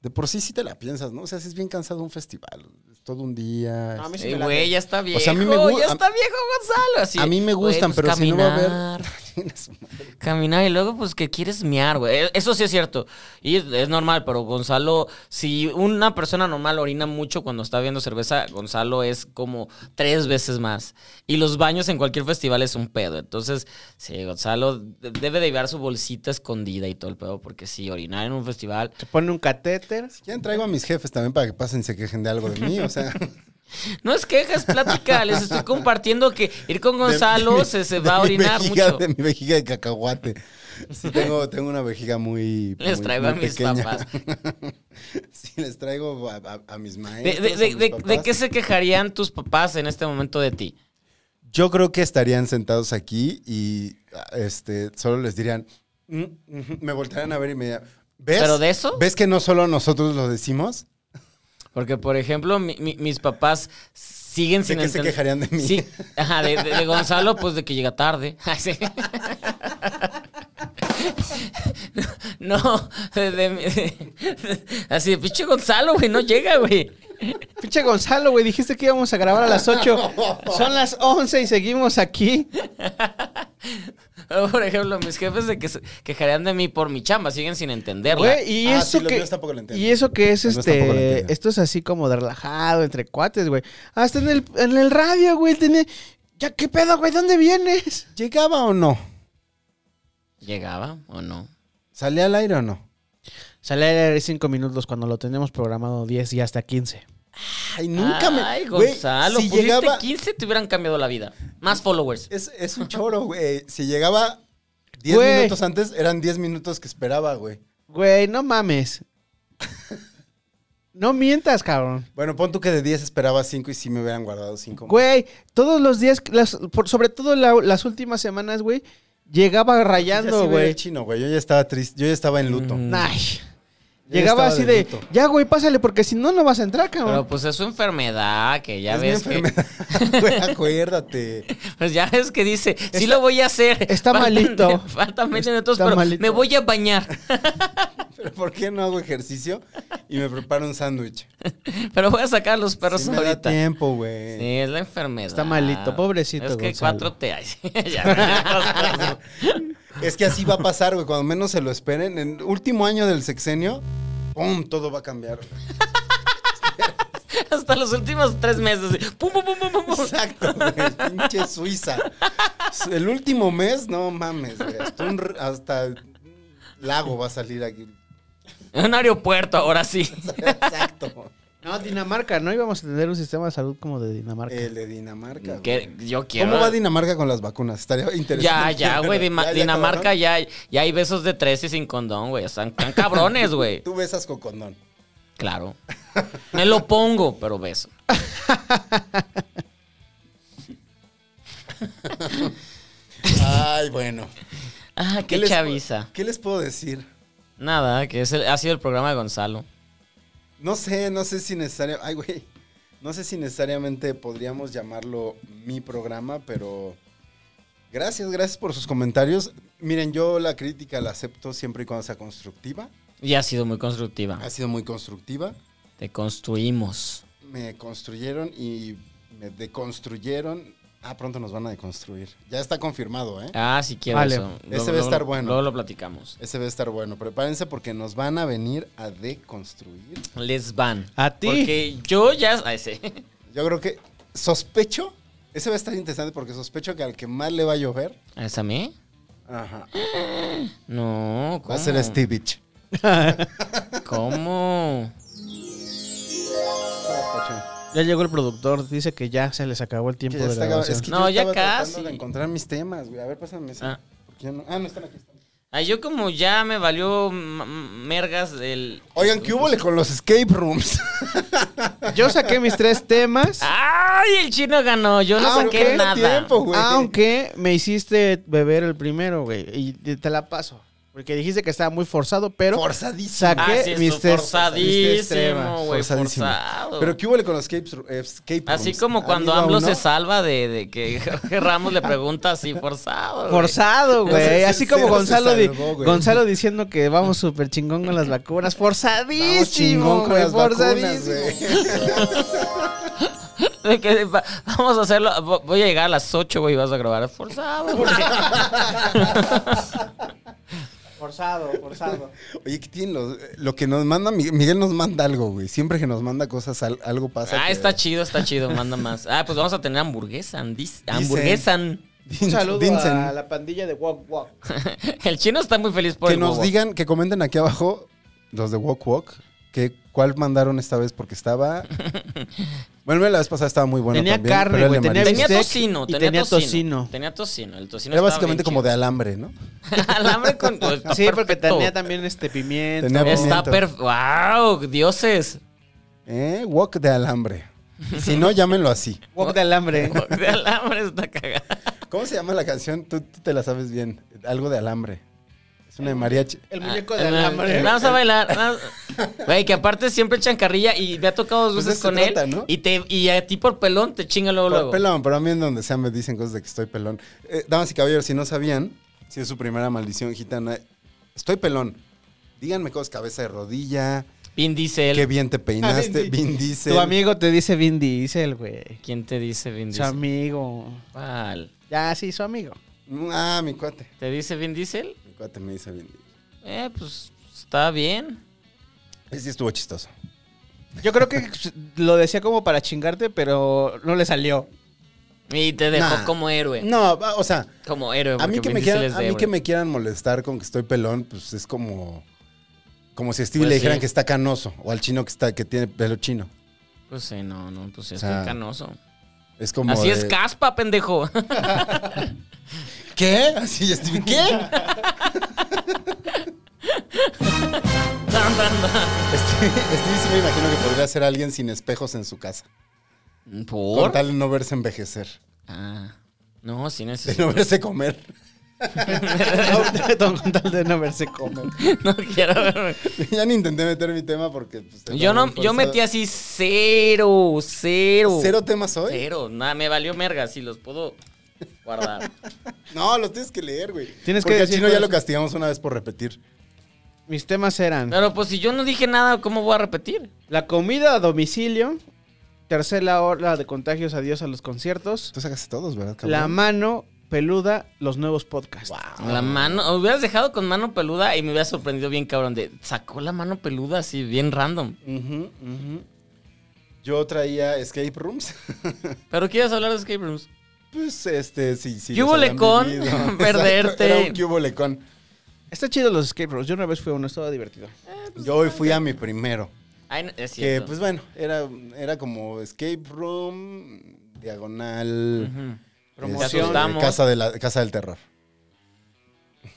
S1: De por sí sí te la piensas, ¿no? O sea, si es bien cansado un festival. Es todo un día.
S3: No, a mí sí
S2: Eh,
S3: me late.
S2: Güey, ya está viejo.
S1: O sea, a mí me gu-
S2: ya
S1: a-
S2: está viejo Gonzalo. Así,
S1: A mí me
S2: güey,
S1: gustan,
S2: pues,
S1: pero si no va a
S2: caminar.
S1: haber. (laughs) Chinga su madre.
S2: Caminar y luego, pues, que quieres miar, güey. Eh, Eso sí es cierto. Y es, es normal, pero Gonzalo, si una persona normal orina mucho cuando está bebiendo cerveza, Gonzalo es como tres veces más. Y los baños en cualquier festival es un pedo. Entonces, sí, Gonzalo de- debe de llevar su bolsita escondida y todo el pedo, porque si orinar en un festival.
S3: Se pone un catéter.
S1: ¿Quién traigo a mis jefes también para que pasen y se quejen de algo de mí? O
S2: (laughs)
S1: sea,
S2: No es queja,
S1: (laughs)
S2: es plática. Les estoy compartiendo que ir con Gonzalo
S1: mi-
S2: se, se
S1: de
S2: va a
S1: mi
S2: orinar
S1: vejiga-
S2: mucho.
S1: De mi vejiga de cacahuate. Sí, tengo, tengo una vejiga muy.
S2: Les
S1: muy-
S2: traigo
S1: muy
S2: a mis
S1: pequeña.
S2: papás.
S1: (laughs) Sí, les traigo a, a- a mis
S2: De,
S1: maestros.
S2: de- de-
S1: a mis
S2: de-
S1: papás.
S2: ¿de qué se quejarían tus papás en este momento de ti?
S1: Yo creo que estarían sentados aquí y ah, este, solo les dirían. "Mm, ujú", me voltarían a ver y me dirían. ¿Ves?
S2: ¿Pero de eso?
S1: ¿Ves que no solo nosotros lo decimos?
S2: Porque, por ejemplo, mi- mi- mis papás siguen
S1: ¿De
S2: sin
S1: qué se
S2: enten-
S1: quejarían de mí?
S2: Sí, ajá, de, de- de Gonzalo, pues de que llega tarde. (laughs) Ay, sí. No, de, de- de- así de pinche Gonzalo, güey, no llega, güey.
S3: Pinche Gonzalo, güey, dijiste que íbamos a grabar a
S1: (laughs)
S3: las 8. Son las 11 y seguimos aquí.
S2: O, Por ejemplo, mis jefes de que se quejarían de mí por mi chamba, siguen sin entenderla.
S3: Güey, y
S1: Ah,
S3: eso
S1: sí, los
S3: que
S1: míos tampoco lo entienden.
S3: Y eso que es
S1: Los míos tampoco lo
S3: este
S1: entienden.
S3: esto es así como de relajado entre cuates, güey. Hasta en el en el radio, güey, tiene Ya, ¿qué pedo, güey? ¿Dónde vienes?
S1: ¿Llegaba o no?
S2: ¿Llegaba o no?
S1: ¿Salía al aire o no?
S3: Sale al aire cinco minutos cuando lo tenemos programado 10 y hasta 15.
S1: Ay, nunca me.
S2: Ay,
S1: güey,
S2: Gonzalo,
S1: si
S2: pusiste
S1: llegaba.
S2: 15 te hubieran cambiado la vida. Más followers.
S1: Es, es un choro, güey. Si llegaba 10
S3: Güey.
S1: minutos antes, eran 10 minutos que esperaba, güey.
S3: Güey, no mames. (laughs) No mientas, cabrón.
S1: Bueno, pon tú que de 10 esperaba 5 y sí me hubieran guardado 5.
S3: Güey, todos los días, las- por- sobre todo la- las últimas semanas, güey, llegaba rayando, güey.
S1: chino, güey. Yo ya estaba triste. Yo ya estaba en luto.
S3: Ay.
S1: Mm. Ya
S3: Llegaba
S1: estaba
S3: así
S1: de
S3: de,
S1: luto.
S3: ya, güey, pásale, porque si no, no vas a entrar,
S2: Pero
S3: cabrón.
S2: pues es su enfermedad, que ya
S1: es mi
S2: ves que.
S1: enfermedad, güey. Acuérdate.
S2: (laughs) Pues ya ves que dice, sí lo voy a hacer.
S3: está malito.
S2: Faltan 20 minutos,
S3: Está
S2: pero
S3: malito.
S2: me voy a bañar. (laughs)
S1: Pero ¿por qué no hago ejercicio y me preparo un sándwich?
S2: Pero voy a sacar a los perros
S1: Si me da
S2: ahorita.
S1: tiempo, güey.
S2: Sí, es la enfermedad.
S3: Está malito, pobrecito,
S2: Es que
S3: Gonzalo.
S2: 4T hay. (laughs) Ya.
S1: Es que así va a pasar, güey. Cuando menos se lo esperen, en el último año del sexenio, ¡pum! Todo va a cambiar.
S2: Hasta los últimos tres meses. Pum, pum, pum, pum, pum, pum.
S1: Exacto, güey. Pinche Suiza. El último mes, no mames, güey. Hasta, un r- hasta el lago va a salir aquí.
S2: Un aeropuerto, ahora sí.
S1: Exacto.
S3: No, Dinamarca, no íbamos a tener un sistema de salud como de Dinamarca.
S1: El de Dinamarca. güey.
S2: Que yo quiero.
S1: ¿Cómo va Dinamarca con las vacunas? Estaría
S2: Ya,
S1: interesante.
S2: ya,
S1: (laughs)
S2: güey. Dima-
S1: Ya, ya
S2: Dinamarca
S1: acabaron.
S2: ya, ya hay besos de tres y sin condón, güey. Están, están cabrones, güey.
S1: (laughs) Tú besas con
S2: (laughs)
S1: condón.
S2: Claro. Me lo pongo, pero beso.
S1: Ay, bueno.
S2: Ah, qué,
S1: les-
S2: chaviza.
S1: ¿Qué les puedo decir?
S2: Nada, que es el- ha sido el programa de Gonzalo.
S1: No sé, no sé si necesaria. Ay, güey. No sé si necesariamente podríamos llamarlo mi programa, pero. Gracias, gracias por sus comentarios. Miren, yo la crítica la acepto siempre y cuando sea constructiva.
S2: Y ha sido muy constructiva.
S1: Ha sido muy constructiva.
S2: Te construimos.
S1: Me construyeron y me deconstruyeron. Ah, pronto nos van a deconstruir. Ya está confirmado, ¿eh?
S2: Ah, si quiero
S3: Vale.
S2: eso.
S1: Ese va a estar bueno.
S2: Luego lo platicamos.
S1: Ese va a estar bueno. Prepárense porque nos van a venir a deconstruir.
S2: Les van.
S3: A ti.
S2: Porque yo ya. Ah, ese. (laughs)
S1: Yo creo que sospecho. Ese va a estar interesante porque sospecho que al que más le va a llover.
S2: ¿Ah, ¿Es a mí?
S1: Ajá.
S2: No, ¿cómo?
S1: Va a ser Stevich.
S2: (laughs) ¿Cómo?
S3: Ya llegó el productor, dice que ya se les acabó el tiempo de grabación.
S1: Es que
S2: No,
S1: yo
S2: ya
S1: estaba tratando
S2: casi.
S1: de encontrar mis temas, güey. A ver, pásame ese.
S2: Ah.
S1: ¿Por qué no? Ah, no están aquí. están.
S2: Ay, yo como ya me valió m- m- mergas el.
S1: Oigan, ¿qué hubo con los escape rooms?
S2: (laughs)
S3: Yo saqué
S1: (laughs)
S3: mis tres temas,
S1: Ah,
S2: ¡Ay! El chino ganó. Yo no
S1: Aunque
S2: saqué
S1: era
S2: nada.
S1: Ah, tiempo, güey.
S3: aunque me hiciste beber el primero, güey, y te te la paso. Porque dijiste que estaba muy forzado, pero
S1: Forzadísimo.
S3: saqué
S2: Ah, sí, estuvo
S3: mis tres mis tres
S2: forzadísimo,
S3: temas.
S2: güey.
S1: Forzadísimo.
S2: Forzado.
S1: Pero ¿qué hubo con los escape, ru- eh, escape rooms?
S2: Así como
S1: ¿Ha
S2: cuando
S1: habido
S2: AMLO
S1: uno?
S2: se salva de, de que (laughs) Jorge Ramos le pregunta así forzado. güey.
S3: Forzado, güey.
S1: No sé si
S3: Así
S1: el
S3: como
S1: cero se
S3: Gonzalo, di-
S1: salvó, güey.
S3: Gonzalo diciendo que vamos súper chingón con las vacunas.
S1: Vamos
S3: Forzadísimo,
S1: Ah, chingón con
S3: güey.
S1: las vacunas,
S3: Forzadísimo.
S1: güey.
S2: (laughs) De que va- vamos a hacerlo. vo- Voy a llegar a las 8, güey, y vas a grabar forzado. güey.
S3: Forzado,
S1: (laughs)
S3: forzado.
S1: (laughs) Oye, ¿qué tienen los- eh, Lo que nos manda, Mi- Miguel nos manda algo, güey. Siempre que nos manda cosas, al- algo pasa.
S2: Ah,
S1: que-
S2: está chido, está chido, manda más. Ah, pues vamos a tener hamburguesa. andis-
S1: Dicen.
S2: Hamburguesan.
S3: Un saludo
S1: Vincent.
S3: a la pandilla de
S1: (laughs)
S3: Walk Walk.
S2: El chino está muy feliz por
S1: que
S2: el
S1: nos
S2: bobo.
S1: digan, que comenten aquí abajo los de Walk Walk, que cuál mandaron esta vez porque
S2: (laughs)
S1: estaba. Bueno, la vez pasada estaba muy bueno
S3: Tenía
S1: también,
S3: carne,
S1: pero era el
S3: güey,
S1: de
S3: tenía
S1: marisco.
S2: Tenía
S3: bistec
S2: tocino,
S3: y
S2: tenía,
S3: tenía
S2: tocino,
S3: tocino.
S2: Tenía tocino. El tocino
S1: Era
S2: estaba
S1: básicamente
S2: bien
S1: como de
S2: chido.
S1: alambre, ¿no?
S2: (laughs) alambre con. pues, está
S3: Sí, porque
S2: perfecto.
S3: tenía también este pimiento.
S1: Tenía
S2: Está
S1: pimiento.
S2: perfecto. ¡Wow! ¡Dioses!
S1: ¿Eh? Walk de alambre. Si no, llámenlo así.
S3: Walk de
S1: (laughs)
S3: alambre.
S2: (laughs) De alambre está cagada.
S1: ¿Cómo se llama la canción? Tú, tú te la sabes bien. Algo de alambre. Es una de mariachi.
S3: El muñeco
S2: Ah,
S3: de
S2: no,
S3: alambre.
S2: Vamos a bailar. vamos- Güey, que aparte siempre echan carrilla y me ha tocado dos
S1: Pues
S2: veces
S1: de eso
S2: con
S1: trata,
S2: él.
S1: ¿no?
S2: Y te y a ti por pelón te chinga luego,
S1: Por
S2: luego.
S1: pelón, pero a mí en donde sea me dicen cosas de que estoy pelón. Eh, damas y caballeros, si no sabían, si es su primera maldición gitana, estoy pelón. Díganme cosas, cabeza de rodilla,
S2: Vin Diesel.
S1: qué bien te
S2: (laughs)
S1: peinaste,
S3: Vin
S1: Vin Diesel.
S3: Tu amigo te dice Vin Diesel, güey.
S2: ¿Quién te dice Vin
S3: Su
S2: Diesel?
S3: amigo.
S2: ¿Cuál?
S3: Ya, sí, su amigo.
S1: Ah, mi cuate.
S2: ¿Te dice Vin Diesel?
S1: Mi cuate me dice Vin Diesel.
S2: Eh, pues está bien.
S1: Ese sí estuvo chistoso. (laughs)
S3: pues, Yo creo que lo decía como para chingarte, pero no le salió.
S2: Y te dejó
S1: Nah.
S2: como héroe.
S1: No, va, o sea,
S2: Como héroe.
S1: a mí,
S2: porque
S1: que me,
S2: Vin Diesel
S1: quieran,
S2: es
S1: a
S2: de
S1: mí que
S2: héroe.
S1: me quieran molestar con que estoy pelón, pues es como. Como si a Stevie
S2: Pues
S1: le dijeran
S2: sí.
S1: que está canoso o al chino que está que tiene pelo chino.
S2: Pues sí, no, no, pues sí, es
S1: O sea,
S2: canoso.
S1: Es como.
S2: Así es
S1: de-
S2: caspa,
S1: (laughs)
S2: pendejo.
S1: ¿Qué? Así es, Stevie, ¿qué?
S2: Tan, tan, tan.
S1: Stevie, Stevie sí me imagino que podría ser alguien sin espejos en su casa. Por
S2: ¿Por?
S1: tal de no verse envejecer,
S2: Ah, no, sí
S1: de
S2: necesito.
S1: no verse comer.
S3: Con tal de no verse comer.
S2: (laughs) no quiero verme.
S1: (laughs) ya ni intenté meter mi tema porque. pues, te
S2: Yo,
S1: tomo
S2: no,
S1: muy
S2: yo
S1: forzado.
S2: metí así cero, cero.
S1: ¿Cero temas hoy?
S2: Cero, nada, me valió merga, si los puedo guardar. (laughs)
S1: No, los tienes que leer, güey.
S3: Tienes que
S1: Porque al
S3: decir
S1: chino ya
S3: cuáles-
S1: lo castigamos una vez por repetir.
S3: Mis temas eran
S2: Pero pues si yo no dije nada, ¿cómo voy a repetir?
S3: la comida a domicilio, tercera ola de contagios, adiós a los conciertos,
S1: Tú sacaste todos, ¿verdad? cabrón?
S3: la mano peluda, los nuevos podcasts.
S1: Ah.
S2: La mano, hubieras dejado con mano peluda y me hubieras sorprendido bien cabrón de, sacó la mano peluda así, bien random.
S3: Ujú, ujú.
S1: Yo traía escape rooms. (laughs)
S2: ¿Pero quieres hablar de escape rooms?
S1: pues este, sí, sí.
S2: ¿Qué
S1: los
S2: hubole
S1: habrán
S2: con
S1: vivido.
S2: (laughs) perderte?
S1: Era un qué hubole con.
S3: Está chido los escape rooms. Yo una vez fui a uno, estaba divertido. pues,
S1: Yo hoy fui a mi primero.
S2: Ay, no, es
S1: Que
S2: cierto.
S1: pues bueno, era, era como escape room, diagonal.
S2: Ujú.
S1: este,
S2: Promoción.
S1: casa, de la, casa del terror. Pero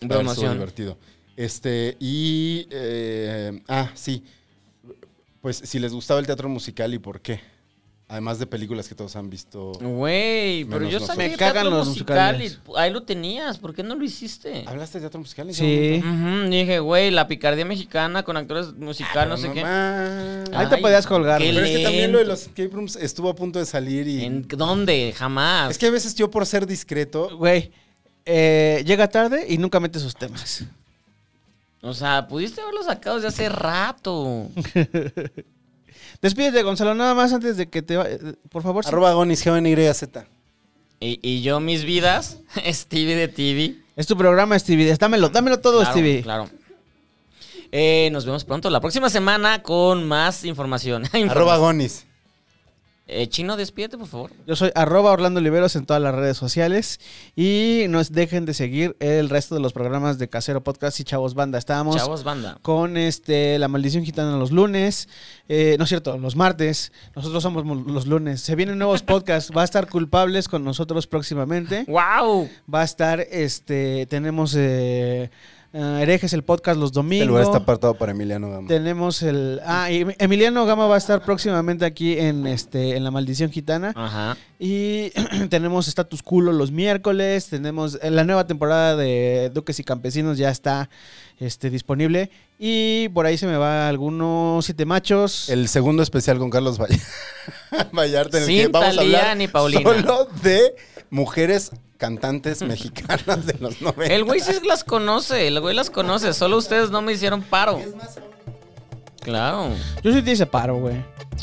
S1: estuvo
S2: Promoción.
S1: divertido. Este, y. eh, ah, sí. Pues si les gustaba el teatro musical y por qué. Además de películas que todos han visto.
S2: Güey, pero
S1: Menos
S2: yo
S1: los
S2: sabía
S3: Me
S2: que
S3: cagan
S2: cagan
S3: los
S2: los musical
S3: musicales.
S2: y ahí lo tenías, ¿por qué no lo hiciste?
S1: ¿Hablaste de teatro musical? en ese
S3: Sí.
S2: Ujú, Dije, güey, la picardía mexicana con actores musical, Ah, no sé qué.
S1: Mamá.
S3: Ahí te
S2: Ay,
S3: podías colgar.
S2: qué
S3: güey.
S1: Ah, Pero es que también
S2: lento.
S1: lo de los escape rooms estuvo a punto de salir y.
S2: ¿En dónde? Jamás.
S1: Es que a veces yo por ser discreto.
S3: Güey, eh, llega tarde y nunca mete sus temas.
S2: O sea, pudiste haberlo sacado desde hace rato.
S3: Despídete, Gonzalo, nada más antes de que te... va- eh, Por favor, sí.
S1: Arroba Gonis, G-O-N-Y-Z.
S2: Y, y yo mis vidas, (laughs) Stevie de TV.
S3: es tu programa, Stevie. Dámelo, dámelo todo,
S2: Claro,
S3: Stevie.
S2: Claro. Eh, nos vemos pronto la próxima semana con más información. (laughs)
S1: Arroba Gonis.
S2: Eh, Chino, despídete, por favor.
S3: Yo soy arroba Orlando Oliveros en todas las redes sociales y no dejen de seguir el resto de los programas de Casero Podcast y Chavos Banda. Estábamos
S2: Chavos, banda.
S3: con este La Maldición Gitana los lunes, eh, no es cierto, los martes, nosotros somos mul- los lunes. Se vienen nuevos podcasts, va a estar Culpables con nosotros próximamente,
S2: ¡Wow!
S3: va a estar, este, tenemos eh, eh, Herejes el podcast los
S1: Este lugar está
S3: domingos.
S1: apartado para Emiliano Gama.
S3: Tenemos el. Ah, y Emiliano Gama va a estar próximamente aquí en este en La Maldición Gitana.
S2: Ajá.
S3: Y (clears throat) tenemos Status Culo los miércoles. Tenemos eh, la nueva temporada de Duques y Campesinos ya está este, disponible. Y por ahí se me va algunos siete machos.
S1: El segundo especial con Carlos Vall- (laughs) Vallarta en el
S2: Sin
S1: que vamos a
S2: Thalía
S1: hablar
S2: ni Paulina.
S1: solo de mujeres cantantes mexicanas de los (laughs) 90.
S2: El güey sí las conoce, el güey las conoce, solo ustedes no me hicieron paro. Claro.
S3: Yo sí te hice paro, güey.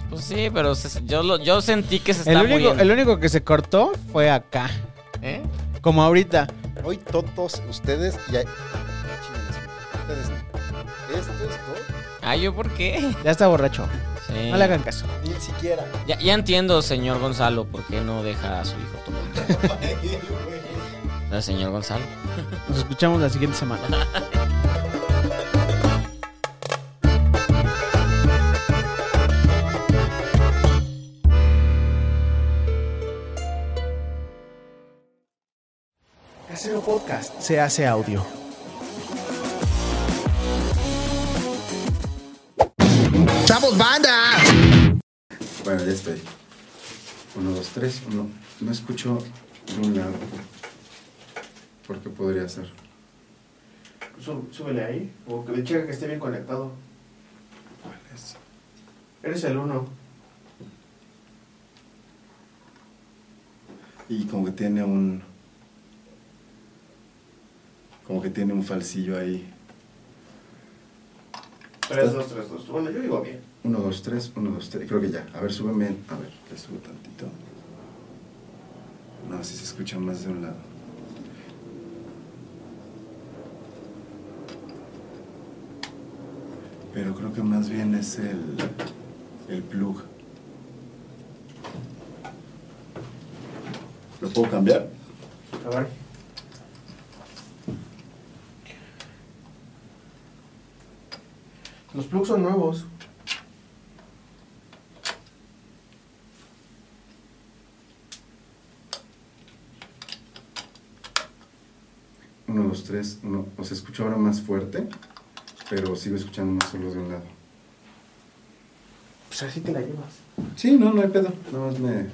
S2: Pues sí, pero se- yo, lo- yo sentí que se está
S3: El único,
S2: muriendo.
S3: el único que se cortó fue acá.
S2: ¿Eh?
S3: Como ahorita.
S1: Hoy todos ustedes ya... Chingas, ustedes no. Estos dos
S2: Ah, ¿yo por qué?
S3: Ya está borracho.
S2: Sí.
S3: No le hagan caso.
S1: ni siquiera.
S2: Ya, ya entiendo, señor Gonzalo, por qué no deja a su hijo
S3: (laughs)
S2: tomar. El señor Gonzalo.
S3: Nos escuchamos la siguiente semana.
S5: Casero Podcast se hace audio.
S6: ¡Chavos, banda!
S7: Bueno, ya estoy. Uno, dos, tres. Uno. No escucho de un lado. ¿Por qué podría ser?
S5: súbele ahí, o que checa que esté bien conectado. Eres el uno.
S7: Y como que tiene un. Como que tiene un falsillo ahí.
S5: 3, 2, 3, 2. Bueno, yo digo bien.
S7: Uno, dos, tres. Uno, dos, tres. Creo que ya. A ver, súbeme. A ver, le subo tantito. No, si se escucha más de un lado. Pero creo que más bien es el. el plug. ¿Lo puedo cambiar?
S5: A ver. Los plugs son nuevos.
S7: Uno, dos, tres. Uno. O sea, escucho ahora más fuerte, pero sigo escuchando más solo de un lado.
S5: Pues así te la llevas.
S7: Sí, no, no hay pedo. Nada más me. (laughs)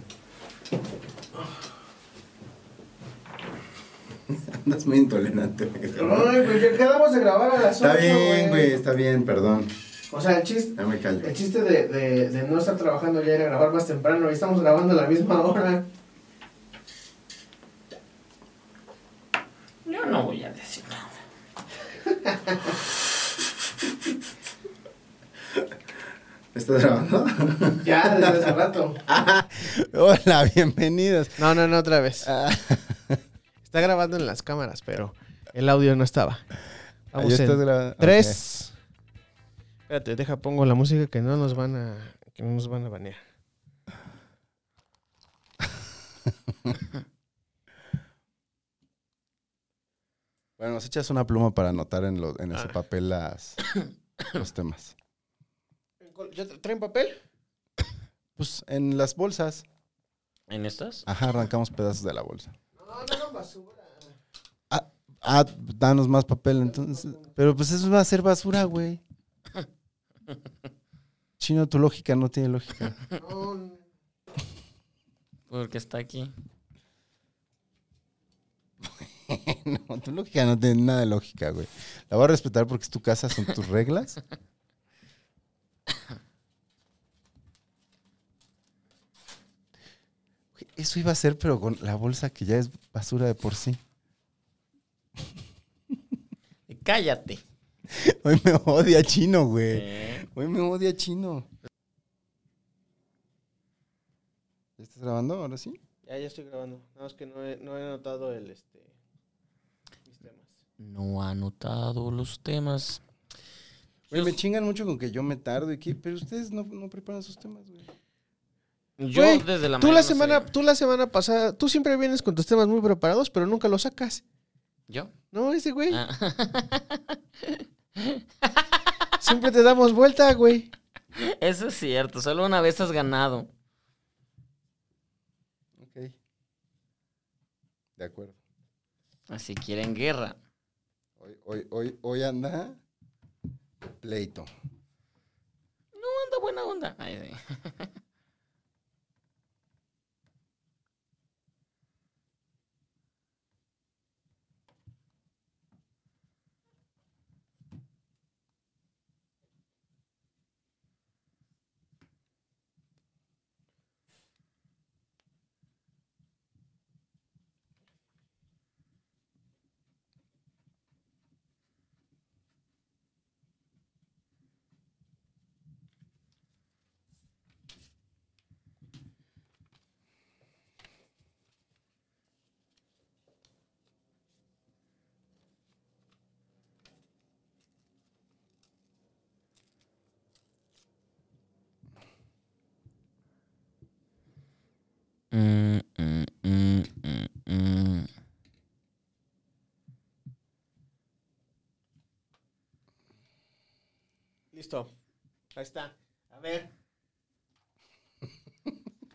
S7: Andas muy intolerante, güey.
S5: Ay, pues ya quedamos de grabar a las 8.
S7: Está bien, güey, está bien, perdón.
S5: O sea, el chiste,
S7: Ya me callo.
S5: el chiste de, de, de no estar trabajando ya era grabar más temprano. Y estamos grabando a la misma hora.
S8: Yo no voy a decir nada.
S7: ¿Estás grabando?
S5: Ya, desde hace rato.
S1: (laughs) Hola, bienvenidos.
S3: No, no, no, otra vez.
S1: Ah,
S3: (laughs) Está grabando en las cámaras, pero el audio no estaba. Vamos
S1: Ahí
S3: en
S1: estás grabando.
S3: Tres. Espérate, deja, pongo la música que no nos van a. que no nos van a banear.
S1: bueno, nos echas una pluma para anotar en, lo- en ese papel las, los temas.
S3: ¿Traen papel?
S1: Pues en las bolsas.
S2: ¿En estas?
S1: Ajá, arrancamos pedazos de la bolsa.
S5: No, no, no, basura.
S1: Ah, danos más papel entonces. Pero pues eso va a ser basura, güey. Chino, tu lógica no tiene lógica.
S5: No,
S2: Porque está aquí.
S1: (laughs) No, tu lógica no tiene nada de lógica, güey. La voy a respetar porque es tu casa, son tus reglas. Güey, Eso iba a ser, pero con la bolsa que ya es basura de por sí.
S2: Cállate.
S1: Hoy me odia chino, güey.
S2: Eh,
S1: Hoy me odia chino. ¿Ya ¿Estás grabando ahora sí?
S3: Ya, ya estoy grabando. Nada más que no he, no he anotado el este. mis temas.
S2: No ha anotado los temas.
S1: Güey, me chingan mucho con que yo me tardo y que, pero ustedes no, no preparan sus temas, güey.
S2: Yo
S3: Güey,
S2: desde la
S3: Tú
S2: mañana
S3: la semana,
S2: sabía.
S3: tú la semana pasada, tú siempre vienes con tus temas muy preparados, pero nunca los sacas.
S2: ¿Yo?
S3: No, ese güey.
S2: Ah. (laughs)
S3: Siempre te damos vuelta, güey.
S2: Eso es cierto. Solo una vez has ganado.
S1: Ok. De acuerdo.
S2: Así quieren guerra.
S1: Hoy, hoy, hoy, hoy anda pleito. (laughs)
S2: Onda buena onda. Ay, sí. Mm, mm, mm, mm, mm.
S3: Listo. Ahí está. A ver.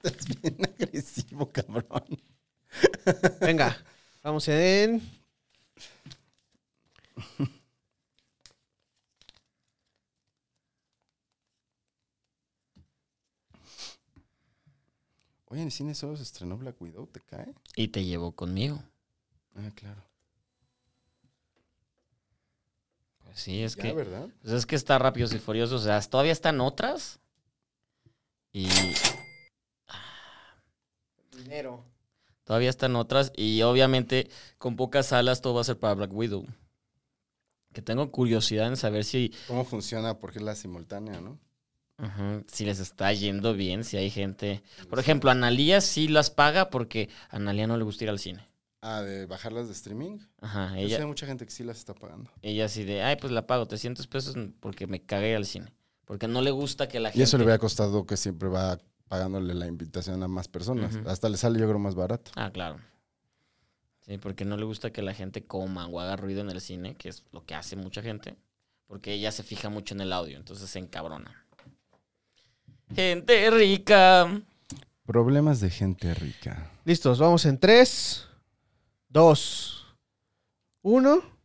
S1: Estás bien agresivo, cabrón.
S3: Venga. Vamos en.
S1: Oye, en el cine solo se estrenó Black Widow, ¿te cae?
S2: Y te llevó conmigo.
S1: Ah, claro.
S2: Pues sí, es
S1: ya,
S2: que.
S1: ¿verdad?
S2: Pues es que está Rápidos y Furiosos. O sea, todavía están otras. Y
S3: Dinero.
S2: todavía están otras. Y obviamente, con pocas salas, todo va a ser para Black Widow. Que tengo curiosidad en saber si,
S1: ¿Cómo funciona? Porque es la simultánea, ¿no?
S2: ujú, si les está yendo bien, si hay gente. Por ejemplo, Analia sí las paga porque a Analia no le gusta ir al cine.
S1: Ah, de bajarlas de streaming.
S2: Ajá,
S1: Yo sé
S2: ella,
S1: de mucha gente que sí las está pagando.
S2: ella así de, ay, pues la pago 300 pesos porque me cagué al cine. Porque no le gusta que la gente.
S1: Y eso le hubiera costado que siempre va pagándole la invitación a más personas. Hasta le sale yo creo más barato.
S2: Ah, claro. Sí, porque no le gusta que la gente coma o haga ruido en el cine, que es lo que hace mucha gente, porque ella se fija mucho en el audio, entonces se encabrona. Gente rica.
S1: Problemas de gente rica.
S3: Listos, vamos en 3, 2, 1.